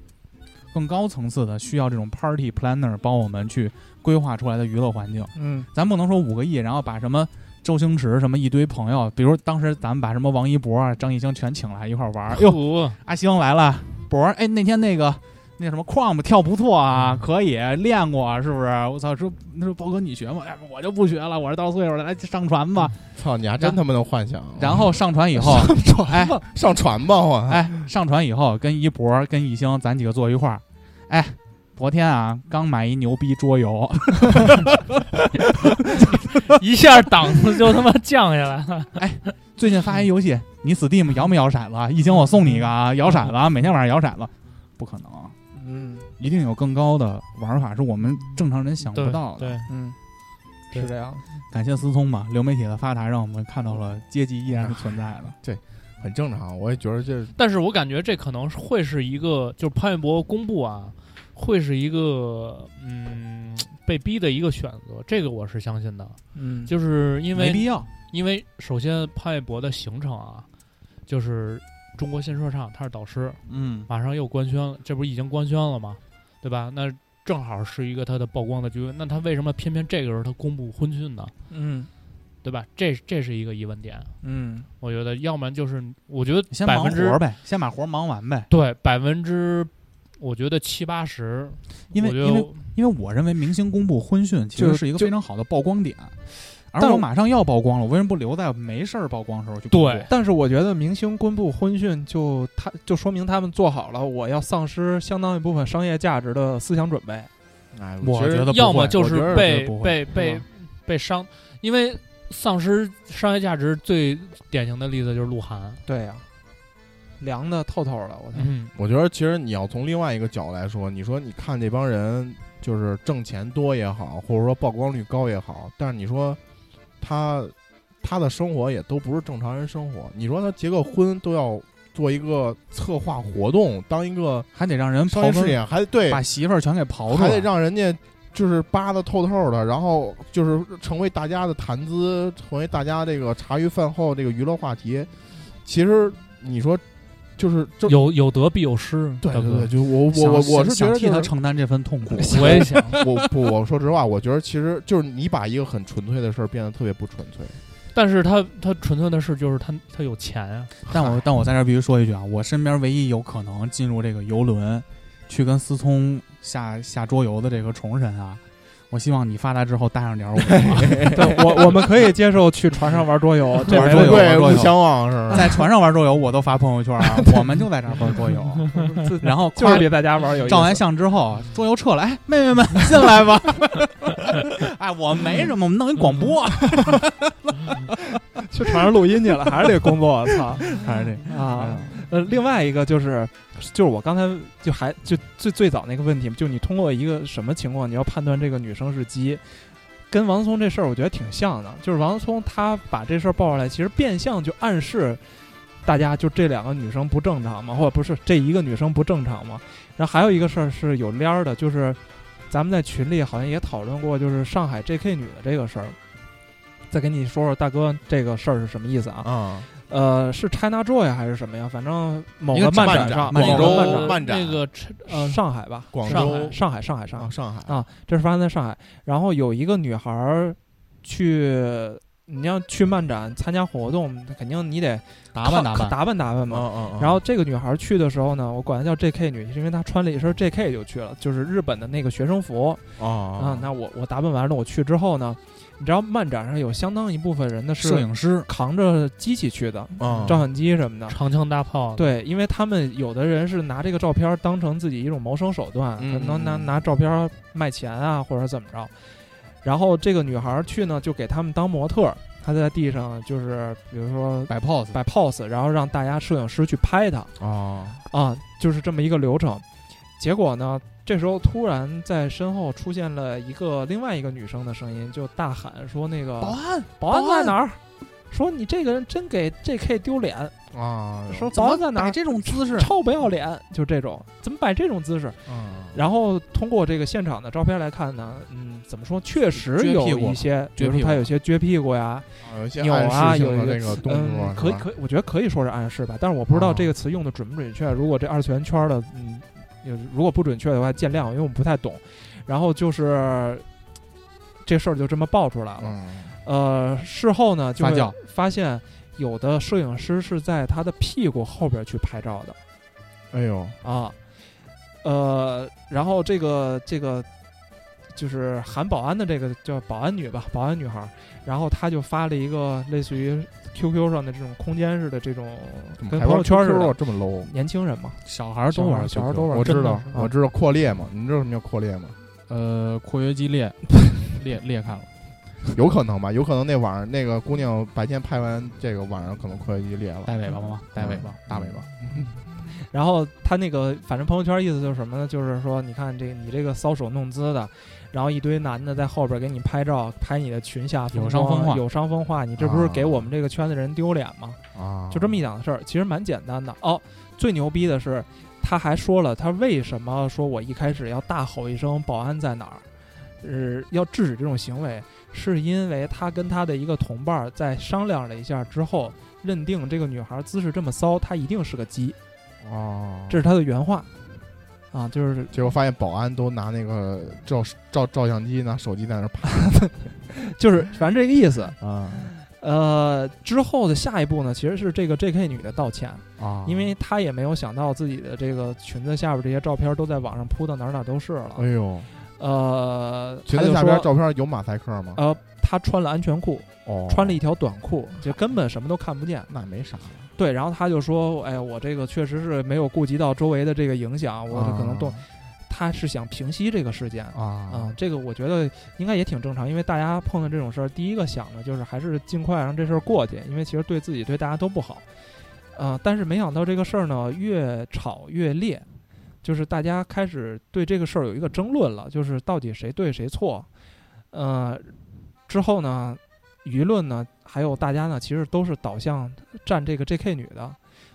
Speaker 3: 更高层次的需要这种 party planner 帮我们去规划出来的娱乐环境。
Speaker 4: 嗯
Speaker 3: 咱不能说五个亿，然后把什么周星驰什么一堆朋友，比如当时咱们把什么王一博、啊、张艺兴全请来一块儿玩
Speaker 6: 哎
Speaker 3: 儿。哟，
Speaker 6: 哟，
Speaker 3: 阿星来了，博儿，哎，那天那个那什么 crump 跳不错啊，可以练过，啊是不是？我操，说那说包哥你学吗？哎，我就不学了，我这到岁数了，来上传吧。
Speaker 5: 操，你还真他妈能幻想。啊
Speaker 3: 然后哦上传以后，哎
Speaker 5: 上船吧，我
Speaker 3: 哎，上传以后跟一博儿跟一星咱几个坐一块儿，哎。昨天啊，刚买一牛逼桌游， [laughs]
Speaker 6: [laughs] 一下档次就他妈降下来了，
Speaker 3: 最近发一游戏，你 Steam 摇没摇骰子？一星我送你一个啊，摇骰子啊，每天晚上摇骰子，不可能啊，
Speaker 4: 嗯
Speaker 3: 一定有更高的玩法，是我们正常人想不
Speaker 6: 对
Speaker 3: 到的。
Speaker 6: 对，
Speaker 4: 嗯，
Speaker 6: 对
Speaker 4: 是这样，
Speaker 3: 感谢思聪吧，流媒体的发达让我们看到了阶级依然是存在的。
Speaker 5: 很正常。我也觉得这
Speaker 6: [laughs] 但是我感觉这可能是会是一个，就是潘玮柏公布啊，会是一个嗯被逼的一个选择，这个我是相信的，
Speaker 4: 嗯，
Speaker 6: 就是因
Speaker 3: 没
Speaker 6: 为
Speaker 3: 必要，
Speaker 6: 因为首先潘玮柏的行程啊，就是中国新说唱，他是导师，
Speaker 3: 嗯，
Speaker 6: 马上又官宣了，这不是已经官宣了吗？对吧？那正好是一个他的曝光的机会，那他为什么偏偏这个时候他公布婚讯呢？
Speaker 4: 嗯
Speaker 6: 对吧？这这是一个疑问点，
Speaker 4: 嗯
Speaker 6: 我觉得，要不然就是我觉
Speaker 3: 先
Speaker 6: 得百
Speaker 3: 忙
Speaker 6: 分之
Speaker 3: 活呗，先把活忙完呗。
Speaker 6: 对百分之，我觉得七八十，
Speaker 3: 因为
Speaker 6: 我觉得
Speaker 3: 因为因为我认为明星公布婚讯其
Speaker 4: 就
Speaker 3: 实
Speaker 4: 是
Speaker 3: 是一个
Speaker 4: 就
Speaker 3: 非常好的曝光点，而
Speaker 4: 但
Speaker 3: 我
Speaker 4: 我
Speaker 3: 马上要曝光了，我为什么不留在没事儿曝光的时候去公布？
Speaker 6: 对，
Speaker 4: 但是我觉得明星公布婚讯就，他就说明他们做好了我要丧失相当一部分商业价值的思想准备。
Speaker 5: 哎，
Speaker 3: 我
Speaker 5: 觉
Speaker 3: 觉得不
Speaker 6: 要么
Speaker 3: 会
Speaker 6: 就
Speaker 3: 我
Speaker 6: 是
Speaker 3: 觉得
Speaker 6: 被
Speaker 3: 不会嗯
Speaker 4: 是
Speaker 6: 被被
Speaker 4: 吧
Speaker 6: 被伤，因为
Speaker 4: 啊
Speaker 6: 丧失商业价值最典型的例子就是鹿晗，
Speaker 4: 对呀、凉的透透的，我操！
Speaker 3: 嗯，
Speaker 5: 我觉得其实你要从另外一个角度来说，你说你看这帮人就是挣钱多也好，或者说曝光率高也好，但是你说他他的生活也都不是正常人生活。你说他结个婚都要做一个策划活动，当一个
Speaker 3: 还得让人
Speaker 5: 商业
Speaker 3: 刨
Speaker 5: 事
Speaker 3: 根，
Speaker 5: 业，还对，
Speaker 3: 把媳妇儿全给刨出
Speaker 5: 还得
Speaker 4: 啊
Speaker 3: 来。
Speaker 5: 让人家就是扒的透透的，然后就是成为大家的谈资，成为大家这个茶余饭后这个娱乐话题。其实你说就是这。
Speaker 6: 嗯有有得必有失，
Speaker 5: 对
Speaker 6: 大
Speaker 5: 对
Speaker 6: 哥
Speaker 5: 对，就我
Speaker 3: 想
Speaker 5: 我我我是觉
Speaker 3: 想
Speaker 5: 得
Speaker 3: 替
Speaker 5: 就是
Speaker 3: 他承担这份痛苦。
Speaker 6: 我也想，
Speaker 5: 我不，我说实话，我觉得其实就是你把一个很纯粹的事儿变得特别不纯
Speaker 4: [laughs]
Speaker 5: 粹。
Speaker 6: 但是他他纯粹的是就是他他有钱啊，
Speaker 3: 但我但我在这儿必须说一句啊，我身边唯一有可能进入这个游轮，去跟思聪下下桌游的这个虫神啊，我希望你发达之后带上
Speaker 4: [laughs]
Speaker 3: 点儿我，
Speaker 4: 对，我我们可以接受去船上玩
Speaker 3: [laughs]
Speaker 4: 桌游，这
Speaker 3: 玩
Speaker 4: 没
Speaker 3: 桌游
Speaker 4: 问题
Speaker 5: [laughs] 对，
Speaker 3: 玩桌
Speaker 5: 勿
Speaker 3: 游
Speaker 5: 相忘是吧？
Speaker 3: 在船上玩桌游我都发朋友圈啊，我们就在这儿玩
Speaker 4: [laughs]
Speaker 3: 桌游，然后
Speaker 4: 就
Speaker 3: 夸
Speaker 4: 是比在家玩有意思。
Speaker 3: 照完相之后，桌游撤了，哎，妹妹们进来
Speaker 4: [laughs]
Speaker 3: 吧，哎，我没什么，我们弄一广
Speaker 4: 嗯
Speaker 3: 播，啊
Speaker 4: 去船上录音去了，还是得工作，我操！
Speaker 3: 还是这
Speaker 4: 啊，呃，另外一个就是，就是我刚才就还就最最早那个问题，就你通过一个什么情况，你要判断这个女生是鸡，跟王思聪这事儿我觉得挺像的，就是王思聪他把这事儿爆出来，其实变相就暗示大家就这两个女生不正常嘛，或者不是这一个女生不正常嘛。然后还有一个事儿是有联儿的，就是咱们在群里好像也讨论过，就是上海 J.K. 女的这个事儿。再跟你说说，大哥，这个事儿是什么意思啊？
Speaker 5: 啊，
Speaker 4: 呃，是 China Joy 还是什么呀？反正某
Speaker 5: 一个
Speaker 4: 个漫
Speaker 5: 展
Speaker 4: 上，
Speaker 3: 漫
Speaker 4: 某
Speaker 5: 广
Speaker 3: 展
Speaker 4: 个
Speaker 5: 州
Speaker 4: 漫
Speaker 5: 漫展
Speaker 6: 那个
Speaker 4: 展，
Speaker 6: 呃
Speaker 4: 上海吧，
Speaker 5: 广
Speaker 4: 上
Speaker 5: 州
Speaker 4: 海，上海，上海，上海
Speaker 5: 啊上海
Speaker 4: 啊，这是发生在上海。然后有一个女孩儿去，你要去漫展参加活动，肯定你得
Speaker 3: 打扮
Speaker 4: 打
Speaker 3: 打扮，
Speaker 4: 打扮打扮嘛。
Speaker 5: 嗯
Speaker 4: 然后这个女孩儿去的时候呢，我管她叫 J.K. 女，是因为她穿了一身 J.K. 就去了，就是日本的那个学生服。啊
Speaker 3: 哦
Speaker 5: 啊，
Speaker 4: 那我我打扮完了，我去之后呢，你知道漫展上有相当一部分人呢
Speaker 3: 摄
Speaker 4: 是
Speaker 3: 影哦师
Speaker 4: 扛着机器去的，
Speaker 5: 啊
Speaker 4: 照相机什么的。
Speaker 6: 长枪大炮，，
Speaker 4: 对，因为他们有的人是拿这个照片儿当成自己一种谋生手段，
Speaker 5: 嗯
Speaker 4: 可能拿
Speaker 5: 嗯嗯
Speaker 4: 拿照片儿卖钱啊，或者怎么着。然后这个女孩儿去呢，就给他们当模特儿，她在地上就是比如说
Speaker 3: 摆 pose，
Speaker 4: 摆 pose，然后让大家摄影师去拍她
Speaker 5: 啊，
Speaker 4: 啊，就是这么一个流程。结果呢，这时候突然在身后出现了一个另外一个女生的声音，就大喊说：“那个
Speaker 3: 保安
Speaker 4: 保安
Speaker 3: 保安
Speaker 4: 在哪儿？”说你这个人真给 J.K. 丢脸，
Speaker 5: 啊，
Speaker 4: 说
Speaker 3: 怎
Speaker 4: 保
Speaker 3: 么
Speaker 4: 安在哪
Speaker 3: 摆
Speaker 4: 儿？
Speaker 3: 这种姿势？
Speaker 4: 臭不要脸，就这种，怎么摆这种姿势？
Speaker 5: 啊
Speaker 4: 然后通过这个现场的照片来看呢，嗯，怎么说，确实
Speaker 3: 撅
Speaker 4: 有
Speaker 3: 屁股
Speaker 4: 一些，比
Speaker 3: 撅
Speaker 4: 如
Speaker 3: 屁
Speaker 4: 说他
Speaker 3: 股
Speaker 4: 有些撅屁股呀，
Speaker 5: 有一些
Speaker 4: 有啊
Speaker 5: 暗示性
Speaker 4: 有一
Speaker 5: 的
Speaker 4: 个
Speaker 5: 这个动作啊
Speaker 4: 嗯，，可以可以，我觉得可以说是暗示吧，但是我不知道这个词用的准不准确。如果这二次元圈的，嗯，有如果不准确的话，见谅，因为我们不太懂。然后就是这事儿就这么爆出来了，
Speaker 5: 嗯，
Speaker 4: 呃，事后呢就
Speaker 3: 发
Speaker 4: 会
Speaker 3: 酵
Speaker 4: 发现有的摄影师是在他的屁股后边去拍照的。
Speaker 5: 哎呦，
Speaker 4: 啊，呃，然后这个这个就是喊保安的这个叫保安女吧，保安女孩儿，然后她就发了一个类似于 QQ 上的这种空间似的这种
Speaker 5: 怎么
Speaker 4: 跟
Speaker 5: 还
Speaker 4: 朋
Speaker 5: 玩
Speaker 4: 友圈似
Speaker 5: QQ 啊
Speaker 4: 的，
Speaker 5: 这么 low？
Speaker 4: 年轻人嘛，
Speaker 3: 小孩儿都玩，
Speaker 4: 小孩儿都玩
Speaker 5: 我知
Speaker 4: 真的
Speaker 5: 道
Speaker 4: 是，
Speaker 5: 我知道扩列嘛，你知道什么叫扩列吗？
Speaker 3: 呃，括约肌 [laughs] 裂裂裂开了，
Speaker 5: 有可能吧，有可能那晚上那个姑娘白天拍完这个，晚上可能扩列机裂了，
Speaker 3: 带尾巴吗？带尾巴，
Speaker 5: 嗯
Speaker 3: 大尾巴。
Speaker 4: 然后她那个反正朋友圈意思就是什么呢？就是说你看这个你这个搔首弄姿的。然后一堆男的在后边给你拍照，拍你的群下风
Speaker 3: 有伤风
Speaker 4: 光
Speaker 3: 化
Speaker 4: 有伤风化，你这不是给
Speaker 5: 啊
Speaker 4: 我们这个圈子人丢脸吗？
Speaker 5: 啊，
Speaker 4: 就这么一档子事儿，其实蛮简单的。哦，最牛逼的是，他还说了他为什么说我一开始要大吼一声“保安在哪儿”，呃，要制止这种行为，是因为他跟他的一个同伴儿在商量了一下之后，认定这个女孩姿势这么骚，她一定是个鸡，
Speaker 5: 哦，
Speaker 4: 这是他的原话。啊，就是
Speaker 5: 结果发现保安都拿那个照照照相机拿手机在那儿拍
Speaker 4: 就是，反正这个意思。
Speaker 5: 啊
Speaker 4: 呃，之后的下一步呢，其实是这个 J.K. 女的道歉。
Speaker 5: 啊
Speaker 4: 因为她也没有想到自己的这个裙子下边这些照片都在网上铺到哪儿哪儿都是了
Speaker 5: 哎。呦，
Speaker 4: 呃，
Speaker 5: 裙
Speaker 4: 她
Speaker 5: 子
Speaker 4: 就
Speaker 5: 下边
Speaker 4: 说
Speaker 5: 照片有马赛克吗？
Speaker 4: 呃，她穿了安全裤，
Speaker 5: 哦，
Speaker 4: 穿了一条短裤，就根本什么都看不见。
Speaker 5: 那也没啥了，
Speaker 4: 对，然后她就说：“哎，我这个确实是没有顾及到周围的这个影响，我这可能
Speaker 5: 哦
Speaker 4: 动。她是想平息这个事件。
Speaker 5: 啊
Speaker 4: 嗯，这个我觉得应该也挺正常，因为大家碰到这种事儿，第一个想的就是还是尽快让这事儿过去，因为其实对自己对大家都不好。啊、但是没想到这个事儿呢，越吵越烈，就是大家开始对这个事儿有一个争论了，就是到底谁对谁错。呃，之后呢，舆论呢，还有大家呢，其实都是导向站这个 J.K. 女的，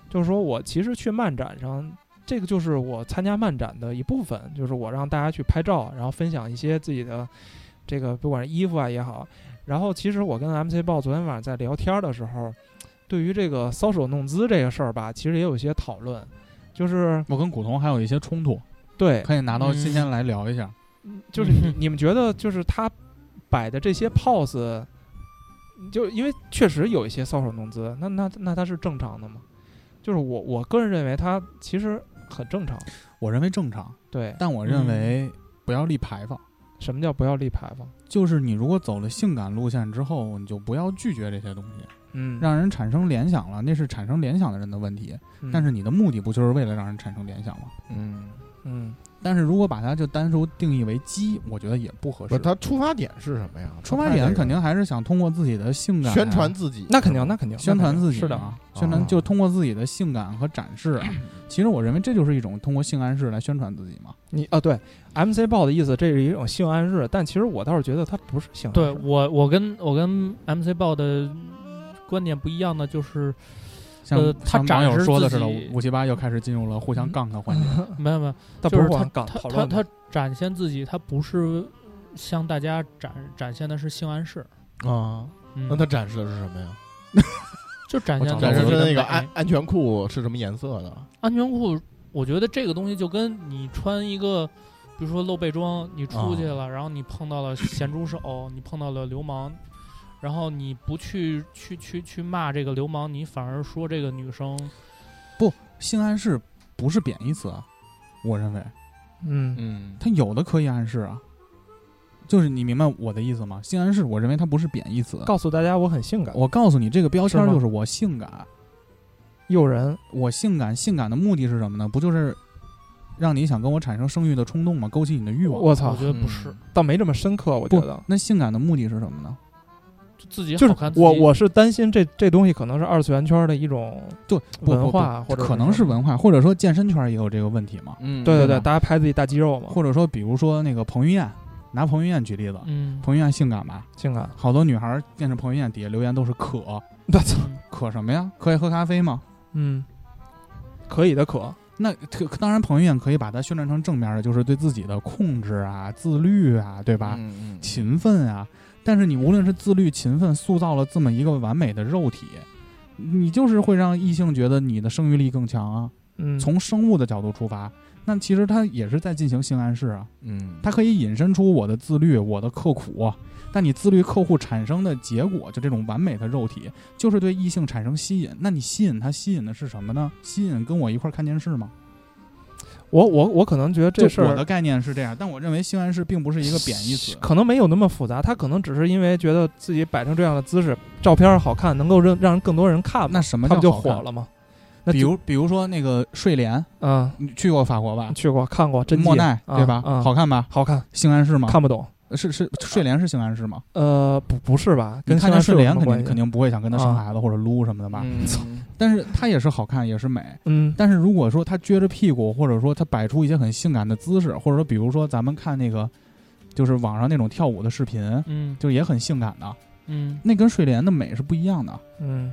Speaker 4: 就是说我其实去漫展上。这个就是我参加漫展的一部分，就是我让大家去拍照，然后分享一些自己的这个不管是衣服啊也好，然后其实我跟 MC 豹昨天晚上在聊天的时候，对于这个搔首弄姿这个事儿吧，其实也有一些讨论，就是
Speaker 3: 我跟古潼还有一些冲突，
Speaker 4: 对，
Speaker 3: 可以拿到今天来聊一下。
Speaker 4: 就是 [laughs] 你
Speaker 6: 嗯
Speaker 4: 你们觉得就是他摆的这些 pose，就因为确实有一些搔首弄姿，那那那他是正常的吗？就是我我个人认为他其实很正常，
Speaker 3: 我认为正常，
Speaker 4: 对，
Speaker 3: 但我认为不要立牌坊。
Speaker 4: 什么叫不要立牌坊？
Speaker 3: 就是你如果走了性感路线之后，你就不要拒绝这些东西，
Speaker 4: 嗯，
Speaker 3: 让人产生联想了，那是产生联想的人的问题。
Speaker 4: 嗯
Speaker 3: 但是你的目的不就是为了让人产生联想吗？
Speaker 5: 嗯，
Speaker 4: 嗯
Speaker 3: 但是如果把它就单独定义为鸡，我觉得也不合
Speaker 5: 不
Speaker 3: 适
Speaker 5: 是，。他出发点是什么呀？
Speaker 3: 出发点肯定还是想通过自己的性感啊
Speaker 5: 宣传自己，
Speaker 4: 那肯定那肯定
Speaker 3: 宣传自己
Speaker 4: 是的，哦
Speaker 3: 啊，宣传
Speaker 5: 啊
Speaker 3: 就通过自己的性感和展示
Speaker 4: [clears throat]
Speaker 3: 啊。其实我认为这就是一种通过性暗示来宣传自己嘛。
Speaker 4: 你啊，对，MC 报的意思，这是一种性暗示，但其实我倒是觉得它不是性暗
Speaker 6: 对
Speaker 4: 示。
Speaker 6: 我，我跟我跟 MC 豹的观点不一样的就是，
Speaker 3: 像
Speaker 6: 呃他
Speaker 3: 像网友
Speaker 6: 展示
Speaker 3: 说的
Speaker 6: 自
Speaker 3: 似的，
Speaker 6: 己
Speaker 3: 五七八又开始进入了互
Speaker 4: 嗯
Speaker 3: 相杠的环
Speaker 4: [laughs]
Speaker 3: 节。
Speaker 6: 没有没有，
Speaker 4: 但
Speaker 6: 就
Speaker 4: 不
Speaker 6: 是
Speaker 4: 我
Speaker 6: 他
Speaker 4: 刚
Speaker 6: 他
Speaker 4: 讨
Speaker 6: 他
Speaker 4: 论的
Speaker 6: 他展现自己，他不是向大家展展现的是性暗示，
Speaker 5: 啊。
Speaker 6: 嗯
Speaker 5: 那他展示的是什么呀？
Speaker 6: 就展
Speaker 3: 我
Speaker 6: 现
Speaker 3: 找
Speaker 5: 展
Speaker 3: 到
Speaker 5: 示
Speaker 6: 自己
Speaker 5: 的
Speaker 6: 的
Speaker 5: 那个
Speaker 6: 美
Speaker 5: 安安全裤是什么颜色的？
Speaker 6: 安全裤，我觉得这个东西就跟你穿一个，比如说露背装，你出去了，然后你碰到了咸猪手，你碰到了流氓，然后你不去去去去骂这个流氓，你反而说这个女生，
Speaker 3: 性暗示不是贬义词，啊，我认为
Speaker 4: 嗯
Speaker 5: 嗯，
Speaker 3: 它有的可以暗示啊，就是你明白我的意思吗？性暗示，我认为它不是贬义词。
Speaker 4: 告诉大家我很性感，
Speaker 3: 我告诉你，这个标签
Speaker 4: 是吗
Speaker 3: 就是我性感，
Speaker 4: 诱人。
Speaker 3: 我性感，性感的目的是什么呢？不就是让你想跟我产生生育的冲动吗？勾起你的欲望。
Speaker 4: 我
Speaker 6: 我
Speaker 4: 操
Speaker 6: 觉，得不是，
Speaker 4: 倒没这么深刻，我觉
Speaker 3: 不
Speaker 4: 得，
Speaker 3: 那性感的目的是什么呢？
Speaker 6: 就自己
Speaker 4: 就是
Speaker 6: 好看自己。
Speaker 4: 我我是担心这这东西可能是二次元圈的一种
Speaker 3: 对，不
Speaker 4: 文化
Speaker 3: 不不
Speaker 4: 或者是
Speaker 3: 可能是文化，或者说健身圈也有这个问题嘛。
Speaker 5: 嗯
Speaker 4: 对对对，
Speaker 3: 吧
Speaker 4: 大家拍自己大肌肉嘛，
Speaker 3: 或者说，比如说那个彭于晏，拿彭于晏举例子，
Speaker 6: 嗯，
Speaker 3: 彭于晏性感吧，
Speaker 4: 性感。 [laughs]
Speaker 3: 好多女孩见着彭于晏底下留言都是渴，
Speaker 4: 我操，
Speaker 6: 嗯
Speaker 3: 渴什么呀？可以喝咖啡吗？
Speaker 4: 嗯，可以的可，
Speaker 3: 那特当然，彭于晏可以把它宣传成正面的，就是对自己的控制啊、自律啊，对吧？
Speaker 5: 嗯
Speaker 3: 勤奋啊。但是你无论是自律、勤奋，塑造了这么一个完美的肉体，你就是会让异性觉得你的生育力更强啊。
Speaker 4: 嗯，
Speaker 3: 从生物的角度出发，那其实它也是在进行性暗示啊。
Speaker 5: 嗯，
Speaker 3: 它可以引申出我的自律、我的刻苦。但你自律刻苦产生的结果，就这种完美的肉体，就是对异性产生吸引。那你吸引他，吸引的是什么呢？吸引跟我一块儿看电视吗？
Speaker 4: 我我我可能觉得这
Speaker 3: 就
Speaker 4: 事
Speaker 3: 我
Speaker 4: 儿。
Speaker 3: 的概念是这样，但我认为性暗示并不是一个贬义词
Speaker 4: 可能没有那么复杂，他可能只是因为觉得自己摆成这样的姿势，照片好看，能够让让更多人看嘛，
Speaker 3: 那什么
Speaker 4: 他
Speaker 3: 叫
Speaker 4: 们就
Speaker 3: 好看
Speaker 4: 火？了嘛。那
Speaker 3: 比
Speaker 4: 就
Speaker 3: 如，比如说那个睡莲，
Speaker 4: 嗯，
Speaker 3: 你去过法国吧？
Speaker 4: 去过看过，真
Speaker 3: 莫奈
Speaker 4: 啊
Speaker 3: 对吧？
Speaker 4: 啊
Speaker 3: 好看吧？
Speaker 4: 好看，
Speaker 3: 性暗示吗？
Speaker 4: 看不懂。
Speaker 3: 是是睡莲是性暗示吗？
Speaker 4: 呃，不不是吧？跟
Speaker 3: 你看
Speaker 4: 性
Speaker 3: 见
Speaker 4: 暗示
Speaker 3: 睡
Speaker 4: 有
Speaker 3: 莲
Speaker 4: 什么
Speaker 3: 肯
Speaker 4: 关
Speaker 3: 定
Speaker 4: 系
Speaker 3: 肯定不会想跟他生
Speaker 4: 啊
Speaker 3: 孩子或者撸什么的吧？
Speaker 4: [laughs]
Speaker 5: 嗯
Speaker 3: 但是它也是好看，也是美。
Speaker 4: 嗯
Speaker 3: 但是如果说他撅着屁股，或者说他摆出一些很性感的姿势，或者说比如说咱们看那个，就是网上那种跳舞的视频，
Speaker 6: 嗯
Speaker 3: 就也很性感的，
Speaker 6: 嗯，
Speaker 3: 那跟睡莲的美是不一样的。
Speaker 4: 嗯，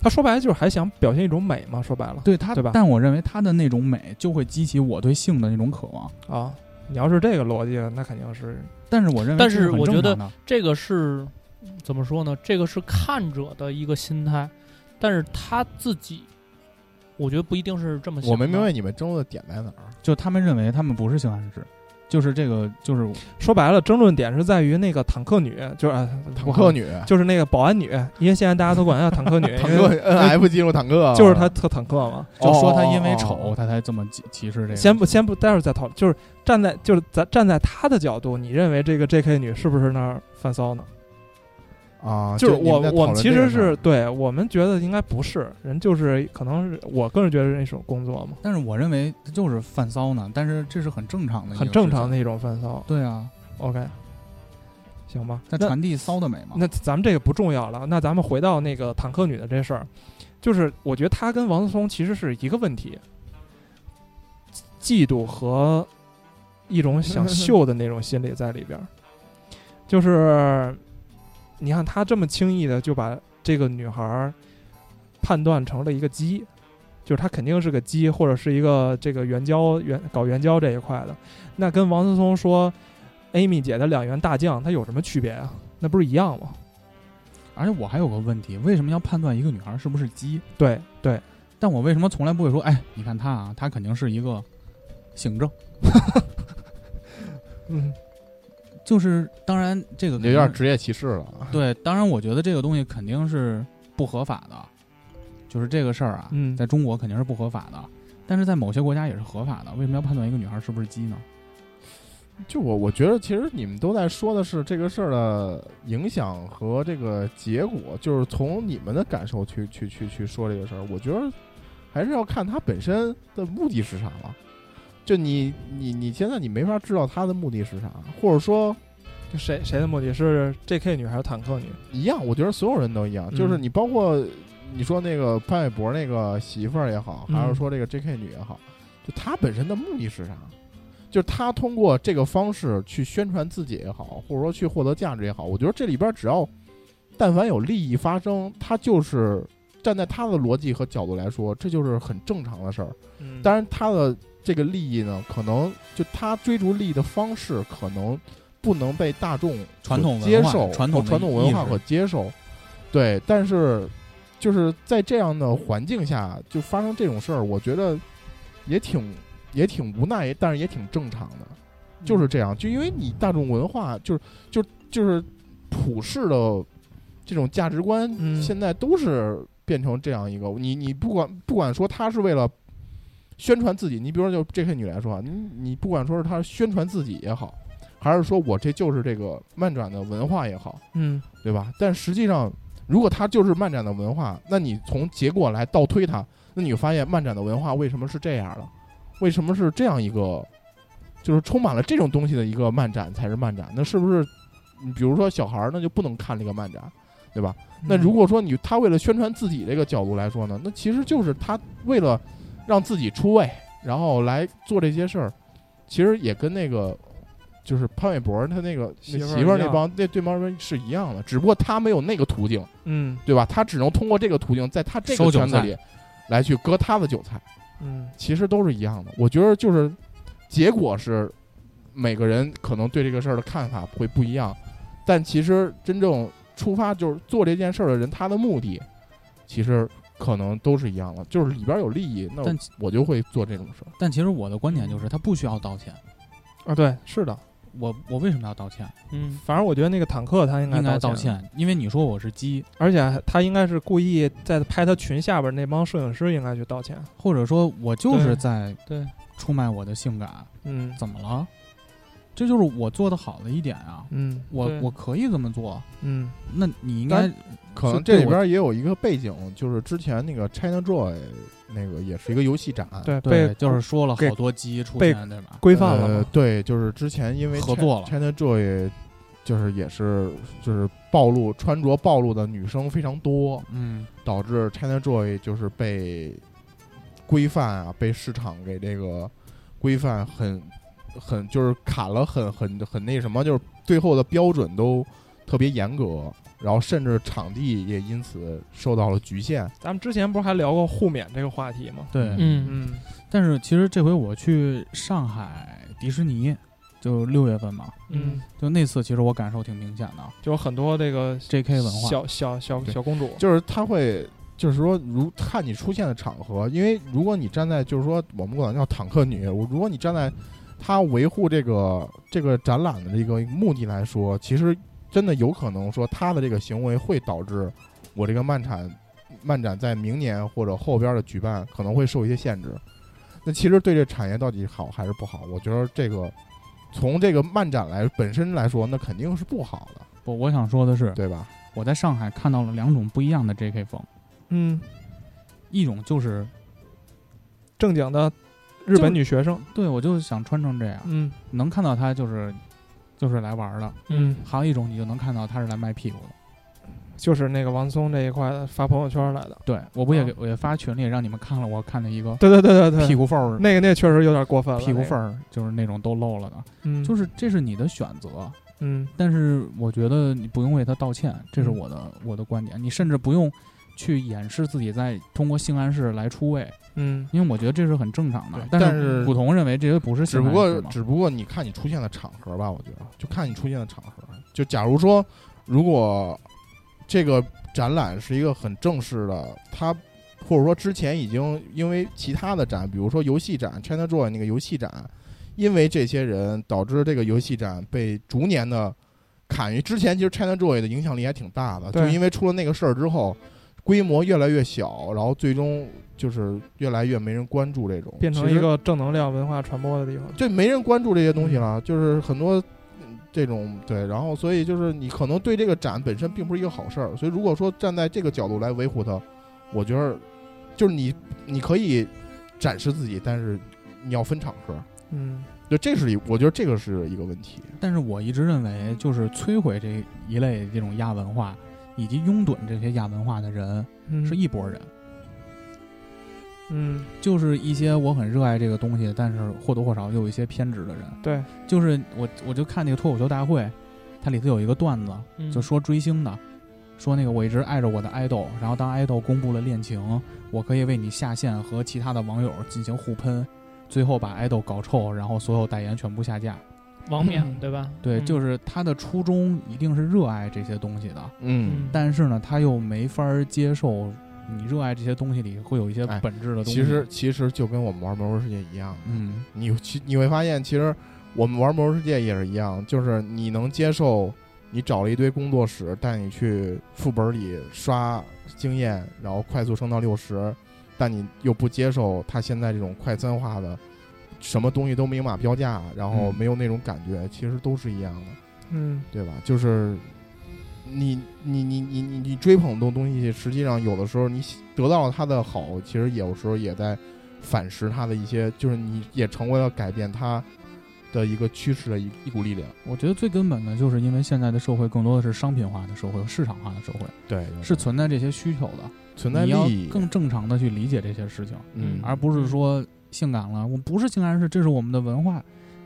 Speaker 4: 他说白了就是还想表现一种美嘛，说白了
Speaker 3: 对他，
Speaker 4: 对吧
Speaker 3: 但我认为他的那种美就会激起我对性的那种渴望。
Speaker 4: 啊。你要是这个逻辑，那肯定是
Speaker 3: 但是我认为
Speaker 6: 但
Speaker 3: 这是
Speaker 6: 是
Speaker 3: 很
Speaker 6: 我
Speaker 3: 正
Speaker 6: 觉得
Speaker 3: 常的，
Speaker 6: 这个是怎么说呢？这个是看者的一个心态，但是他自己，我觉得不一定是这么想。
Speaker 5: 我没明白，你们争论的点在哪儿？啊
Speaker 3: 就他们认为他们不是性暗示，就是这个就是
Speaker 4: 说白了，争论点是在于那个坦克女，就是、哎
Speaker 5: 坦克，女，
Speaker 4: 就是那个保安女，因为现在大家都管她叫坦
Speaker 3: [laughs]
Speaker 4: 克女，
Speaker 5: 坦
Speaker 4: 因
Speaker 5: 克
Speaker 4: 为
Speaker 5: N F 进入坦克，啊
Speaker 4: 就是她特坦克嘛。
Speaker 3: 就说他因为
Speaker 5: 哦
Speaker 3: 丑、
Speaker 5: 哦哦
Speaker 3: 他才这么歧歧视这个。
Speaker 4: 先不先不，待会儿再讨论。就是站在就是咱站在她的角度，你认为这个 J.K. 女是不是那儿犯骚呢？
Speaker 5: 啊，
Speaker 4: 就是
Speaker 5: 你
Speaker 4: 我
Speaker 5: 在
Speaker 4: 我们
Speaker 5: 讨论
Speaker 4: 其
Speaker 5: 这
Speaker 4: 实
Speaker 5: 个事儿
Speaker 4: 是对我们觉得应该不是人，就是可能是我个人觉得是那种工作嘛，
Speaker 3: 但是我认为他就是犯骚呢，但是这是很正常的，
Speaker 4: 很正常。的一种犯骚。
Speaker 3: 对啊，
Speaker 4: OK，行吧。
Speaker 3: 它
Speaker 4: 那
Speaker 3: 传递骚的美嘛。
Speaker 4: 那咱们这个不重要了，那咱们回到那个坦克女的这事儿，就是我觉得他跟王思聪其实是一个问题，嫉妒和一种想秀的那种心理在里边儿。就是你看他这么轻易的就把这个女孩儿判断成了一个鸡，就是他肯定是个鸡，或者是一个这个援交援搞援交这一块的。那跟王思聪说 Amy 姐的两员大将，他有什么区别啊？那不是一样吗？
Speaker 3: 而且我还有个问题，为什么要判断一个女孩是不是鸡？
Speaker 4: 对对，
Speaker 3: 但我为什么从来不会说，哎，你看她啊，她肯定是一个性症。
Speaker 4: 嗯，
Speaker 3: 就是当然这个肯
Speaker 5: 你就
Speaker 3: 定
Speaker 5: 有点职业歧视了。
Speaker 3: 对，当然我觉得这个东西肯定是不合法的，就是这个事儿啊，
Speaker 4: 嗯
Speaker 3: 在中国肯定是不合法的，但是在某些国家也是合法的。为什么要判断一个女孩是不是鸡呢？
Speaker 5: 就我我觉得，其实你们都在说的是这个事儿的影响和这个结果，就是从你们的感受去去去去说这个事儿。我觉得还是要看他本身的目的是啥了。就你你你现在你没法知道他的目的是啥，或者说
Speaker 4: 就谁谁的目的是 J.K. 女还是坦克女？
Speaker 5: 一样，我觉得所有人都一样，
Speaker 4: 嗯
Speaker 5: 就是你包括你说那个潘玮柏那个媳妇儿也好，
Speaker 4: 嗯
Speaker 5: 还是说这个 J.K. 女也好，就她本身的目的是啥？就是她通过这个方式去宣传自己也好，或者说去获得价值也好，我觉得这里边只要但凡有利益发生，她就是站在她的逻辑和角度来说，这就是很正常的事儿。
Speaker 4: 嗯
Speaker 5: 当然，他的这个利益呢，可能就他追逐利益的方式，可能不能被大众所
Speaker 3: 传统文化
Speaker 5: 接受，
Speaker 3: 传统
Speaker 5: 和
Speaker 3: 的
Speaker 5: 传统文化
Speaker 3: 意识
Speaker 5: 和接受。对，但是就是在这样的环境下，就发生这种事儿，我觉得也挺也挺无奈，但是也挺正常的。就是这样，就因为你大众文化就是就就是普世的这种价值观，
Speaker 4: 嗯
Speaker 5: 现在都是变成这样一个，你你不管不管说他是为了宣传自己，你比如说就 J.K. 女来说啊，你你不管说是他宣传自己也好，还是说我这就是这个漫展的文化也好，
Speaker 4: 嗯
Speaker 5: 对吧？但实际上，如果他就是漫展的文化，那你从结果来倒推它，那你就发现漫展的文化为什么是这样的？为什么是这样一个，就是充满了这种东西的一个漫展才是漫展？那是不是，你比如说小孩儿那就不能看这个漫展，对吧？
Speaker 6: 嗯
Speaker 5: 那如果说你他为了宣传自己这个角度来说呢，那其实就是他为了让自己出位，然后来做这些事儿，其实也跟那个就是潘玮柏他那个
Speaker 4: 媳
Speaker 5: 那
Speaker 4: 妇儿
Speaker 5: 媳妇儿
Speaker 4: 一样
Speaker 5: 那帮那对帮人是一样的，只不过他没有那个途径，
Speaker 4: 嗯
Speaker 5: 对吧？他只能通过这个途径，在他这
Speaker 3: 收
Speaker 5: 个
Speaker 3: 韭
Speaker 5: 圈子
Speaker 3: 菜
Speaker 5: 里来去割他的韭菜，
Speaker 4: 嗯
Speaker 5: 其实都是一样的。我觉得就是结果是每个人可能对这个事儿的看法会不一样，但其实真正出发就是做这件事儿的人，他的目的其实可能都是一样的，就是里边儿有利益，那
Speaker 3: 但
Speaker 5: 我就会做这种事儿。
Speaker 3: 但其实我的观点
Speaker 4: 嗯
Speaker 3: 就是，她不需要道歉。
Speaker 4: 啊，对，是的，
Speaker 3: 我我为什么要道歉？
Speaker 6: 嗯，
Speaker 4: 反正我觉得那个坦克他应该
Speaker 3: 应该
Speaker 4: 道
Speaker 3: 道，歉，因为你说我是鸡，
Speaker 4: 而且他应该是故意在拍他群下边那帮摄影师应该去道歉。
Speaker 3: 或者说我就是
Speaker 4: 对
Speaker 3: 在
Speaker 6: 对，
Speaker 3: 出卖我的性感，
Speaker 4: 嗯
Speaker 3: 怎么了？这就是我做的好的一点啊，
Speaker 4: 嗯
Speaker 3: 我
Speaker 6: 对
Speaker 3: 我可以这么做。
Speaker 4: 嗯
Speaker 3: 那你应该
Speaker 5: 可
Speaker 3: 能
Speaker 5: 能
Speaker 3: 这里
Speaker 5: 这里
Speaker 3: 边
Speaker 5: 边也有一个背景，就是之前那个 China Joy 那个也是一个游戏展，
Speaker 4: 对
Speaker 3: 啊对，
Speaker 4: 被
Speaker 3: 就是说了好
Speaker 4: 给
Speaker 3: 多鸡出
Speaker 4: 被
Speaker 3: 现，对吧？
Speaker 4: 规范了
Speaker 5: 呃
Speaker 4: 嘛。
Speaker 5: 对，就是之前因为
Speaker 3: 合作了
Speaker 5: China Joy 就是也是就是暴露穿着暴露的女生非常多，
Speaker 3: 嗯，
Speaker 5: 导致 China Joy 就是被规范啊，被市场给这个规范很很就是卡了很很很那什么，就是最后的标准都特别严格，然后甚至场地也因此受到了局限。
Speaker 4: 咱们之前不是还聊过互免这个话题吗？
Speaker 3: 对，
Speaker 6: 嗯，
Speaker 4: 嗯
Speaker 3: 但是其实这回我去上海迪士尼，就六月份嘛，
Speaker 4: 嗯，
Speaker 3: 就那次其实我感受挺明显的
Speaker 4: 就有很多这个
Speaker 3: ，J.K. 文化，
Speaker 4: 小小小
Speaker 5: 对
Speaker 4: 小公主，
Speaker 5: 就是他会，就是说，如看你出现的场合，因为如果你站在，就是说，我们管她叫坦克女，我如果你站在她维护这个这个展览的这个目的来说，其实真的有可能说她的这个行为会导致我这个漫展漫展在明年或者后边的举办可能会受一些限制。那其实对这产业到底好还是不好，我觉得这个从这个漫展来本身来说，那肯定是不好的，
Speaker 3: 我我想说的是，
Speaker 5: 对吧？
Speaker 3: 我在上海看到了两种不一样的 J.K. 风，
Speaker 4: 嗯，
Speaker 3: 一种就是
Speaker 4: 正经的日
Speaker 3: 就是
Speaker 4: 本女学生，
Speaker 3: 对我就想穿成这样，
Speaker 4: 嗯
Speaker 3: 能看到她就是就是来玩儿的；
Speaker 4: 嗯
Speaker 3: 还有一种你就能看到她是来卖屁股的。
Speaker 4: 就是那个王松这一块的发朋友圈来的。
Speaker 3: 对，我不也给我也发群里让你们看了，我看了一个
Speaker 4: 对对对对
Speaker 3: 屁
Speaker 4: 对，
Speaker 3: 股缝儿，
Speaker 4: 那个那确实有点过分了，
Speaker 3: 屁股
Speaker 4: 那个
Speaker 3: 缝儿就是那种都露了的，
Speaker 4: 嗯，
Speaker 3: 就是是这是你的选择，
Speaker 4: 嗯
Speaker 3: 但是我觉得你不用为他道歉，这是我的、我的观点，你甚至不用去掩饰自己在通过性暗示来出位，
Speaker 4: 嗯
Speaker 3: 因为我觉得这是很正常的
Speaker 5: 对。
Speaker 3: 但
Speaker 5: 但是
Speaker 3: 古潼认为这些不是
Speaker 5: 只
Speaker 3: 性
Speaker 5: 不
Speaker 3: 暗示
Speaker 5: 过
Speaker 3: 嘛？
Speaker 5: 只不过你看你出现的场合吧，我觉得就看你出现的场合。就假如说，如果这个展览是一个很正式的，它或者说之前已经因为其他的展，比如说游戏展 China Joy 那个游戏展，因为这些人导致这个游戏展被逐年的砍于之前其实 China Joy 的影响力还挺大的，
Speaker 4: 对
Speaker 5: 就因为出了那个事儿之后，规模越来越小，然后最终就是越来越没人关注这种，
Speaker 4: 变成
Speaker 5: 其
Speaker 4: 一
Speaker 5: 实
Speaker 4: 个正能量文化传播的地方。
Speaker 5: 就没人关注这些东西了，就是很多嗯这种对，然后所以就是你可能对这个展本身并不是一个好事儿，所以如果说站在这个角度来维护它，我觉得就是你你可以展示自己，但是你要分场合，
Speaker 4: 嗯，
Speaker 5: 就这是一我觉得这个是一个问题。
Speaker 3: 但是我一直认为，
Speaker 6: 嗯
Speaker 3: 就是摧毁这一类这种亚文化，以及拥趸这些亚文化的人
Speaker 4: 嗯
Speaker 3: 是一拨人，
Speaker 4: 嗯
Speaker 3: 就是一些我很热爱这个东西，但是或多或少又有一些偏执的人。
Speaker 4: 对，
Speaker 3: 就是我我就看那个脱口秀大会，它里头有一个段子，
Speaker 6: 嗯
Speaker 3: 就说追星的，说那个我一直爱着我的爱豆，然后当爱豆公布了恋情，我可以为你下线和其他的网友进行互喷，最后把爱豆搞臭，然后所有代言全部下架。
Speaker 6: 王冕对吧？
Speaker 3: 对，
Speaker 6: 嗯
Speaker 3: 就是他的初衷一定是热爱这些东西的，
Speaker 5: 嗯，
Speaker 3: 但是呢，他又没法儿接受你热爱这些东西里会有一些
Speaker 5: 哎
Speaker 3: 本质的东西。
Speaker 5: 其实，其实就跟我们玩魔兽世界一样，
Speaker 3: 嗯，
Speaker 5: 你其你会发现，其实我们玩魔兽世界也是一样，就是你能接受你找了一堆工作室带你去副本里刷经验，然后快速升到六十，但你又不接受他现在这种快餐化的，什么东西都明码标价，然后
Speaker 3: 嗯
Speaker 5: 没有那种感觉，其实都是一样的，
Speaker 4: 嗯
Speaker 5: 对吧？就是。你你你你你你追捧的东西，实际上有的时候你得到了它的好，其实有时候也在反噬它的一些，就是你也成为了改变它的一个趋势的一一股力量。
Speaker 3: 我觉得最根本的就是因为现在的社会更多的是商品化的社会、市场化的社会，
Speaker 5: 对，
Speaker 3: 是存在这些需求的。
Speaker 5: 存在
Speaker 3: 你要
Speaker 5: 利益，
Speaker 3: 更正常的去理解这些事情，
Speaker 5: 嗯
Speaker 3: 而不是说性感了，我们不是性暗示，这是我们的文化，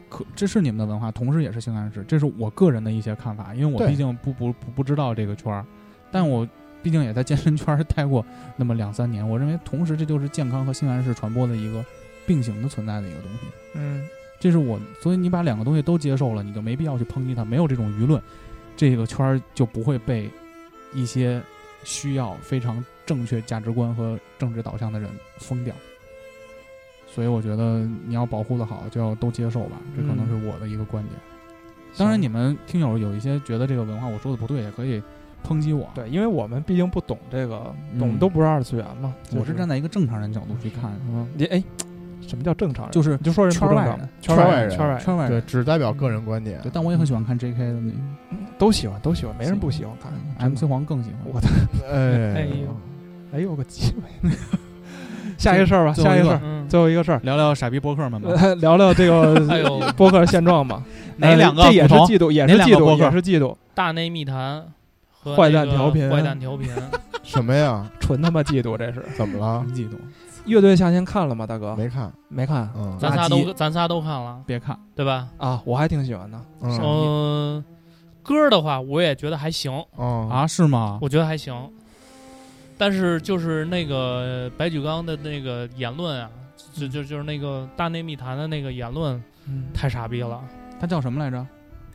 Speaker 3: 可这是你们的文化，同时也是性暗示，这是我个人的一些看法，因为我
Speaker 5: 对嗯
Speaker 3: 毕竟不不不不知道这个圈儿，但我毕竟也在健身圈儿待过那么两三年，我认为同时这就是健康和性暗示传播的一个并行的存在的一个东西，
Speaker 4: 嗯
Speaker 3: 这是我，所以你把两个东西都接受了，你就没必要去抨击它，没有这种舆论，这个圈儿就不会被一些需要非常正确价值观和政治导向的人封掉。所以我觉得你要保护的好，就要都接受吧，这可能是我的一个观点。当然，你们听友有一些觉得这个文化我说的不对，也可以抨击我。，
Speaker 4: 对，因为我们毕竟不懂这个，
Speaker 3: 嗯
Speaker 4: 我们都不是二次元嘛。就
Speaker 3: 我是站在一个正常人角度去看，
Speaker 4: 嗯，你哎，什么叫正常人？
Speaker 3: 就是
Speaker 4: 你就说人不
Speaker 3: 圈
Speaker 4: 正
Speaker 3: 外
Speaker 4: 常
Speaker 3: 人，
Speaker 4: 圈
Speaker 5: 圈外
Speaker 4: 人，
Speaker 5: 人
Speaker 4: 圈外人
Speaker 3: 圈外
Speaker 5: 对，
Speaker 3: 人。
Speaker 5: 只代表个人观点。
Speaker 3: 对，但我也很喜欢看 J.K. 的那
Speaker 4: 都喜欢，都喜欢，没人不喜欢看。
Speaker 3: 个 MC 黄更喜欢。
Speaker 4: 我
Speaker 5: 哎，
Speaker 6: 哎呦
Speaker 4: 哎呦，我个机会！下一个事儿吧，下一个事儿，
Speaker 6: 嗯，
Speaker 4: 最后一个事儿，呃
Speaker 3: 聊聊傻逼博客们吧。
Speaker 4: 聊聊这
Speaker 6: 哎
Speaker 4: 个
Speaker 6: 呦，
Speaker 4: 播客现状吧。
Speaker 3: 嗯哪
Speaker 4: 呃
Speaker 3: 两个
Speaker 4: 这也是
Speaker 3: 不同
Speaker 4: 嫉妒，也
Speaker 3: 哪
Speaker 4: 是
Speaker 3: 两
Speaker 4: 嫉
Speaker 3: 个播
Speaker 4: 妒，
Speaker 3: 客
Speaker 4: 也是嫉妒，
Speaker 6: 大内密谈和
Speaker 4: 坏蛋
Speaker 6: 那个
Speaker 4: 调频
Speaker 6: 坏蛋
Speaker 4: [laughs]
Speaker 6: 调频，
Speaker 5: 什么呀？
Speaker 4: 纯他妈嫉妒，这是。
Speaker 5: 怎么了？
Speaker 3: 嫉妒，
Speaker 4: 乐队夏天看了吗，大哥？
Speaker 5: 没看，
Speaker 4: 没看
Speaker 5: 嗯，
Speaker 6: 咱仨
Speaker 3: 垃圾
Speaker 6: 都咱仨都看了，
Speaker 3: 别看，
Speaker 6: 对吧？
Speaker 4: 啊，我还挺喜欢的。
Speaker 5: 嗯
Speaker 6: 嗯，歌儿的话，我也觉得还行，
Speaker 5: 嗯
Speaker 3: 啊？是吗？
Speaker 6: 我觉得还行。但是就是那个白举纲的那个言论啊，就
Speaker 5: 嗯
Speaker 6: 就就是那个大内密谈的那个言论
Speaker 4: 嗯，
Speaker 6: 太傻逼了。
Speaker 3: 他叫什么来着？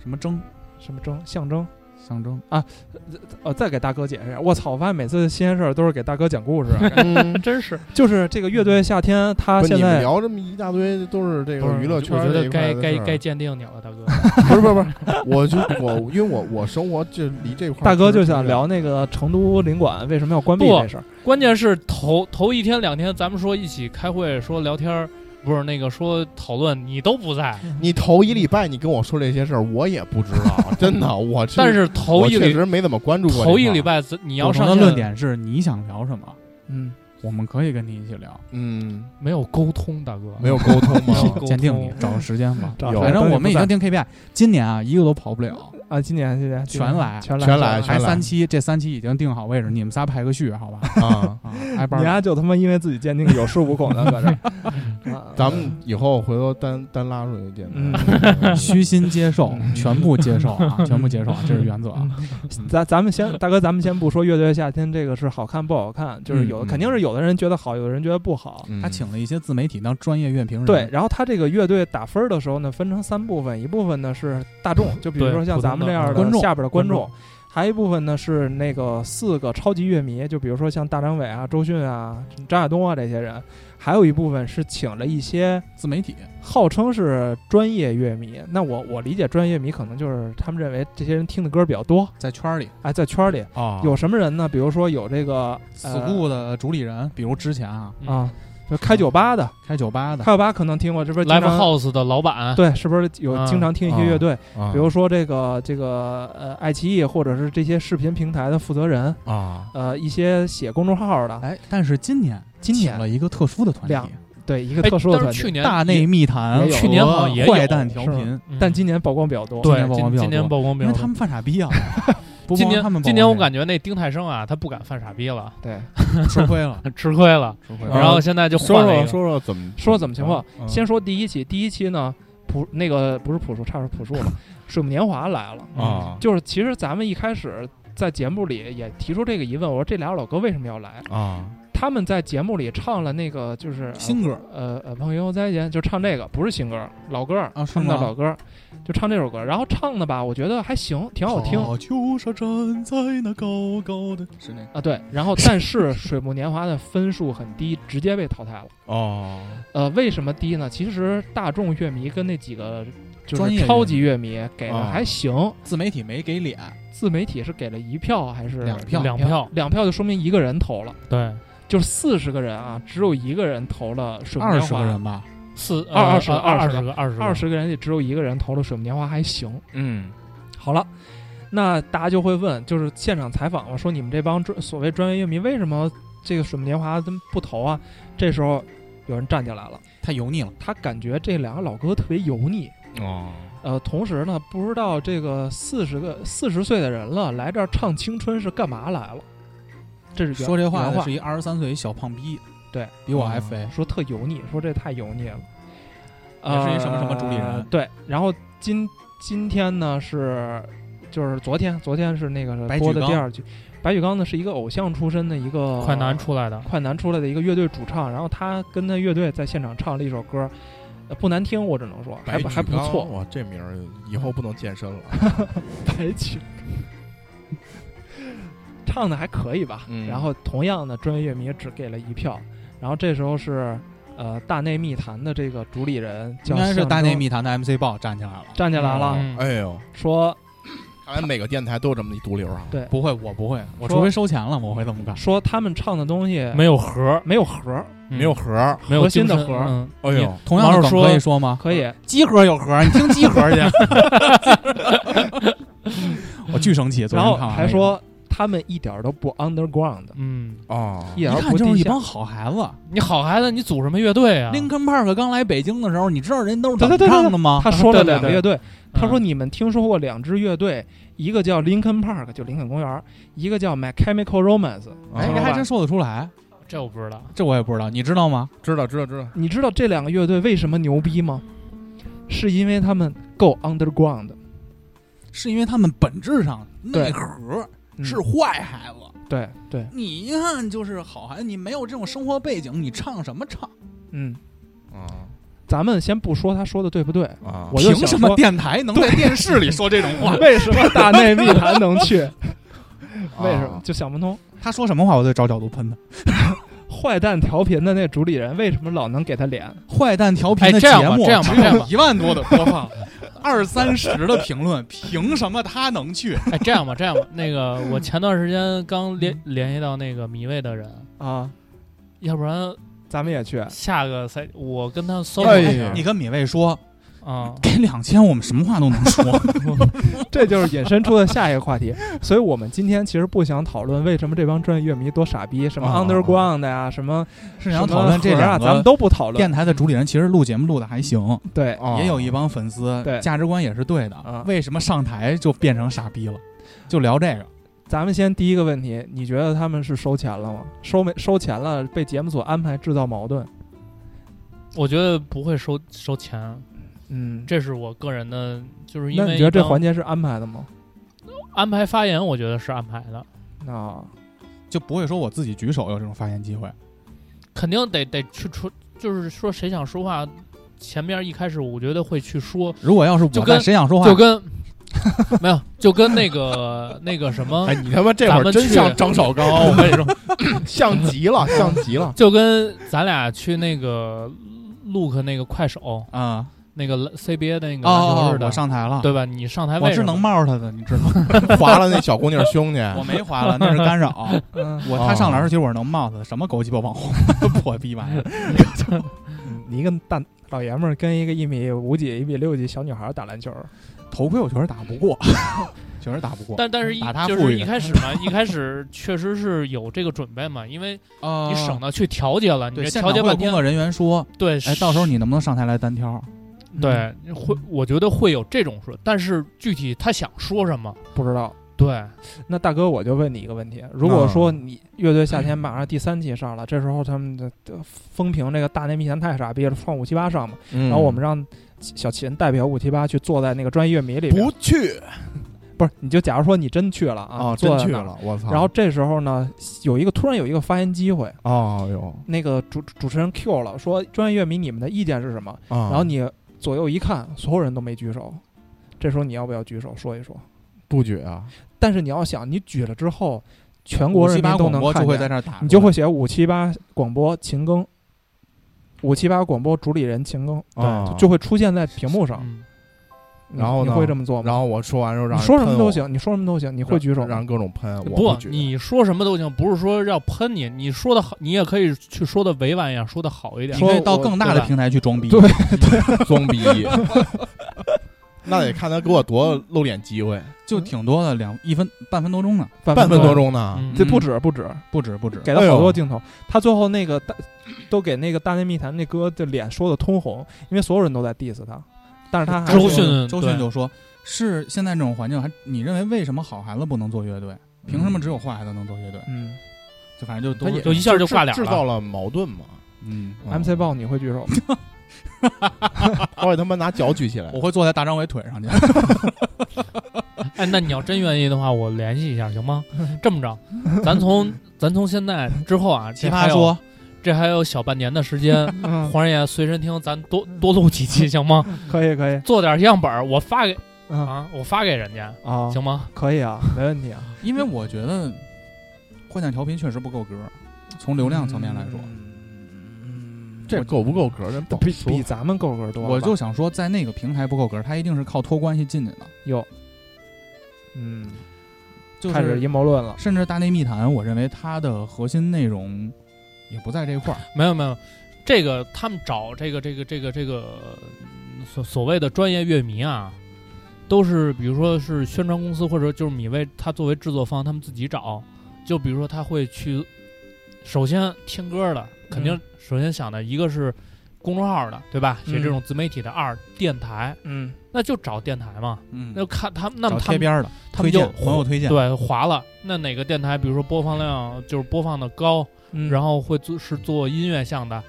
Speaker 3: 什么征？
Speaker 4: 什么征象征？
Speaker 3: 象征？
Speaker 4: 呃，再给大哥解释一下。我操！我发现每次新鲜事儿都是给大哥讲故事啊，
Speaker 5: 嗯，
Speaker 6: 真是，
Speaker 4: 就是这个乐队夏天，他
Speaker 5: 不是
Speaker 4: 现
Speaker 5: 你们
Speaker 4: 在
Speaker 5: 聊这么一大堆都是这
Speaker 6: 不是
Speaker 5: 个娱乐
Speaker 6: 我
Speaker 5: 圈
Speaker 6: 觉
Speaker 5: 这
Speaker 6: 得
Speaker 5: 一块
Speaker 6: 该
Speaker 5: 的事儿，啊
Speaker 6: 该该鉴定你了，大哥。 [laughs]
Speaker 5: [laughs] 不是不是不是，我就我因为我我生活就离这块儿
Speaker 4: 大哥就
Speaker 5: 确实
Speaker 4: 想
Speaker 5: 挺远
Speaker 4: 聊那个成都领馆为什么要关闭
Speaker 6: 不
Speaker 4: 这事儿。
Speaker 6: 关键是头头一天两天，咱们说一起开会，说聊天儿，不是那个说讨论，你都不
Speaker 5: [laughs]
Speaker 6: 在。
Speaker 5: 你头一礼拜你跟我说这些事儿，我也不知道，真的，我
Speaker 6: [laughs]
Speaker 5: 是
Speaker 6: 但是头
Speaker 5: 我
Speaker 6: 一
Speaker 5: 确
Speaker 6: 礼
Speaker 5: 实没怎么关注过这块儿。
Speaker 6: 头一礼拜，你要
Speaker 3: 我
Speaker 6: 上
Speaker 3: 的
Speaker 6: 线
Speaker 3: 论点是你想聊什么，
Speaker 4: 嗯，
Speaker 3: 我们可以跟你一起聊。
Speaker 5: 嗯，
Speaker 6: 没有沟通，大哥，
Speaker 5: 没有沟通
Speaker 3: [laughs]
Speaker 6: 没有
Speaker 5: 吗？
Speaker 6: 沟通
Speaker 3: 哦鉴定你，找个时间吧。
Speaker 4: 找
Speaker 5: [laughs] 有
Speaker 3: 反正
Speaker 4: 等
Speaker 3: 我们已
Speaker 4: 不在
Speaker 3: 经定 KPI，今年啊一个都跑不了。
Speaker 4: 啊，今年今年今年
Speaker 3: 全来
Speaker 4: 全
Speaker 5: 全来
Speaker 4: 来
Speaker 3: 还
Speaker 5: 全来
Speaker 3: 三期，这三期已经定好位置，你们仨排个序，好吧？
Speaker 5: 啊！
Speaker 3: 啊，挨班
Speaker 4: 你
Speaker 3: 儿。
Speaker 4: 丫就他妈因为自己鉴定有恃无恐的，搁 [laughs] 这儿啊
Speaker 5: 咱们以后回头单单拉出去见。
Speaker 4: 嗯
Speaker 3: [laughs] 虚心接受，全部接受啊，全部接受啊，这是原则啊。
Speaker 4: 嗯咱咱们先，大哥，咱们先不说《乐队夏天》这个是好看不好看，就是有、
Speaker 5: 嗯嗯
Speaker 4: 肯定是有的人觉得好，有的人觉得不好。
Speaker 5: 嗯
Speaker 3: 他请了一些自媒体当专业乐
Speaker 6: 嗯
Speaker 3: 评人，
Speaker 4: 对，，然后他这个乐队打分的时候呢，分成三部分，一部分呢是大众，就比如
Speaker 6: 对
Speaker 4: 说像
Speaker 6: 普通
Speaker 4: 咱
Speaker 6: 的
Speaker 4: 们这样的
Speaker 3: 观众
Speaker 4: 下边的
Speaker 3: 观
Speaker 4: 观众，还有一部分呢是那个四个超级乐迷，就比如说像大张伟啊、周迅啊、张亚东啊这些人，还有一部分是请了一些
Speaker 3: 自媒体，
Speaker 4: 号称是专业乐迷。那我我理解专业乐迷可能就是他们认为这些人听的歌比较多，
Speaker 3: 在圈儿里
Speaker 4: 哎，在圈里。
Speaker 6: 哦
Speaker 3: 啊
Speaker 4: 有什么人呢？比如说有这个呃
Speaker 3: school 的主理人，比如之前啊，
Speaker 6: 嗯
Speaker 4: 啊，就开酒吧的，
Speaker 3: 开酒吧的
Speaker 4: 开，酒吧可能听过，这不是经
Speaker 6: Live
Speaker 4: 常
Speaker 6: House 的老板，
Speaker 4: 对，是不是有
Speaker 6: 啊
Speaker 4: 经常听一些乐队？
Speaker 5: 啊
Speaker 4: 比如说这个这个呃，爱奇艺或者是这些视频平台的负责人，
Speaker 5: 啊，
Speaker 4: 呃，一些写公众号的，
Speaker 3: 哎，但是今年
Speaker 4: 今年
Speaker 3: 请了一个特殊的团
Speaker 4: 两
Speaker 3: 体，
Speaker 4: 对一个
Speaker 6: 哎
Speaker 4: 特殊的
Speaker 6: 但
Speaker 4: 团
Speaker 6: 是
Speaker 4: 体
Speaker 6: 去，年
Speaker 3: 大内密谈，
Speaker 4: 也有
Speaker 6: 去年好像也有
Speaker 3: 坏蛋调频，
Speaker 6: 嗯
Speaker 4: 但今年曝光比较多。
Speaker 3: 今年
Speaker 6: 对
Speaker 3: 曝光比
Speaker 6: 今
Speaker 3: 较
Speaker 6: 今年
Speaker 3: 多
Speaker 6: 曝光比
Speaker 3: 因
Speaker 6: 较
Speaker 3: 为
Speaker 6: 多
Speaker 3: 他们犯傻逼啊，不
Speaker 6: 今
Speaker 3: 光
Speaker 6: 年
Speaker 3: 他们曝光谁，
Speaker 6: 今年我感觉那丁太生啊，他不敢犯傻逼了，
Speaker 4: 对，
Speaker 3: 吃亏了，
Speaker 6: [laughs] 吃亏了，
Speaker 3: 吃亏
Speaker 5: 啊
Speaker 3: 了，
Speaker 6: 然后现在就
Speaker 5: 说
Speaker 6: 换了
Speaker 5: 说
Speaker 6: 一个
Speaker 5: 说说怎么
Speaker 4: 说怎么情况？
Speaker 5: 嗯
Speaker 4: 先说第一期，第一期呢，朴那个不是朴树，差点说朴树了，水木年华来了。
Speaker 5: 啊
Speaker 4: 就是其实咱们一开始在节目里也提出这个疑问，我说这俩老哥为什么要来？
Speaker 5: 啊
Speaker 4: 他们在节目里唱了那个就是
Speaker 3: 新歌
Speaker 4: 呃呃朋友再见，就唱这个不是新歌，老歌儿
Speaker 3: 啊是
Speaker 4: 他们的
Speaker 3: 吗
Speaker 4: 老歌儿，就唱这首歌儿。然后唱的吧，我觉得还行，挺好听。
Speaker 3: 秋莎站在那高高的，是那个
Speaker 4: 啊，对，然后但是《水木年华》的分数很低，直接被淘汰了。
Speaker 5: 哦
Speaker 4: 呃，为什么低呢？其实大众乐迷跟那几个就
Speaker 3: 专业
Speaker 4: 是超级乐迷给的
Speaker 5: 啊
Speaker 4: 还行，
Speaker 3: 自媒体没给脸，
Speaker 4: 自媒体是给了一票还是
Speaker 3: 两票
Speaker 6: 两票
Speaker 4: 两票就说明一个人投了。
Speaker 6: 对
Speaker 4: 就是四十个人啊，只有一个人投了水木
Speaker 3: 二
Speaker 4: 年
Speaker 3: 十
Speaker 4: 华。
Speaker 3: 个人吧，
Speaker 6: 四
Speaker 4: 二二十
Speaker 6: 呃二
Speaker 4: 二
Speaker 6: 十
Speaker 4: 十
Speaker 6: 个二十个
Speaker 4: 二十个人里只有一个人投了水木年华，还行。
Speaker 5: 嗯
Speaker 4: 好了，那大家就会问，就是现场采访嘛，说你们这帮专所谓专业乐迷为什么这个水木年华真不投啊？这时候有人站起来了，
Speaker 3: 太油腻了，
Speaker 4: 他感觉这两个老哥特别油腻。
Speaker 5: 哦
Speaker 4: 呃，同时呢，不知道这个四十个四十岁的人了，来这儿唱青春是干嘛来了？这是原
Speaker 3: 说这话
Speaker 4: 原
Speaker 3: 的
Speaker 4: 话
Speaker 3: 是一二十三岁一小胖逼，
Speaker 4: 对，哦
Speaker 3: 比我还肥，
Speaker 4: 说特油腻，说这太油腻了。
Speaker 3: 也是一什么什么主理人
Speaker 4: 呃对，然后今今天呢是就是昨天，昨天是那个
Speaker 3: 白
Speaker 4: 播
Speaker 3: 举
Speaker 4: 的
Speaker 3: 纲
Speaker 4: 第二局。白举纲呢是一个偶像出身的一个
Speaker 6: 快男出来的，
Speaker 4: 快男出来的一个乐队主唱，然后他跟他乐队在现场唱了一首歌，呃不难听，我只能说还不还不错。
Speaker 5: 哇，这名儿以后不能健身了。
Speaker 4: 白举 [laughs] 唱的还可以吧？
Speaker 5: 嗯
Speaker 4: 然后同样的专业乐迷只给了一票，然后这时候是呃大内密谈的这个主理人
Speaker 3: 应
Speaker 4: 叫
Speaker 3: 该是
Speaker 4: 象
Speaker 3: 大内
Speaker 4: 征
Speaker 3: 密谈的 MC 豹站起来了，
Speaker 4: 站起来了，
Speaker 6: 嗯
Speaker 5: 哎呦，
Speaker 4: 说
Speaker 5: 看来每个电台都有这么一毒瘤啊。
Speaker 4: 对
Speaker 3: 不会，我不会，我
Speaker 4: 说
Speaker 3: 除非收钱了，我会这么干。
Speaker 4: 说他们唱的东西
Speaker 6: 没有核，
Speaker 4: 哎没有核儿，
Speaker 6: 嗯
Speaker 5: 没有核儿，
Speaker 6: 没有
Speaker 4: 核心
Speaker 6: 精
Speaker 4: 的
Speaker 6: 神
Speaker 4: 核儿
Speaker 6: 嗯
Speaker 5: 哎呦，
Speaker 3: 同样
Speaker 6: 网
Speaker 3: 的梗
Speaker 6: 友说
Speaker 3: 可以说吗？
Speaker 4: 可以。
Speaker 3: 鸡核有核，你听鸡核去。 [laughs] 我巨生气，昨
Speaker 4: 然
Speaker 3: 天
Speaker 4: 后
Speaker 3: 看完
Speaker 4: 还说他们一点儿都不 underground，
Speaker 6: 嗯，
Speaker 5: 哦
Speaker 4: 一
Speaker 3: 那个，
Speaker 4: 点儿
Speaker 3: 一看
Speaker 4: 都不
Speaker 3: 就
Speaker 4: 地
Speaker 3: 是一
Speaker 4: 下啊
Speaker 3: 帮好孩子。
Speaker 6: 你好孩子，你组什么乐队啊？
Speaker 3: Linkin Park 刚来北京的时候，你知道人都是怎么
Speaker 4: 对对对对
Speaker 3: 唱的吗？
Speaker 4: 他说了
Speaker 6: 对对
Speaker 4: 两个
Speaker 6: 对
Speaker 4: 乐队，他说
Speaker 6: 嗯
Speaker 4: 你们听说过两支乐队，一个叫 Linkin Park，就林肯公园，一个叫 My Chemical Romance。
Speaker 5: 啊
Speaker 3: 哎，这
Speaker 4: 听说
Speaker 3: 还
Speaker 4: 吧
Speaker 3: 真说得出来，
Speaker 6: 这我不知道，
Speaker 3: 这我也不知道，你知道吗？
Speaker 5: 知道知道知道，
Speaker 4: 你知道这两个乐队为什么牛逼吗？是因为他们够 underground，
Speaker 3: 是因为他们本质上内
Speaker 4: 对
Speaker 3: 核
Speaker 4: 嗯
Speaker 3: 是坏孩子。
Speaker 4: 对对，
Speaker 3: 你一看就是好孩子，你没有这种生活背景，你唱什么唱？
Speaker 4: 嗯，
Speaker 5: 啊
Speaker 4: 咱们先不说他说的对不对，
Speaker 5: 啊
Speaker 4: 我就
Speaker 3: 凭
Speaker 4: 想
Speaker 3: 什么
Speaker 4: 说？
Speaker 3: 电台能在电视里说这种话
Speaker 4: [laughs] 为什么大内密谈能
Speaker 3: [laughs]
Speaker 4: 去？
Speaker 3: 啊
Speaker 4: 为什么
Speaker 5: 啊
Speaker 4: 就想不通？
Speaker 3: 他说什么话，我得找角度喷他。
Speaker 4: 坏蛋调频的那主理人为什么老能给他脸？
Speaker 3: 坏蛋调频的节
Speaker 6: 哎这样吧
Speaker 3: 目
Speaker 6: 这样吧
Speaker 3: 只
Speaker 6: 这样
Speaker 3: 有
Speaker 6: 吧
Speaker 3: 一万多的播放， [laughs] 二三十的评论，凭什么他能去？
Speaker 6: 哎，这样吧，这样吧，
Speaker 4: [laughs]
Speaker 6: 那个我前段时间刚联
Speaker 4: 嗯
Speaker 6: 联系到那个迷味的人，
Speaker 4: 啊，
Speaker 6: 要不然
Speaker 4: 咱们也去。
Speaker 6: 下个赛我跟他搜
Speaker 5: 哎
Speaker 6: 一
Speaker 5: 呀
Speaker 6: 下
Speaker 3: 你，跟米未说，
Speaker 6: 啊，
Speaker 3: 给两千，我们什么话都能
Speaker 6: [laughs]
Speaker 3: 说。
Speaker 4: [laughs] 这就是引申出的下一个话题。所以我们今天其实不想讨论为什么这帮专业乐迷多傻逼，什么
Speaker 3: 啊
Speaker 4: underground 的呀、什么
Speaker 3: 是想讨论这
Speaker 4: 什么盒
Speaker 3: 两
Speaker 4: 啊，咱们
Speaker 3: 个
Speaker 4: 都不讨论。
Speaker 3: 电台的主理人，其实录节目录的还行，
Speaker 4: 对，
Speaker 5: 哦
Speaker 3: 也有一帮粉丝，
Speaker 4: 对
Speaker 3: 价值观也是对的
Speaker 4: 啊。
Speaker 3: 为什么上台就变成傻逼了？就聊这个，
Speaker 4: 咱们先第一个问题，你觉得他们是收钱了吗？收没收钱了？被节目组安排制造矛盾？
Speaker 6: 我觉得不会收收钱，
Speaker 4: 嗯，
Speaker 6: 这是我个人的，就是因
Speaker 4: 那
Speaker 6: 为
Speaker 4: 你觉得这环
Speaker 6: 节
Speaker 4: 节是安排的吗？
Speaker 6: 安排发言，我觉得是安排的，
Speaker 4: [laughs] 啊，
Speaker 3: 就不会说我自己举手有这种发言机会。
Speaker 6: 肯定得得去出，就是说谁想说话，前面一开始我觉得会去说，
Speaker 3: 如果要是我
Speaker 6: 就
Speaker 3: 在
Speaker 6: 跟
Speaker 3: 谁想说话，
Speaker 6: 就跟没有，就跟那个那个什么
Speaker 5: 哎，，你他妈这会
Speaker 6: 咱
Speaker 5: 儿
Speaker 6: 们
Speaker 5: 真
Speaker 6: 去
Speaker 5: 像张绍刚，我跟你说，
Speaker 6: [laughs]
Speaker 5: 像极
Speaker 4: [laughs]
Speaker 5: 了，像极了。
Speaker 6: 就跟咱俩去那个 Look 那个快手
Speaker 3: 啊
Speaker 6: 那个 CBA 嗯那
Speaker 3: 哦
Speaker 6: 个篮球
Speaker 3: 哦
Speaker 6: 似，的，
Speaker 3: 我上台了，
Speaker 6: 对吧？你上台
Speaker 3: 我
Speaker 6: 为什
Speaker 3: 是
Speaker 6: 么
Speaker 3: 能冒他的，你知道吗？
Speaker 5: 划了那小姑娘胸去，
Speaker 3: 我没划了，那是干扰。
Speaker 4: 嗯，
Speaker 3: 我他上篮时，其实我是能冒他的，什么狗鸡巴网红， [laughs] 破逼玩意儿。
Speaker 4: 你一个大老爷们儿跟一个一米五几、一米六几小女孩儿打篮球，
Speaker 3: 头盔我确实打不过， [laughs] 确实打不过。
Speaker 6: 但但是一
Speaker 3: 把他
Speaker 6: 就
Speaker 3: 赋
Speaker 6: 是
Speaker 3: 予
Speaker 6: 一开始嘛，一开始确实是有这个准备嘛，因为
Speaker 3: 啊
Speaker 6: 你省得去调节了，你
Speaker 3: 对
Speaker 6: 这
Speaker 3: 现
Speaker 6: 调
Speaker 3: 场
Speaker 6: 节
Speaker 3: 会有
Speaker 6: 半
Speaker 3: 工
Speaker 6: 天，
Speaker 3: 作人员说，
Speaker 6: 对，
Speaker 3: 哎，到时候你能不能上台来单挑？嗯
Speaker 4: 嗯
Speaker 6: 对会，我觉得会有这种说，但是具体他想说什么，
Speaker 4: 不知道。
Speaker 6: 对，
Speaker 4: 那大哥，我就问你一个问题：如果
Speaker 5: 嗯
Speaker 4: 说你乐队夏天马上第三期上了，这时候他们的的风评这个大内密谈太傻逼了，放五七八上嘛，
Speaker 5: 然
Speaker 4: 然后我们让小秦代表五七八去坐在那个专业乐迷里边，
Speaker 5: 不去
Speaker 4: 不是，你就假如说你真去了啊，
Speaker 5: 啊，
Speaker 4: 坐
Speaker 5: 真
Speaker 4: 在
Speaker 5: 去
Speaker 4: 那儿。
Speaker 5: 了，我操！
Speaker 4: 然后这时候呢，有一个突然有一个发言机会，
Speaker 5: 哦哟，
Speaker 4: 那个主主持人 Q 了，说专业乐迷你们的意见是什么？
Speaker 5: 然
Speaker 4: 然后你左右一看，所有人都没举手，这时候你要不要举手说一说？
Speaker 5: 不举啊？
Speaker 4: 但是你要想，你举了之后，全国人
Speaker 3: 七
Speaker 4: 民
Speaker 3: 八
Speaker 4: 都
Speaker 3: 广
Speaker 4: 能
Speaker 3: 播
Speaker 4: 看
Speaker 3: 就会在
Speaker 4: 见，
Speaker 3: 这儿打，
Speaker 4: 你就会写五七八广播秦庚，五七八广播主理人秦庚，
Speaker 5: 啊
Speaker 4: 就会出现在屏幕上。
Speaker 6: 嗯，
Speaker 4: 你
Speaker 5: 然后
Speaker 4: 你
Speaker 5: 呢
Speaker 4: 会这么做吗？
Speaker 5: 然后我说完之后，
Speaker 4: 你
Speaker 5: 让人
Speaker 4: 说什么
Speaker 5: 喷
Speaker 4: 都
Speaker 5: 我，
Speaker 4: 行，你说什么都行，你
Speaker 5: 你
Speaker 4: 会举手吗
Speaker 5: 让人各种喷，我
Speaker 6: 不，
Speaker 5: 举。
Speaker 6: 你说什么都行，不是说要喷你，你说的好，你也可以去说的委婉一点，说的好一点
Speaker 3: 你，可以
Speaker 4: 说
Speaker 3: 到
Speaker 4: 我
Speaker 3: 更大
Speaker 6: 对
Speaker 3: 的
Speaker 6: 吧
Speaker 3: 平台去装逼。
Speaker 4: 对
Speaker 5: 装逼，
Speaker 6: [laughs]
Speaker 5: [laughs] 那得看他给我多露脸机会，
Speaker 3: 就挺多的，两一分半分多钟呢，
Speaker 4: 半
Speaker 5: 半分
Speaker 4: 多
Speaker 5: 多，钟呢。
Speaker 6: 嗯
Speaker 4: 这不止不止，
Speaker 3: 不止不止。
Speaker 4: 给了
Speaker 5: 哎呦
Speaker 4: 好多镜头。他最后那个大，都给那个《大内密谈》那哥的脸说的通红，因为所有人都在 diss 他，但是他还
Speaker 6: 周
Speaker 4: 是
Speaker 6: 迅
Speaker 3: 周
Speaker 6: 对
Speaker 3: 迅就说：“是现在这种环境，还你认为为什么好孩子不能做乐队？凭什么只有坏孩子能做乐队？
Speaker 4: 嗯
Speaker 3: 就反正就
Speaker 5: 他
Speaker 3: 都
Speaker 5: 也
Speaker 3: 是
Speaker 6: 就一下就挂脸
Speaker 5: 制造
Speaker 6: 了。
Speaker 5: 了矛盾嘛。
Speaker 3: 嗯，
Speaker 5: 嗯
Speaker 4: ，MC 豹你会举手吗？
Speaker 5: 我给他们拿脚举起来
Speaker 3: 我，会坐在大张伟腿上去。
Speaker 6: 哎，那你要真愿意的话，我联系一下行
Speaker 3: [laughs]
Speaker 6: 吗？这么着，咱从咱从现在之后啊，
Speaker 3: 奇
Speaker 6: 这还
Speaker 3: 葩
Speaker 6: 有
Speaker 3: 说，
Speaker 6: 这还有小半年的时
Speaker 3: [laughs]
Speaker 6: 间，
Speaker 4: 嗯，
Speaker 6: 黄爷随身听，咱多多录几期行吗？
Speaker 4: 可以可以
Speaker 6: 做点样本儿，我发给
Speaker 4: 嗯
Speaker 6: 啊，我发给人家
Speaker 4: 啊，
Speaker 6: 行吗？
Speaker 4: 可以啊，没问题啊。
Speaker 3: 因为我觉得坏蛋调频确实不够格，从流量层面来说，
Speaker 4: 嗯，
Speaker 5: 这够不够格？人不好
Speaker 4: 比
Speaker 5: 说
Speaker 4: 比咱们够格多了吧。
Speaker 3: 我就想说，在那个平台不够格，他一定是靠托关系进去的。
Speaker 4: 有，嗯，
Speaker 3: 就
Speaker 4: 开始
Speaker 3: 是
Speaker 4: 阴谋论了。
Speaker 3: 甚至《大内密谈》，我认为它的核心内容也不在这块儿。
Speaker 6: 没有没有，这个他们找这个这个这个这个嗯所所谓的专业乐迷啊，都是比如说是宣传公司或者就是米未他作为制作方，他们自己找。就比如说他会去，首先听歌的肯定
Speaker 4: 嗯
Speaker 6: 首先想的一个是公众号的，对
Speaker 3: 嗯
Speaker 6: 吧？写这种自媒体的。二电台，
Speaker 4: 嗯，
Speaker 6: 那就找电台嘛。
Speaker 3: 嗯
Speaker 6: 那就看他们，那么
Speaker 3: 找
Speaker 6: 他
Speaker 3: 贴
Speaker 6: 们
Speaker 3: 边儿的，
Speaker 6: 他
Speaker 3: 推
Speaker 6: 们就
Speaker 3: 荐朋友推荐，
Speaker 6: 对划了，那哪个电台，比如说播放量就是播放的高，
Speaker 4: 嗯 [laughs]
Speaker 6: 然后会做是做音乐向的，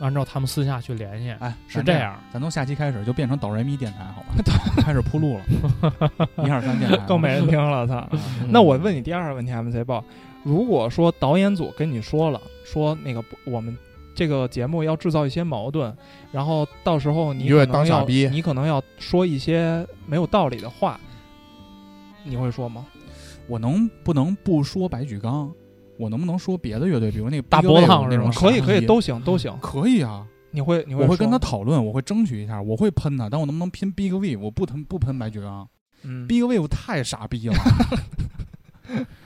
Speaker 6: 按照他们私下去联系，
Speaker 4: 啊
Speaker 3: 哎，
Speaker 6: 是
Speaker 3: 咱
Speaker 6: 这
Speaker 3: 这。
Speaker 6: 样。
Speaker 3: 咱从下期开始就变成哆来咪电台好吗？开始铺
Speaker 6: [laughs]
Speaker 3: 路了，一二三电台嗯
Speaker 4: 更没人听了，操。那我问你第二个问题，MC 豹，如果说导演组跟你说了，说那个不我们这个节目要制造一些矛盾，然后到时候你
Speaker 5: 你就
Speaker 4: 可
Speaker 5: 会
Speaker 4: 能
Speaker 5: 当傻
Speaker 4: 要
Speaker 5: 逼
Speaker 4: 你可能要说一些没有道理的话，你会说吗？
Speaker 3: 嗯我能不能不说白举纲？我能不能说别的乐队，比如那个
Speaker 6: 大波
Speaker 3: Big
Speaker 6: 浪
Speaker 3: Wave 那
Speaker 6: 是吗
Speaker 3: 种傻逼？
Speaker 4: 可以，可以，都行，都行。
Speaker 3: 可以啊。
Speaker 4: 你会，你会，
Speaker 3: 我会跟他，讨论，我会争取一下，我会喷他，但我能不能拼 Big Wave？我不喷不喷白举纲
Speaker 4: 嗯，
Speaker 3: ，Big Wave 太傻逼了。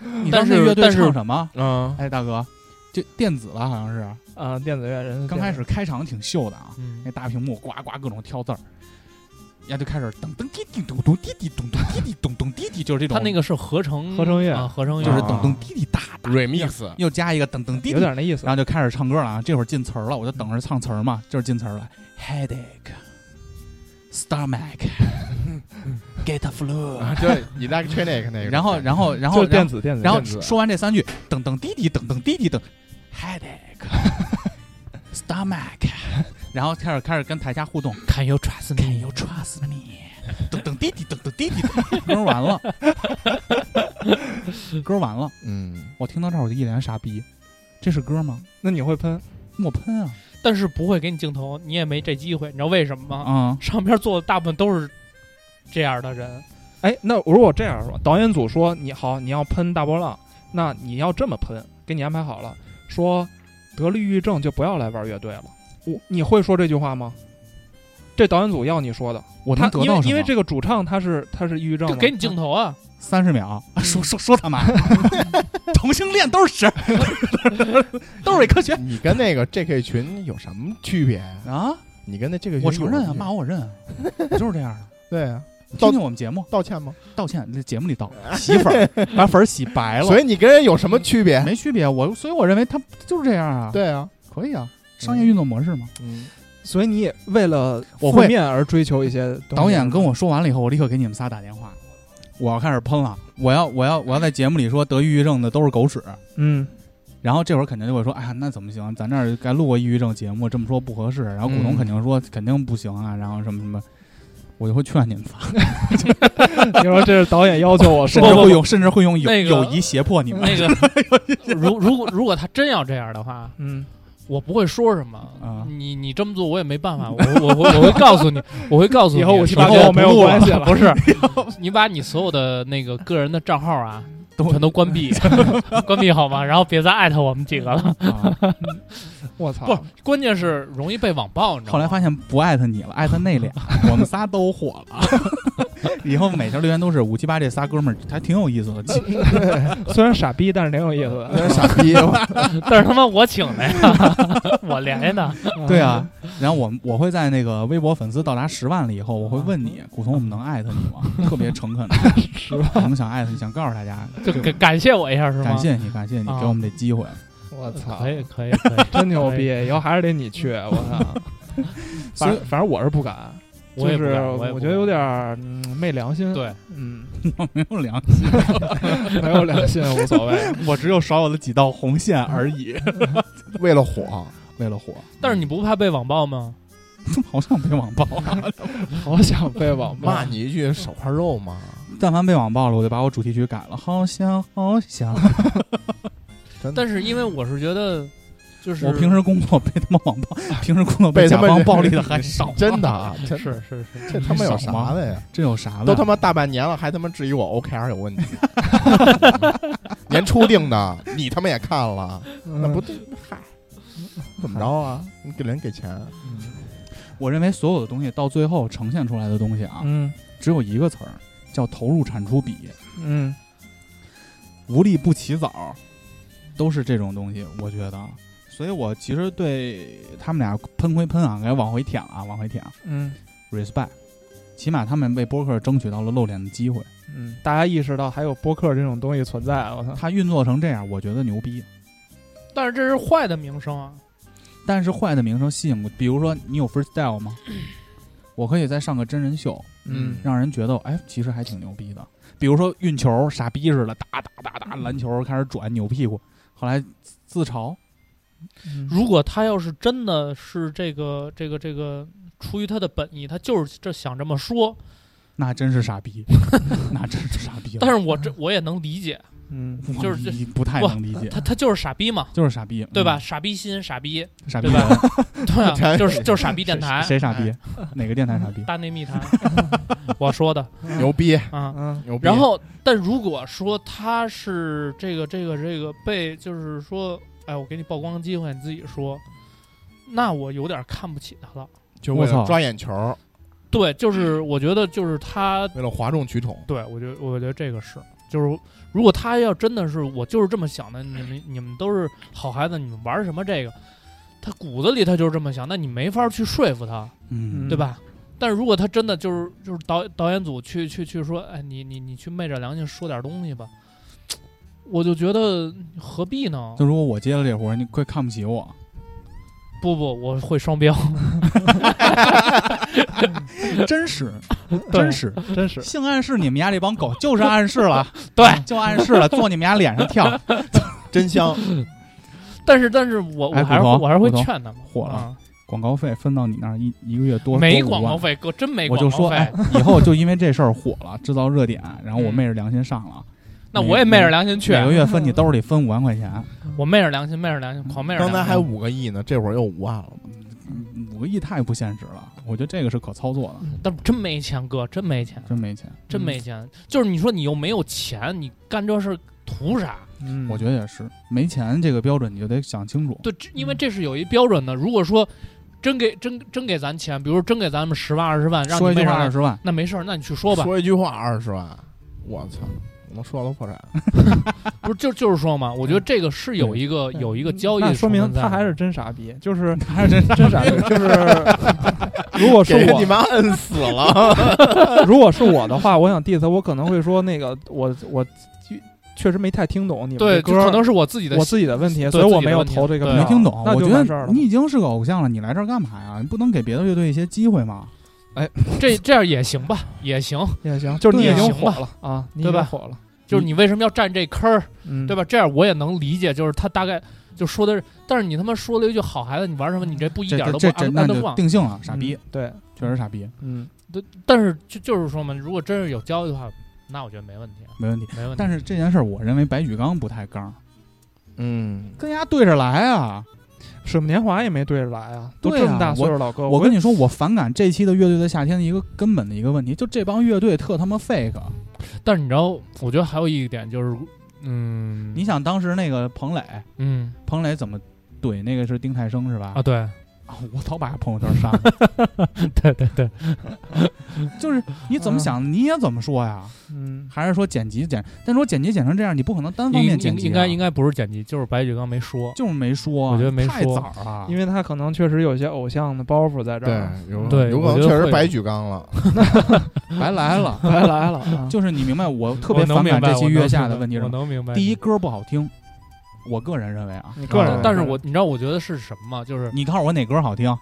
Speaker 3: 你知道那
Speaker 6: 但是
Speaker 3: 乐队
Speaker 6: 但是
Speaker 3: 唱什么？
Speaker 5: 嗯，
Speaker 3: 哎，大哥，就电子吧，好像是。
Speaker 4: 啊、电子乐人
Speaker 3: 刚开始开场挺秀的啊，
Speaker 4: 哎
Speaker 6: 嗯
Speaker 3: 那大屏幕呱呱各种挑字儿，呀就开始噔噔滴滴咚咚滴滴咚咚滴滴咚咚滴滴，就是这种，
Speaker 6: 他那个是合成
Speaker 4: 合成乐
Speaker 6: 啊，合成乐
Speaker 3: 就是
Speaker 5: 啊
Speaker 3: 噔噔滴滴哒哒，
Speaker 5: remix
Speaker 3: 又加一个噔噔滴
Speaker 4: 有
Speaker 3: 滴，
Speaker 4: 点那意思
Speaker 3: 然。后就开始唱歌了啊。这会儿进词儿了，我就等着唱词儿嘛，就是进词儿了，headache。Stomach，get a flu，
Speaker 4: [laughs]
Speaker 5: [laughs] 啊，对，你在吹那个那个，
Speaker 3: 然后，然后，然
Speaker 4: 就
Speaker 3: 后，然
Speaker 4: 是电
Speaker 3: 后，
Speaker 4: 子电子，
Speaker 3: 然后
Speaker 5: 电子
Speaker 3: 说完这三句，噔噔滴滴，噔噔滴滴，噔，headache，stomach，然 [laughs] 后开始开始跟台下互动，
Speaker 6: ，Can you trust
Speaker 3: Can
Speaker 6: me？
Speaker 3: you trust me？噔噔滴滴，噔噔滴滴，歌儿完了， [laughs] 歌儿完了。
Speaker 5: 嗯，
Speaker 3: 我听到这儿我就一脸傻逼，这是歌吗？
Speaker 4: 那你会喷？
Speaker 3: 我喷啊
Speaker 6: 但是不会给你镜头，你也没这机会，你知道为什么吗？
Speaker 3: 啊！
Speaker 6: 上边坐的大部分都是这样的人，
Speaker 4: 哎，那如果这样说，导演组说你好，你要喷大波浪，那你要这么喷，给你安排好了，说得了抑郁症就不要来玩乐队了。我你会说这句话吗？这导演组要你说的，
Speaker 3: 我能
Speaker 4: 他
Speaker 3: 得
Speaker 4: 因为
Speaker 3: 到什么？
Speaker 4: 因为这个主唱他是他是抑郁症
Speaker 6: 就
Speaker 4: 嘛，
Speaker 6: 给你镜头啊，
Speaker 3: 三十秒，啊 [laughs] 说说说他妈，同性恋都是屎， [laughs] 都是伪科学
Speaker 5: 你跟那个 JK 群有什么区别？
Speaker 3: 啊！
Speaker 5: 你跟那 JK 群
Speaker 3: 我
Speaker 5: 有
Speaker 3: 承
Speaker 5: 什么
Speaker 3: 认啊，
Speaker 5: 区别
Speaker 3: 骂我我认啊，我就是这样的。
Speaker 5: 对啊，
Speaker 3: 你听听我们节目，
Speaker 5: 道歉吗？
Speaker 3: 道歉，那节目里道， [laughs] 洗粉儿，把粉儿洗白了，
Speaker 5: 所以你跟人有什么区别？
Speaker 3: 哎 [laughs] 没区别。我所以我认为他就是这样啊，，
Speaker 5: 对啊，
Speaker 3: 可以啊，商业运作模式嘛。
Speaker 5: 嗯，
Speaker 4: 所以你也为了
Speaker 3: 我
Speaker 4: 负
Speaker 3: 会
Speaker 4: 面而追求一些东西
Speaker 3: 导演跟我说完了以后，我立刻给你们仨打电话，我要开始喷了，我要我要我要在节目里说得抑郁症的都是狗屎，
Speaker 4: 嗯，
Speaker 3: 然后这会儿肯定就会说，哎呀，那怎么行？咱这儿该录过抑郁症节目，这么说不合适。然后股东
Speaker 5: 嗯
Speaker 3: 肯定说、肯定不行啊，然后什么什么，我就会劝你们仨，
Speaker 4: 你说这是导演要求我
Speaker 3: 甚
Speaker 4: 说
Speaker 3: 至
Speaker 4: 的，
Speaker 3: 会用甚至会用友、
Speaker 6: 那个
Speaker 3: 友谊胁迫你们。
Speaker 4: [laughs]
Speaker 6: 那个，如如果如果他真要这样的话，
Speaker 4: 嗯，
Speaker 6: 我不会说什么。
Speaker 3: 啊
Speaker 6: 你你这么做我也没
Speaker 4: [laughs]
Speaker 6: 办法，我我我我会告诉你，我会告诉你。
Speaker 4: 以后我去
Speaker 6: 首
Speaker 4: 八
Speaker 6: 先
Speaker 4: 卦没有
Speaker 6: 不录
Speaker 4: 关系了
Speaker 6: 不是，你把你所有的那个个人的账号啊，
Speaker 3: 都
Speaker 6: [laughs] 全都关闭，关闭好吗？然后别再艾特我们几个了。
Speaker 3: 啊
Speaker 4: 我操，
Speaker 6: 不是，关键是容易被网暴，你知道
Speaker 3: 后
Speaker 6: 吗？
Speaker 3: 来发现不艾特你了，艾特那俩，我们仨都火了。 [laughs] 以后每条留言都是五七八这仨哥们儿，还挺有意思的。
Speaker 6: 呃
Speaker 3: 其
Speaker 4: 虽然傻逼，但是挺有意思
Speaker 5: 有
Speaker 4: 的。
Speaker 5: 点傻 [laughs] 逼。
Speaker 6: [laughs] 但是他妈我请的呀， [laughs] 我来的。
Speaker 3: [laughs] 对啊，然后我我会在那个微博粉丝到达十万了以后，我会问
Speaker 6: 嗯
Speaker 3: 你，古潼，我们能艾特你
Speaker 6: [laughs]
Speaker 3: 吗？特别诚恳的，我们想艾特你，想告诉大家，
Speaker 6: 就感感谢我一下是吗？
Speaker 3: 感谢你，感谢你
Speaker 6: 啊
Speaker 3: 给我们这机会。
Speaker 4: 我操，
Speaker 6: 可以可以可以，
Speaker 4: 真牛逼！
Speaker 6: 哎
Speaker 4: 以后还是得你
Speaker 6: [laughs]
Speaker 4: 去，我操。
Speaker 3: 所
Speaker 4: 反
Speaker 3: 以
Speaker 4: 正反正我是不敢，
Speaker 6: 我
Speaker 4: 就
Speaker 6: 也不
Speaker 4: 是
Speaker 6: 敢我也不
Speaker 4: 觉得有
Speaker 6: 敢
Speaker 4: 点儿嗯昧良心。，
Speaker 6: 对，
Speaker 4: 嗯，
Speaker 3: 我没有良 [laughs]
Speaker 4: 没有良
Speaker 6: [laughs]
Speaker 4: 心无所谓。
Speaker 3: 我只有少有的几道红线而已。
Speaker 5: 为了火，
Speaker 3: [laughs] 为了火，
Speaker 6: [laughs] 但是你不怕被网暴吗？
Speaker 3: 嗯好像被网暴，
Speaker 4: 好想被网
Speaker 6: 嗯
Speaker 4: 暴
Speaker 5: 骂，你一句手块肉嘛，
Speaker 3: [laughs] 但凡被网暴了，我就把我主题曲改了，好想好想。
Speaker 5: 真的
Speaker 6: 但是因为我是觉得，就是
Speaker 3: 我平时工作被他们网 [laughs] 暴，平时工作
Speaker 5: 被
Speaker 3: 甲
Speaker 5: 他们
Speaker 3: 方暴力的还少，
Speaker 5: 真
Speaker 3: [laughs]
Speaker 5: 的啊，
Speaker 6: 是
Speaker 5: 真
Speaker 6: 是是是，
Speaker 5: 这他妈有
Speaker 3: 少吗
Speaker 5: 啥的
Speaker 3: [laughs]
Speaker 5: 呀？
Speaker 3: 这有啥的？
Speaker 5: 都他妈大半年了，还他妈质疑我 OKR
Speaker 3: [laughs]
Speaker 5: 有问题，年初定的，你他妈也看了，那
Speaker 4: 嗯
Speaker 5: 不对，嗨，怎么着啊？你给人给钱，
Speaker 3: 我认为所有的东西到最后呈现出来的东西啊，
Speaker 4: 嗯
Speaker 3: 只有一个词儿，叫投入产出比。
Speaker 4: 嗯，
Speaker 3: 无利不起早，都是这种东西，我觉得。所以我其实对他们俩喷归喷啊，该往回舔啊，往回舔啊
Speaker 4: 嗯
Speaker 3: ，respect。起码他们为播客争取到了露脸的机会，
Speaker 4: 嗯，大家意识到还有播客这种东西存在，我操，
Speaker 3: 他运作成这样，我觉得牛逼。
Speaker 6: 但是这是坏的名声啊。
Speaker 3: 但是坏的名声吸引不，比如说你有 freestyle 吗？
Speaker 6: 嗯
Speaker 3: 我可以再上个真人秀，
Speaker 4: 嗯
Speaker 3: 让人觉得哎，其实还挺牛逼的。比如说运球，傻逼似的，哒哒哒哒，篮球开始转，扭屁股，后来自自嘲，
Speaker 4: 嗯
Speaker 6: 如果他要是真的是这个这个这个，出于他的本意，他就是这想这么说。
Speaker 3: 那真是傻
Speaker 6: [laughs]
Speaker 3: 逼，那真是傻逼了。
Speaker 6: 但是我这我也能理解，
Speaker 4: 嗯，
Speaker 3: 我
Speaker 6: 就是这
Speaker 3: 你不太
Speaker 6: 哇
Speaker 3: 能理解，
Speaker 6: 他他就是傻逼嘛，
Speaker 3: 就是傻逼，
Speaker 6: 对吧？
Speaker 3: 嗯？
Speaker 6: 傻逼心，傻逼，
Speaker 3: 傻逼
Speaker 6: 对吧
Speaker 3: 人 [laughs]
Speaker 6: 对啊，就是就是傻逼电台，哎
Speaker 3: 谁傻逼？哪个电台傻逼？
Speaker 6: 大内密谈， [laughs] 我
Speaker 3: [laughs]
Speaker 6: 说的
Speaker 5: 牛逼
Speaker 6: 啊。
Speaker 4: 嗯
Speaker 5: 牛逼。
Speaker 6: 然后，但如果说他是这个这个这个被，就是说，哎，我给你曝光机会，你自己说，那我有点看不起他了。
Speaker 5: 就为
Speaker 3: 我
Speaker 5: 了
Speaker 3: 操
Speaker 5: 抓眼球，
Speaker 6: 对，
Speaker 3: 嗯
Speaker 6: 就是我觉得就是他，
Speaker 5: 为了哗众取宠，
Speaker 6: 对我觉得我觉得这个是，就是如果他要真的是我就是这么想的，你们你们都是好孩子，你们玩什么这个？他骨子里他就是这么想，那你没法去说服他，
Speaker 3: 嗯，
Speaker 6: 对吧？但是如果他真的就是就是导导演组去去去说，哎，你你你去昧着良心说点东西吧，我就觉得何必呢？
Speaker 3: 就如果我接了这活儿，你会看不起我。
Speaker 6: 不不，我会双标， [laughs]
Speaker 3: 真是，
Speaker 6: [laughs] 对
Speaker 3: 真是，
Speaker 4: 真是
Speaker 3: 性暗示你们家这帮狗就是暗示了，
Speaker 6: [laughs] 对，
Speaker 3: [laughs] 就暗示了，坐你们家脸上跳，
Speaker 4: [laughs]
Speaker 5: 真香，
Speaker 6: 但是但是我我
Speaker 3: 哎
Speaker 6: 还是
Speaker 3: 骨头
Speaker 6: 我还是会
Speaker 3: 骨头
Speaker 6: 劝他们
Speaker 3: 火了
Speaker 6: 啊
Speaker 3: 广告费分到你那儿一一个月多
Speaker 6: 没
Speaker 3: 多五
Speaker 6: 广告
Speaker 3: 万
Speaker 6: 费，哥真没
Speaker 3: 啊我
Speaker 6: 广告
Speaker 3: 就
Speaker 6: 费。
Speaker 3: 说，哎，以后就因为这事儿火了，制造热点，然后我
Speaker 6: 嗯
Speaker 3: 昧着良心上了，
Speaker 6: 那
Speaker 3: 每
Speaker 6: 我也昧着良心去，啊
Speaker 3: 每个月分你兜里分五万块钱，
Speaker 6: 我昧着良心，昧着良心，狂昧着
Speaker 5: 刚才
Speaker 4: 啊
Speaker 6: 良
Speaker 5: 还
Speaker 6: 心。
Speaker 5: 五个亿呢，这会儿又五万了。
Speaker 3: 嗯五个亿太不现实了，我觉得这个是可操作的，
Speaker 6: 但真没钱，哥，真没钱，
Speaker 3: 真没钱。
Speaker 6: 嗯
Speaker 3: 嗯
Speaker 6: 真没钱。就是你说你又没有钱，你干这事儿图啥？
Speaker 4: 嗯，
Speaker 3: 我觉得也是，没钱这个标准你就得想清楚。
Speaker 6: 对，这因为
Speaker 4: 嗯
Speaker 6: 这是有一标准的。如果说真给真真给咱钱，比如说真给咱们十万二十万，让
Speaker 3: 说
Speaker 6: 你
Speaker 3: 一句
Speaker 6: 没
Speaker 3: 话二
Speaker 6: 啥，
Speaker 3: 十万，
Speaker 6: 那没事儿，那你去说吧。
Speaker 5: 说一句话二十万，我操，我能说到都破产。
Speaker 6: 不是就就是说嘛，我觉得这个是有一个
Speaker 4: 对
Speaker 6: 有一个交易
Speaker 4: 嗯那
Speaker 6: 的
Speaker 4: 说
Speaker 6: 成
Speaker 4: 明
Speaker 6: 分在的，
Speaker 4: 他还是真傻逼，
Speaker 6: [laughs]
Speaker 4: 就是
Speaker 3: 还是真
Speaker 4: 真傻逼，就是如果是
Speaker 5: 给人
Speaker 4: 我
Speaker 5: 你，妈摁死了！
Speaker 4: [laughs] 如果是我的话，我想 diss，我可能会说那个我我确实没太听懂你们
Speaker 6: 对，
Speaker 4: 这
Speaker 6: 就
Speaker 4: 歌
Speaker 6: 可能是我自己的
Speaker 4: 我自己的问题，
Speaker 6: 对
Speaker 4: 所以我没有
Speaker 6: 自己的
Speaker 4: 投
Speaker 6: 问题
Speaker 4: 这个
Speaker 6: 对啊
Speaker 4: 票，
Speaker 3: 没听懂。
Speaker 4: 那
Speaker 3: 我
Speaker 4: 就
Speaker 3: 觉
Speaker 4: 完事儿
Speaker 3: 得
Speaker 4: 了
Speaker 3: 你。已经是个偶像了，你来这儿干嘛呀？你不能给别的乐队一些机会吗？
Speaker 6: 这这样也行吧，也行。
Speaker 4: 也行，就是你
Speaker 6: 对
Speaker 4: 已
Speaker 6: 啊
Speaker 4: 经
Speaker 6: 行
Speaker 4: 火
Speaker 6: 吧
Speaker 4: 了啊，你已
Speaker 6: 对吧
Speaker 4: 经火了，
Speaker 6: 就是你为什么要占这坑儿，
Speaker 4: 嗯，
Speaker 6: 对
Speaker 4: 吧？
Speaker 6: 吧？这样我也能理解，就是他大概就说的是，但是你他妈说了一句“好孩子，你玩什么？你这不一
Speaker 3: 这
Speaker 6: 点
Speaker 3: 这
Speaker 6: 都不
Speaker 3: 这这
Speaker 6: 安嗯
Speaker 3: 那
Speaker 6: 安德
Speaker 3: 就
Speaker 6: 旺。
Speaker 3: 定性了，傻逼，
Speaker 4: 嗯对，
Speaker 3: 确实傻逼，
Speaker 4: 嗯，”
Speaker 6: 但是就就是说嘛，如果真是有交易的话，那我觉得没问题，
Speaker 3: 没问题。
Speaker 6: 没问题。
Speaker 3: 但是这件事儿，我认为白举纲不太刚，
Speaker 5: 嗯，
Speaker 3: 跟人家对着来啊！
Speaker 4: 水木年华也没对着来啊，都
Speaker 3: 对
Speaker 4: 这么
Speaker 3: 啊
Speaker 4: 大
Speaker 3: 我
Speaker 4: 岁数老哥，
Speaker 3: 我
Speaker 4: 跟
Speaker 3: 跟你说，我反感这期的乐队的夏天的一个根本的一个问题，就这帮乐队特他妈 fake。
Speaker 6: 但是你知道，我觉得还有一点就是，嗯，
Speaker 3: 你想当时那个彭磊，
Speaker 6: 嗯
Speaker 3: 彭磊怎么怼那个是丁太升是吧
Speaker 6: 啊，？对
Speaker 3: 啊，我早把朋友圈删了。
Speaker 6: [laughs] 对对对，
Speaker 3: 就是你怎么
Speaker 6: 嗯
Speaker 3: 想，你也怎么说呀？
Speaker 4: 嗯，
Speaker 3: 还是说剪辑剪？但是说剪辑剪成这样，你不可能单方
Speaker 6: 应
Speaker 3: 面剪
Speaker 6: 应
Speaker 3: 辑啊，
Speaker 6: 应该应该不是剪辑，就是白举纲没说。
Speaker 3: 就是没说啊，
Speaker 6: 我觉得没
Speaker 3: 太
Speaker 6: 说
Speaker 3: 早啊了，
Speaker 4: 因为他可能确实有些偶像的包袱在这
Speaker 5: 对
Speaker 4: 儿，，啊
Speaker 5: 有
Speaker 6: 对
Speaker 5: 有可
Speaker 6: 我
Speaker 5: 能
Speaker 6: 觉得
Speaker 5: 确实
Speaker 6: 会
Speaker 5: 白举纲了。
Speaker 3: 白来了。
Speaker 4: 白 [laughs] 来了啊，
Speaker 3: 就是你明白，我特
Speaker 6: 我
Speaker 3: 别
Speaker 6: 能
Speaker 3: 反
Speaker 6: 明
Speaker 3: 感
Speaker 6: 白
Speaker 3: 这期
Speaker 6: 我能
Speaker 3: 月下
Speaker 6: 明
Speaker 3: 的
Speaker 6: 白
Speaker 3: 问题是
Speaker 6: 我
Speaker 3: 什么？
Speaker 6: 能明白。
Speaker 3: 第一，歌不好听，我个人认为啊，
Speaker 4: 你个人
Speaker 5: 啊，
Speaker 6: 但是我你知道，我觉得是什么吗？就是
Speaker 3: 你告诉我哪歌好听？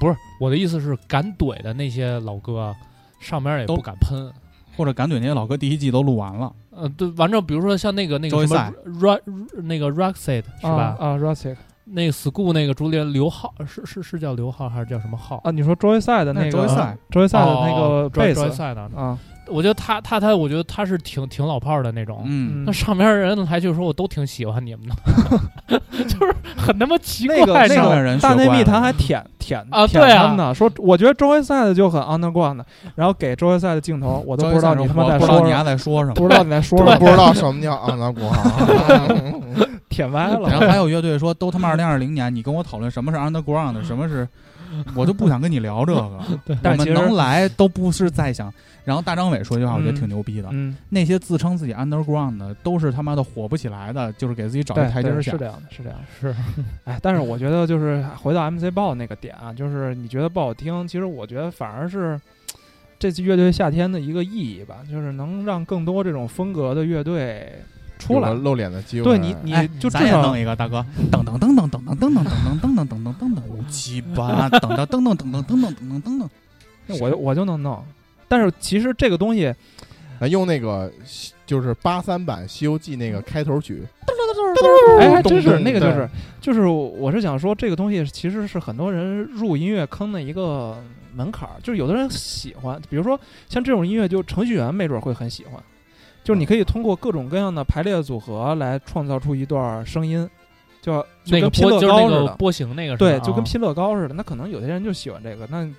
Speaker 6: 不是我的意思是，敢怼的那些老哥，上面也
Speaker 3: 都
Speaker 6: 不敢喷。
Speaker 3: 或者敢怼那些老歌，第一季都录完了，
Speaker 6: 呃，对，完之后比如说像那个那
Speaker 3: 周
Speaker 6: 个
Speaker 3: 一
Speaker 6: 什
Speaker 3: 赛
Speaker 6: 么 Ra Ra- 那个 Roxette 是吧？
Speaker 4: 啊 r o s i c
Speaker 6: 那个 School 那个主理人刘浩是是是叫刘浩还是叫什么浩？
Speaker 4: 啊，你说周一赛的
Speaker 3: 那
Speaker 4: 那
Speaker 3: 是
Speaker 4: 个啊
Speaker 3: 周一赛
Speaker 4: 周一赛的
Speaker 6: 哦
Speaker 4: 那个
Speaker 6: 专
Speaker 4: 贝
Speaker 6: 专
Speaker 4: 斯
Speaker 6: 赛呢？
Speaker 4: 啊，
Speaker 6: 我觉得他他他，我觉得他是挺挺老炮儿的那种。
Speaker 3: 嗯，
Speaker 6: 那上面人还就说我都挺喜欢你们的，
Speaker 4: [laughs]
Speaker 6: 就是很他妈奇怪。
Speaker 4: 那个
Speaker 3: 上面
Speaker 4: 那
Speaker 3: 人
Speaker 4: 个
Speaker 3: 学
Speaker 4: 大内
Speaker 3: 乖了
Speaker 4: 密谈还舔舔
Speaker 6: 啊
Speaker 4: 舔
Speaker 6: 对啊
Speaker 4: 他们呢，说我觉得周一赛的就很 underground，然后给周一赛的镜头，我都不知道你他妈
Speaker 3: 我
Speaker 4: 在
Speaker 3: 不知道
Speaker 4: 说
Speaker 3: 你
Speaker 4: 什
Speaker 3: 还
Speaker 4: 么，
Speaker 3: 在说什么。
Speaker 4: 不知道你在说
Speaker 5: 我
Speaker 4: 什
Speaker 5: [laughs] 不
Speaker 4: 么，
Speaker 5: 知道什么叫昂达国行。
Speaker 4: 舔歪了，
Speaker 3: 然后还有乐队说，都他妈二零二零年，你跟我讨论什么是 underground 的，什么是，我就不想跟你聊这个。我
Speaker 4: 但其
Speaker 3: 们
Speaker 4: 实
Speaker 3: 能来都不是在想。然后大张伟说一句话，我觉得
Speaker 4: 嗯
Speaker 3: 挺牛逼的，
Speaker 4: 嗯，
Speaker 3: 那些自称自己 underground 的，都是他妈的火不起来的，就是给自己找
Speaker 4: 对
Speaker 3: 一台阶
Speaker 4: 对
Speaker 3: 儿下
Speaker 4: 是。这样的，是这样的。
Speaker 6: 是
Speaker 4: [laughs] 哎，但是我觉得就是回到 MC 豹那个点啊，就是你觉得不好听，其实我觉得反而是这次乐队夏天的一个意义吧，就是能让更多这种风格的乐队 [laughs] 出来
Speaker 5: 有个。露脸的机会。
Speaker 4: 对你，你
Speaker 3: 哎
Speaker 4: 就至
Speaker 3: 咱也
Speaker 4: 少
Speaker 3: 弄一个大哥，噔噔噔噔噔噔噔噔噔噔噔噔噔噔噔五七八，噔噔噔噔噔噔噔噔噔噔噔，
Speaker 4: 那我就我就能弄。但是其实这个东西，
Speaker 5: 咱用那个就是八三版《西游记》那个开头曲，
Speaker 4: 哎，还真
Speaker 5: 咚
Speaker 4: 是
Speaker 5: 咚
Speaker 4: 那个就
Speaker 5: 对
Speaker 4: 是就是，我是想说，这个东西其实是很多人入音乐坑的一个门槛儿，就是有的人喜欢，比如说像这种音乐，就程序员没准会很喜欢，就是
Speaker 6: 嗯
Speaker 4: 你可以通过各种各样的排列组合来创造出一段声音，就就
Speaker 6: 那
Speaker 4: 跟
Speaker 6: 个
Speaker 4: 拼
Speaker 6: 波
Speaker 4: 乐
Speaker 6: 就是
Speaker 4: 高
Speaker 6: 那
Speaker 4: 似
Speaker 6: 个
Speaker 4: 的。
Speaker 6: 波形那个是吧
Speaker 4: 对，就跟
Speaker 6: 啊
Speaker 4: 拼乐高似的，那可能有些人就喜欢这个，那嗯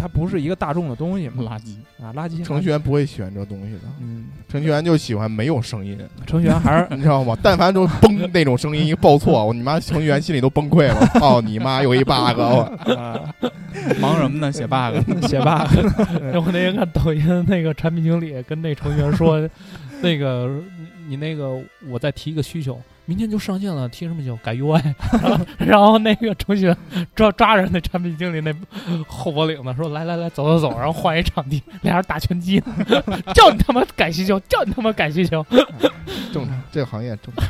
Speaker 4: 它不是一个大众的东西嘛，
Speaker 3: 垃圾。
Speaker 4: 啊，垃圾
Speaker 5: 程序，员不会喜欢这东西的。
Speaker 4: 嗯，
Speaker 5: 程序员就喜欢没有声音，
Speaker 4: 程序员还是
Speaker 5: 你知道吗？但凡就嘣那种声音一报错，我你妈程序员心里都崩溃了。哦，你妈有一 bug，哦
Speaker 6: [laughs]
Speaker 4: 啊，
Speaker 3: 忙什么呢？写 bug。 [laughs]
Speaker 4: 写 bug，
Speaker 6: 然后我那天看抖音那
Speaker 4: [laughs]
Speaker 6: 个产品经理跟那程序员说，那个你那个我再提一个需求，明天就上线了，听什么就改 UI，然 [laughs] 后那个程序员抓抓着那产品经理那后脖领子说来来来走走走，然后换一场地，俩人打拳击呢， [laughs] 叫你他妈改需求，叫你他妈改需求，
Speaker 5: [laughs] 正常，这个行业正常。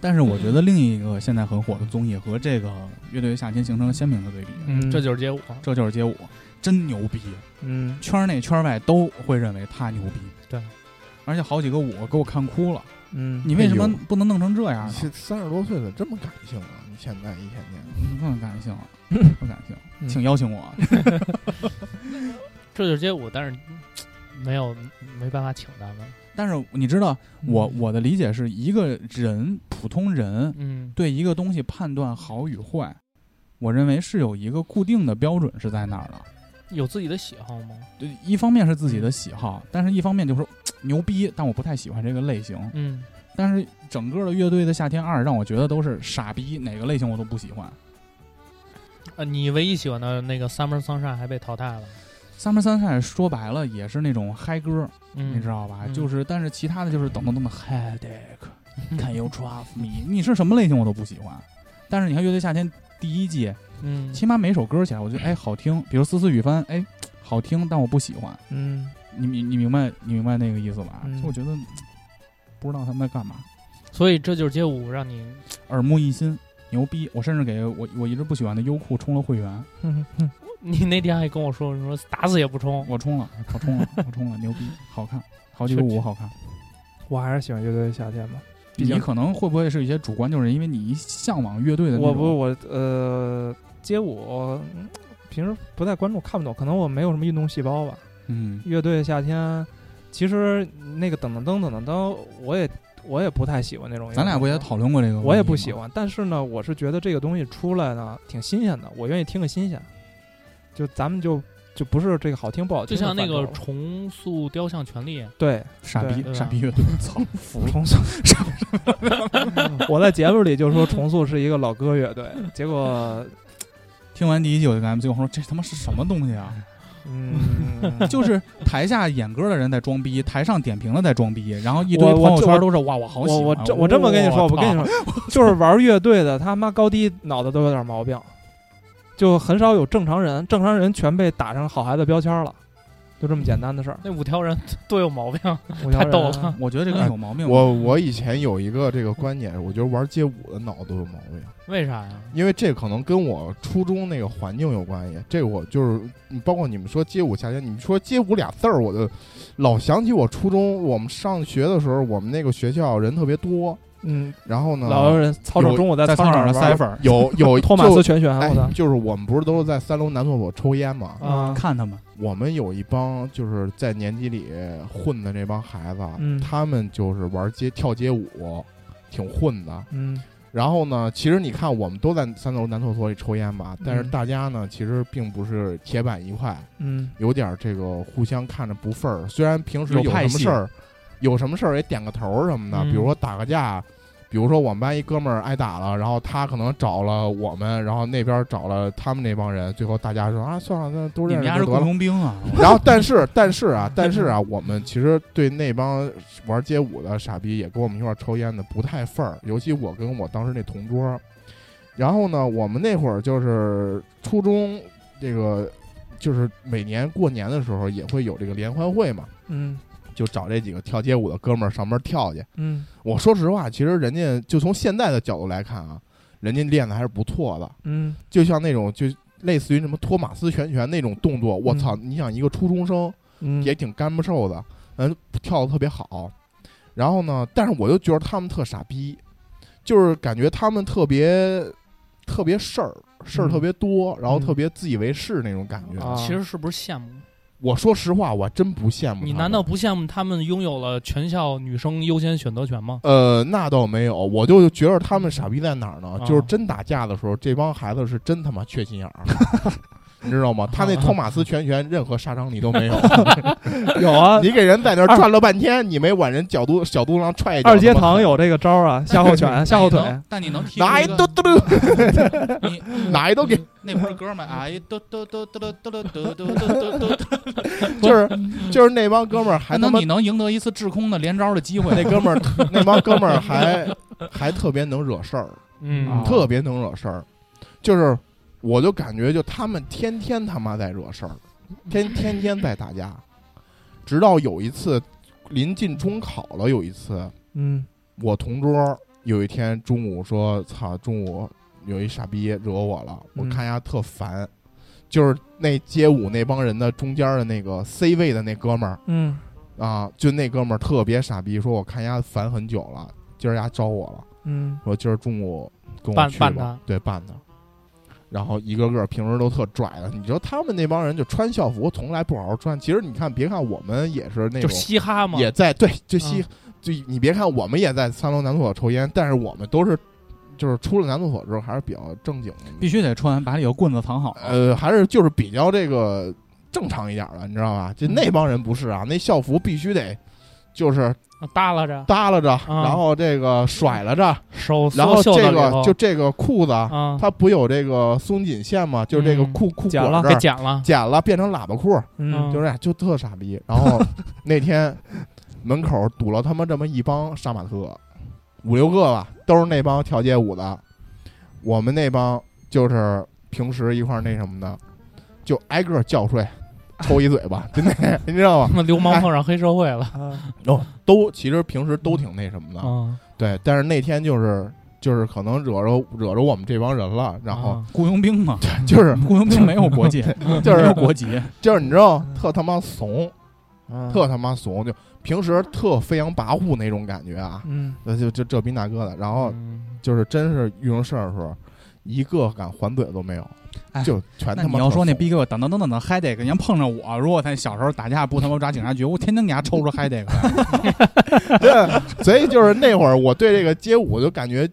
Speaker 3: 但是我觉得另一个现在很火的综艺和这个乐队夏天形成了鲜明的对比，
Speaker 4: 嗯
Speaker 6: 这就是街舞。啊
Speaker 3: 这就是街舞，真牛逼，
Speaker 4: 嗯，
Speaker 3: 圈内圈外都会认为他牛逼。
Speaker 6: 对，
Speaker 3: 而且好几个舞给我看哭了，
Speaker 4: 嗯，
Speaker 3: 你为什么
Speaker 5: 哎呦
Speaker 3: 不能弄成这样呢？
Speaker 4: [laughs]
Speaker 5: 这三十多岁了，这么感性啊？你现在一天天，
Speaker 3: 不感性，
Speaker 4: [laughs]
Speaker 3: 不感性，
Speaker 4: 嗯
Speaker 3: 请邀请我。 [laughs]
Speaker 6: 这就是街舞，但是没有没办法请他们。
Speaker 3: 但是你知道，
Speaker 4: 嗯
Speaker 3: 我我的理解是一个人普通人
Speaker 6: 嗯，
Speaker 3: 对一个东西判断好与坏，我认为是有一个固定的标准是在那儿的。
Speaker 6: 有自己的喜好吗？
Speaker 3: 对，一方面是自己的喜好，但是一方面就是牛逼，但我不太喜欢这个类型。
Speaker 6: 嗯，
Speaker 3: 但是整个的乐队的夏天二让我觉得都是傻逼，哪个类型我都不喜欢。
Speaker 6: 呃，你唯一喜欢的那个 Summer Sunshine 还被淘汰了。
Speaker 3: Summer Sunshine 说白了也是那种嗨歌，
Speaker 6: 嗯，
Speaker 3: 你知道吧？
Speaker 6: 嗯
Speaker 3: 就是，但是其他的就是等等等等
Speaker 6: [laughs]
Speaker 3: headache，can you trust me？你是什么类型我都不喜欢。但是你看乐队夏天第一季，
Speaker 6: 嗯，
Speaker 3: 起码每首歌起来，我觉得哎好听，比如《丝丝雨帆》，哎好听，但我不喜欢。
Speaker 4: 嗯，
Speaker 3: 你你你明白你明白那个意思吧？
Speaker 4: 嗯
Speaker 3: 就我觉得嘖不知道他们在干嘛，
Speaker 6: 所以这就是街舞让你 [laughs]
Speaker 3: 耳目一新，牛逼！我甚至给我我一直不喜欢的优酷充了会员，
Speaker 6: [laughs]
Speaker 4: 嗯，
Speaker 6: 你那天还跟我说，你说打死也不冲。
Speaker 3: 我充了，我充了，我充了，牛逼，好看，好几个舞好 [laughs] 看。
Speaker 4: 我还是喜欢乐队夏天吧。
Speaker 3: [laughs]
Speaker 4: 毕
Speaker 3: 你
Speaker 4: 竟
Speaker 3: 可能会不会是一些主观，就是因为你一向往乐队的那种
Speaker 4: 我不我呃，街舞嗯平时不太关注，看不懂，可能我没有什么运动细胞吧。
Speaker 3: 嗯
Speaker 4: 乐队夏天，其实那个噔噔噔噔噔噔，我也我也不太喜欢那种。
Speaker 3: 咱俩不也？讨论过这个？
Speaker 4: 我也不喜。欢，但是呢，我是觉得这个东西出来呢挺新鲜的，我愿意听个新鲜。就咱们就就不是这个好听不好
Speaker 6: 就
Speaker 4: 听的
Speaker 6: 像
Speaker 4: 范畴
Speaker 6: 那
Speaker 4: 了，
Speaker 6: 个重塑雕像权利，
Speaker 4: 对
Speaker 3: 傻逼
Speaker 6: 对，
Speaker 3: 傻逼乐队，操！服 [laughs]
Speaker 4: 重塑， [laughs] 我在节目里就说重塑是一个老歌乐队，结果
Speaker 3: 听完第一季我就感觉，我说这他妈是什么东西啊？
Speaker 4: 嗯，
Speaker 3: 就是台下演歌的人在装逼，台上点评的在装逼，然后一堆
Speaker 4: 我我
Speaker 3: 朋友
Speaker 4: 这
Speaker 3: 圈都是哇，我好喜
Speaker 4: 我
Speaker 3: 欢。哦
Speaker 4: 我这我这么跟你说，我跟你
Speaker 3: 操，
Speaker 4: 说， [laughs] 就是玩乐队的他妈高低脑袋都有点毛病，就很少有正常人，正常人全被打上好孩子标签了，就这么简单的事儿。
Speaker 6: 那五条人 [laughs] 多有毛病。
Speaker 4: 五条人
Speaker 6: 太逗了
Speaker 3: 我觉得这个有毛病。
Speaker 5: 我我以前有一个这个观点，我觉得玩街舞的脑子有毛病，
Speaker 6: 为啥呀？
Speaker 5: 因为这可能跟我初中那个环境有关系。这个我就是，嗯包括你们说街舞夏天，你们说街舞俩字儿，我就老想起我初中我们上学的时候，我们那个学校人特别多，
Speaker 4: 嗯，
Speaker 5: 然后呢，
Speaker 4: 老有人操场中午在
Speaker 3: 在
Speaker 4: 操
Speaker 3: 操场上
Speaker 4: 上
Speaker 3: 塞
Speaker 4: 玩
Speaker 3: 粉儿，
Speaker 5: 有有
Speaker 4: [laughs] 托马
Speaker 5: 就
Speaker 4: 斯全旋，
Speaker 5: 哎
Speaker 4: 我
Speaker 5: [laughs]
Speaker 4: 操，
Speaker 5: 就是我们不是都是在三楼男厕所抽烟嘛？
Speaker 4: 啊，
Speaker 3: 看他们
Speaker 5: 我们有一帮就是在年级里混的这帮孩子，
Speaker 4: 嗯
Speaker 5: 他们就是玩街跳街舞，挺混的。
Speaker 4: 嗯
Speaker 5: 然后呢，其实你看，我们都在三楼男厕所里抽烟吧，但是
Speaker 4: 嗯
Speaker 5: 大家呢，其实并不是铁板一块，
Speaker 4: 嗯
Speaker 5: 有点儿这个互相看着不忿儿。虽然平时
Speaker 3: 有
Speaker 5: 有什
Speaker 3: 派
Speaker 5: 么
Speaker 3: 系
Speaker 5: 事儿，有什么事儿也点个头儿什么的，
Speaker 6: 嗯
Speaker 5: 比如说打个架，比如说我们班一哥们儿挨打了，然后他可能找了我们，然后那边儿找了他们那帮人，最后大家说啊，算了，那都
Speaker 3: 你
Speaker 5: 认
Speaker 3: 们
Speaker 5: 识
Speaker 3: 家
Speaker 5: 就是得
Speaker 3: 雇
Speaker 5: 了。
Speaker 3: 佣兵啊！ [laughs]
Speaker 5: 然后，但是，但是啊，但是啊，我们其实对那帮玩街舞的傻逼，也跟我们一块儿抽烟的不太份儿。尤其我跟我当时那同桌，然后呢，我们那会儿就是初中，这个就是每年过年的时候也会有这个联欢会嘛，
Speaker 4: 嗯
Speaker 5: 就找这几个跳街舞的哥们儿上门跳去。
Speaker 4: 嗯
Speaker 5: 我说实话，其实人家就从现在的角度来看啊，人家练的还是不错的，
Speaker 4: 嗯
Speaker 5: 就像那种就类似于什么托马斯拳拳那种动作，我
Speaker 4: 嗯
Speaker 5: 操！你想一个初中生。
Speaker 4: 嗯，
Speaker 5: 也挺干不瘦的，嗯，跳的特别好。然后呢，但是我就觉得他们特傻逼，就是感觉他们特别特别事儿，事儿
Speaker 4: 嗯
Speaker 5: 特别多，然后
Speaker 4: 嗯
Speaker 5: 特别自以为是那种感觉。
Speaker 4: 啊
Speaker 6: 其实是不是羡慕？
Speaker 5: 我说实话，我真不羡慕他们
Speaker 6: 你难道？不羡慕他们拥有了全校女生优先选择权吗？
Speaker 5: 呃，那倒没有，我就觉得他们傻逼在哪儿呢？
Speaker 6: 啊
Speaker 5: 就是真打架的时候，这帮孩子是真他妈缺心眼儿，啊 [laughs] 你知道吗？他那托马斯拳拳任何杀伤力都没
Speaker 4: [laughs]
Speaker 5: 有，
Speaker 4: 有啊，
Speaker 5: 你给人在那儿转了半
Speaker 4: [laughs]
Speaker 5: 天，你没往人角肚小肚子上踹一脚。
Speaker 4: 二阶
Speaker 5: 他妈
Speaker 4: 堂有这个招儿啊，下后拳、下
Speaker 3: [laughs]
Speaker 4: 后腿，
Speaker 3: 但你能踢出
Speaker 5: 拿
Speaker 3: [laughs]
Speaker 5: 一
Speaker 3: 一
Speaker 5: 嘟
Speaker 3: 个
Speaker 5: 嘟嘟，
Speaker 3: 你
Speaker 5: 哪一都给，
Speaker 3: 那不是哥们儿哎嘟嘟嘟嘟嘟嘟嘟嘟嘟嘟嘟，
Speaker 5: 就是就是那帮哥们儿还
Speaker 3: 还
Speaker 5: 他
Speaker 3: 能
Speaker 5: 妈
Speaker 3: 你能赢得一次制空的连招的机会，
Speaker 5: 那哥们儿那帮哥们儿还还特别能惹事儿，
Speaker 6: 嗯
Speaker 3: 啊
Speaker 5: 特别能惹事儿，就是我就感觉就他们天天他妈在惹事儿，天天天在打架，直到有一次临近中考了，有一次
Speaker 4: 嗯
Speaker 5: 我同桌有一天中午说：“操，中午有一傻逼惹我了，我
Speaker 4: 嗯
Speaker 5: 看呀特烦。就是那街舞那帮人的中间的那个 C 位的那哥们儿
Speaker 4: 嗯
Speaker 5: 啊，就那哥们儿特别傻逼，说我看丫烦很久了，今儿丫招我了，
Speaker 4: 嗯
Speaker 5: 说今儿中午跟我
Speaker 6: 办
Speaker 5: 去
Speaker 6: 办
Speaker 5: 吧
Speaker 6: 他，
Speaker 5: 对，办他。然后一个个平时都特拽的，你知道他们那帮人就穿校服从来不好好穿。其实你看，别看我们也是那
Speaker 6: 就
Speaker 5: 种
Speaker 6: 嘻哈嘛，
Speaker 5: 也在对，就西、就你别看我们也在三楼男厕所抽烟，但是我们都是就是出了男厕所之后还是比较正经的，
Speaker 3: 必须得穿，把里头棍子藏好。
Speaker 5: 呃还是就是比较这个正常一点的，你知道吧？就那帮人不是啊，那校服必须得就是
Speaker 6: 啊耷拉着
Speaker 5: 耷拉着，
Speaker 6: 嗯
Speaker 5: 然后这个甩了着，
Speaker 6: 手
Speaker 5: 然后
Speaker 6: 缩嗯袖
Speaker 5: 这
Speaker 6: 到里
Speaker 5: 个
Speaker 6: 头
Speaker 5: 就这个裤子啊，
Speaker 6: 啊，
Speaker 5: 它不有这个松紧线吗？就是这个
Speaker 6: 嗯
Speaker 5: 裤裤
Speaker 4: 剪
Speaker 5: 管
Speaker 4: 了
Speaker 5: 这
Speaker 6: 给
Speaker 5: 儿
Speaker 6: 剪
Speaker 5: [laughs]
Speaker 6: 了，
Speaker 5: 剪了变成喇叭裤，
Speaker 4: 嗯
Speaker 5: 就
Speaker 6: 嗯
Speaker 5: 是哎就特傻逼。然后那天门口堵了他妈这么一帮杀马特，五六个吧，都是那帮跳街舞的。我们那帮就是平时一块儿那什么的，就挨个儿叫出来抽一嘴巴，真的，你知道吗？
Speaker 6: 那流氓碰上黑社会了，
Speaker 4: 啊
Speaker 5: 都其实平时都挺那什么的，
Speaker 6: 嗯，
Speaker 5: 对。但是那天就是就是可能惹着惹着我们这帮人了，然后 [laughs]
Speaker 6: 啊
Speaker 3: 雇佣兵嘛，
Speaker 5: 就是
Speaker 3: 雇佣兵没有国界，
Speaker 5: 就
Speaker 3: [laughs]
Speaker 5: 是
Speaker 3: 没有国籍，
Speaker 5: 就是你知道特他妈怂，
Speaker 4: 啊
Speaker 5: 特他妈怂，就平时特飞扬跋扈那种感觉啊。
Speaker 4: 嗯
Speaker 5: 那就这这逼那哥的，
Speaker 4: 啊
Speaker 5: 然后
Speaker 6: 嗯
Speaker 5: 就是真是遇上事儿的时候，一个敢还嘴都没有，
Speaker 3: 哎
Speaker 5: 就全
Speaker 3: 那
Speaker 5: 他妈
Speaker 3: 你要
Speaker 5: 特
Speaker 3: 说那
Speaker 5: 怂
Speaker 3: 逼给我等等等等等，嗨得给人家碰着我，如果他小时候打架不他妈抓警察局，我天天给他抽 [laughs] 啊出嗨得个。
Speaker 5: 对，所以就是那会儿我对这个街舞就感觉，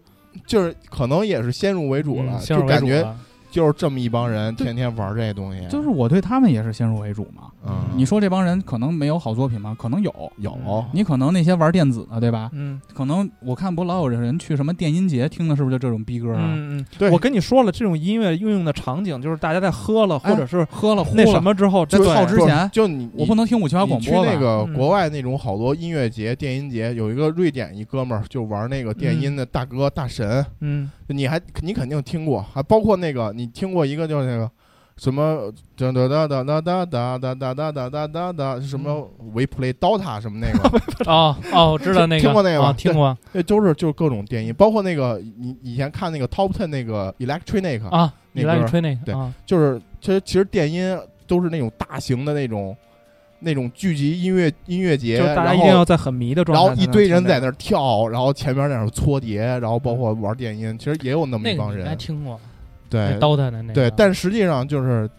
Speaker 5: 就是可能也是先入为主
Speaker 3: 嗯
Speaker 5: 了，
Speaker 6: 先入
Speaker 5: 就
Speaker 6: 为
Speaker 5: 感
Speaker 6: 主
Speaker 5: 觉
Speaker 6: 了
Speaker 5: 就是这么一帮人天天玩这东西，
Speaker 3: 就是我对他们也是先入为主嘛。
Speaker 5: 嗯，
Speaker 3: 你说这帮人可能没有好作品吗？可能有，嗯
Speaker 5: 有
Speaker 3: 你可能那些玩电子的，对吧？
Speaker 4: 嗯
Speaker 3: 可能我看不老有人去什么电音节听的，是不是就这种逼歌啊？
Speaker 4: 嗯嗯，
Speaker 5: 对
Speaker 4: 我跟你说了，这种音乐应用的场景就是大家在喝了
Speaker 3: 哎
Speaker 4: 或者是
Speaker 3: 喝了
Speaker 4: 那
Speaker 3: 呼
Speaker 4: 什
Speaker 3: 了，
Speaker 4: 么之后，
Speaker 3: 在
Speaker 4: 就
Speaker 3: 操之
Speaker 5: 不是
Speaker 3: 前，
Speaker 5: 就你
Speaker 3: 我不
Speaker 5: 能。
Speaker 3: 能听五七八
Speaker 5: 你
Speaker 3: 广
Speaker 5: 去
Speaker 3: 播吧？
Speaker 5: 那个
Speaker 4: 嗯
Speaker 5: 国外那种好多音乐节、电音节，有一个瑞典一哥们儿就玩那个电
Speaker 3: 嗯
Speaker 5: 音的大哥大神，
Speaker 4: 嗯
Speaker 5: 你还你肯定听过，还包括那个你听过一个就是那个什么哒哒哒哒哒哒哒哒哒哒哒哒哒哒什么
Speaker 4: 嗯
Speaker 5: We Play Dota 什么那个，
Speaker 4: [laughs]
Speaker 6: 哦哦，我知道那个，
Speaker 5: [laughs] 听过那个吧
Speaker 6: 啊听过
Speaker 5: 那都是就是各种电音，包括那个你以前看那个 Top Ten 那个 Electronic，、
Speaker 6: 啊，你
Speaker 5: 那
Speaker 6: 来
Speaker 5: 歌
Speaker 6: 你吹那
Speaker 5: 对
Speaker 6: 个啊，
Speaker 5: 就是其实其实电音都是那种大型的那种那种聚集音乐音乐节，
Speaker 4: 就是大家
Speaker 5: 然
Speaker 4: 一定要
Speaker 5: 后
Speaker 4: 在很迷的状
Speaker 5: 然
Speaker 4: 态，
Speaker 5: 后一堆人在那儿跳，然后前面在那儿搓碟，然后包括玩电音，其实也有那么
Speaker 6: 那
Speaker 5: 一
Speaker 6: 个
Speaker 5: 帮
Speaker 6: 你应
Speaker 5: 人，
Speaker 6: 该听过，
Speaker 5: 对
Speaker 6: 那 DOTA 的那个，
Speaker 5: 对，
Speaker 3: 啊
Speaker 5: 但实际上就是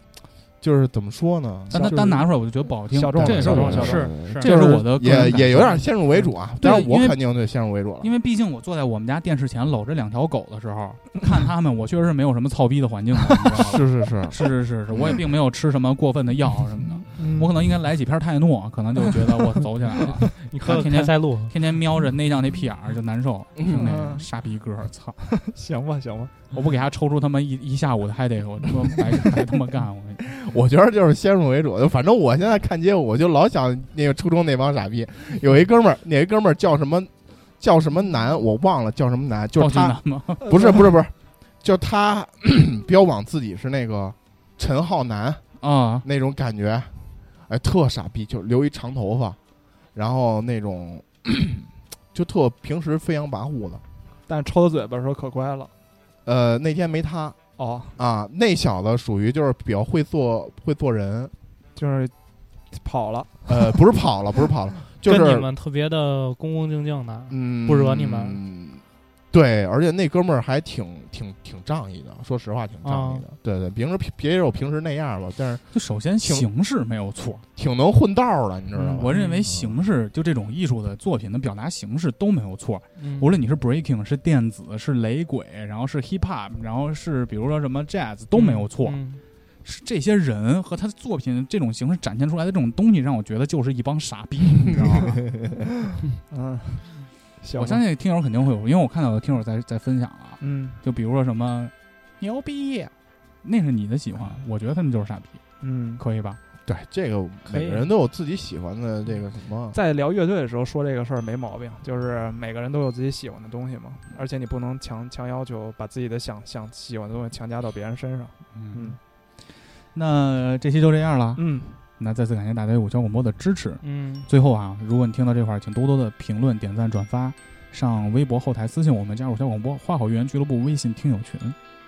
Speaker 5: 就是怎么说呢？
Speaker 3: 但他
Speaker 5: 就是
Speaker 3: 单拿出来我就觉得不好听，
Speaker 4: 小众
Speaker 3: 这也是
Speaker 5: 小
Speaker 3: 我
Speaker 5: 众
Speaker 3: 的嗯
Speaker 5: 小众
Speaker 6: 是
Speaker 5: 是
Speaker 3: 这也是我的个
Speaker 5: 也
Speaker 3: 人感
Speaker 5: 也有
Speaker 3: 受
Speaker 5: 点先入为主啊。
Speaker 3: 对
Speaker 5: 当然我
Speaker 3: 因为
Speaker 5: 肯定对先入为主了，
Speaker 3: 因为毕竟我坐在我们家电视前搂着两条狗的时 [laughs] 候，看他们，我确实是没有什么操逼的环境的，啊你知道吗？
Speaker 5: 是是是，
Speaker 3: 是是是是，我也并没有吃什么过分的药什么的，
Speaker 4: 嗯，
Speaker 3: 我可能应该来几片泰诺，可能就觉得我走起来了，
Speaker 6: 你
Speaker 3: 天
Speaker 6: 喝天
Speaker 3: 天
Speaker 6: 天塞露，
Speaker 3: 天天瞄着内脏那屁眼儿就难受，听那个
Speaker 4: 嗯
Speaker 3: 傻逼歌，操！
Speaker 4: 行吧行吧，
Speaker 3: 我不给他抽出他妈一一下午的还得我他妈白白他妈干，我跟你说
Speaker 5: 我觉得就是先入为主。就反正我现在看街舞，我就老想那个初中那帮傻逼，有一哥们儿，那一哥们儿叫什么叫什么男，我忘了叫什么男，就
Speaker 3: 报
Speaker 5: 是
Speaker 3: 警
Speaker 5: 他
Speaker 3: 男吗？
Speaker 5: 不是不是不是，就他 [clears throat] 标榜自己是那个陈浩南
Speaker 3: 啊，
Speaker 5: 那种感觉，哎，特傻逼，就留一长头发，然后那种就特平时飞扬跋扈的。
Speaker 4: 但是抽他嘴巴的时候可乖了
Speaker 5: 呃，那天没他
Speaker 4: 哦，
Speaker 5: 啊，那小子属于就是比较会做会做人，
Speaker 4: 就是跑了，
Speaker 6: [laughs]
Speaker 5: 呃，不是跑了，不是跑了， [laughs] 就
Speaker 6: 跟你
Speaker 5: 是
Speaker 6: 们特别的恭恭敬敬的，
Speaker 5: 嗯，
Speaker 6: 不惹你们
Speaker 5: 嗯对，而且那哥们儿还挺挺挺仗义的，说实话挺仗义
Speaker 6: 哦
Speaker 5: 的。对对，平时别有平时那样吧，但是
Speaker 3: 就首先
Speaker 5: 挺
Speaker 3: 形式没有错，
Speaker 5: 挺能混道儿的，你知道吗
Speaker 4: 嗯？
Speaker 3: 我认为形式就这种艺术的作品的表达形式都没有错，
Speaker 6: 嗯
Speaker 3: 无论你是 breaking 是电子是雷鬼，然后是 hip hop，然后是比如说什么 jazz 都没有错，
Speaker 6: 嗯
Speaker 3: 是这些人和他的作品这种形式展现出来的这种东西，让我觉得就是一帮傻逼，你知道 [laughs] 吗？
Speaker 4: 嗯，行吧，
Speaker 3: 我相信听友肯定会有，因为我看到有听友在在分享啊，
Speaker 4: 嗯
Speaker 3: 就比如说什么牛逼，那是你的喜欢，我觉得他们就是傻逼，
Speaker 4: 嗯
Speaker 3: 可以吧？
Speaker 5: 对，这个
Speaker 4: 可以
Speaker 5: 每个人都有自己喜欢的这个什么，
Speaker 4: 在聊乐队的时候说这个事儿没毛病，就是每个人都有自己喜欢的东西嘛，而且你不能强强要求把自己的想想喜欢的东西强加到别人身上。
Speaker 3: 嗯，那这期就这样了。
Speaker 4: 嗯，
Speaker 3: 那再次感谢大家对五交广播的支持。
Speaker 6: 嗯，
Speaker 3: 最后啊，如果你听到这块儿，请多多的评论、点赞、转发，上微博后台私信我们，加入小广播花好月圆俱乐部微信听友群。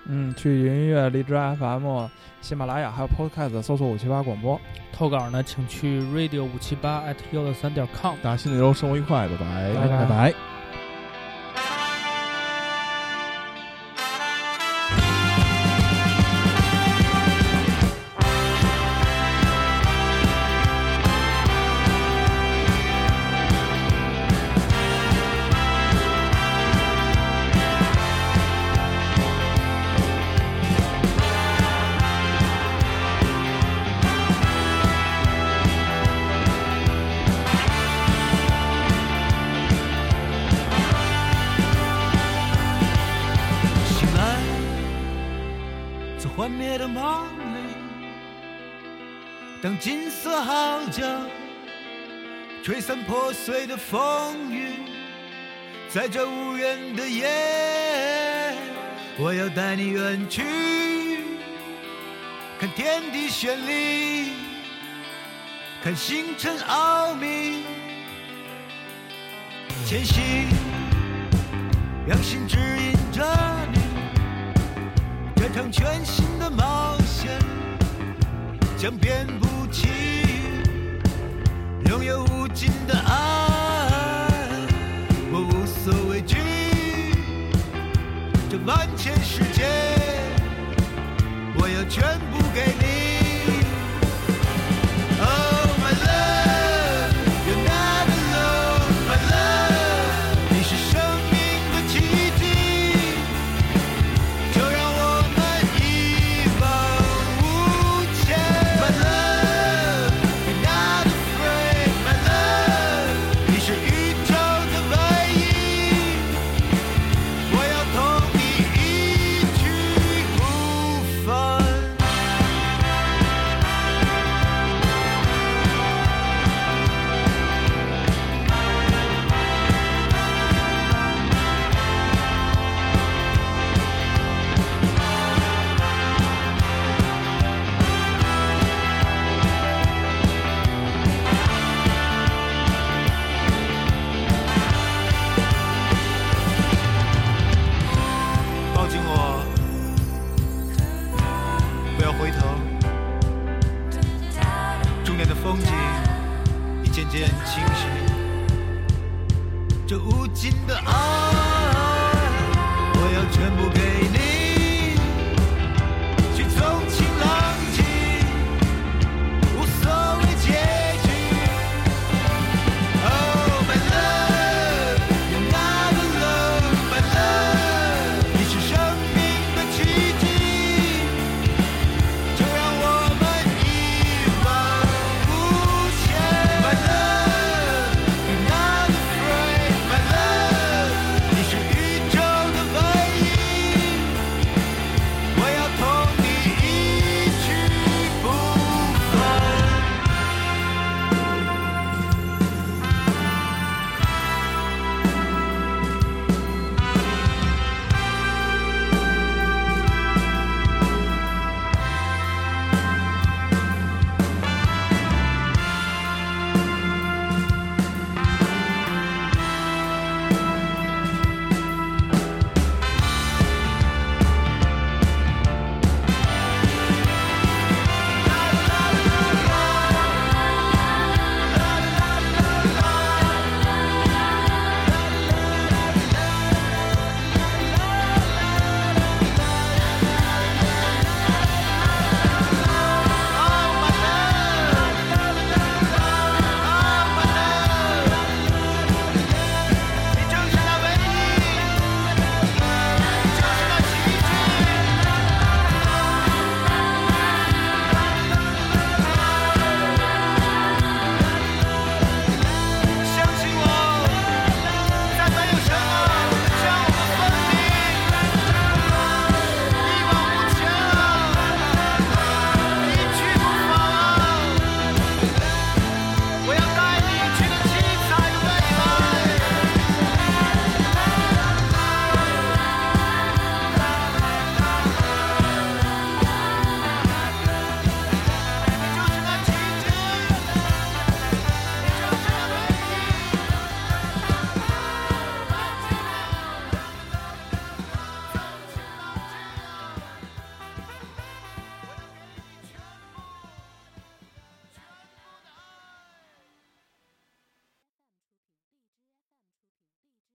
Speaker 4: 嗯，去云音乐、荔枝 FM、喜马拉雅还有 Podcast 搜索五七八广播。
Speaker 6: 投稿呢，请去 radio 五七八 at 幺六三点 com。
Speaker 5: 大家心里都生活愉快，拜拜
Speaker 3: 拜
Speaker 4: 拜
Speaker 3: 拜。
Speaker 7: 醒来，在幻灭的梦里，当金色号角吹散破碎的风雨，在这无人的夜，我要带你远去，看天地绚丽，看星辰奥秘，前行。让心指引着你，这场全新的冒险将遍布奇遇，拥有无尽的爱，我无所畏惧。这万千世界，我要全部给你。Oh my love, you're not alone, my love，你是生命的奇迹，就让我们一往无前。My love, you're not afraid, my love，你是宇宙的唯一，我要同你一去不返。抱紧我，不要回头。终点的风景已渐渐清晰，这无尽的爱，我要全部给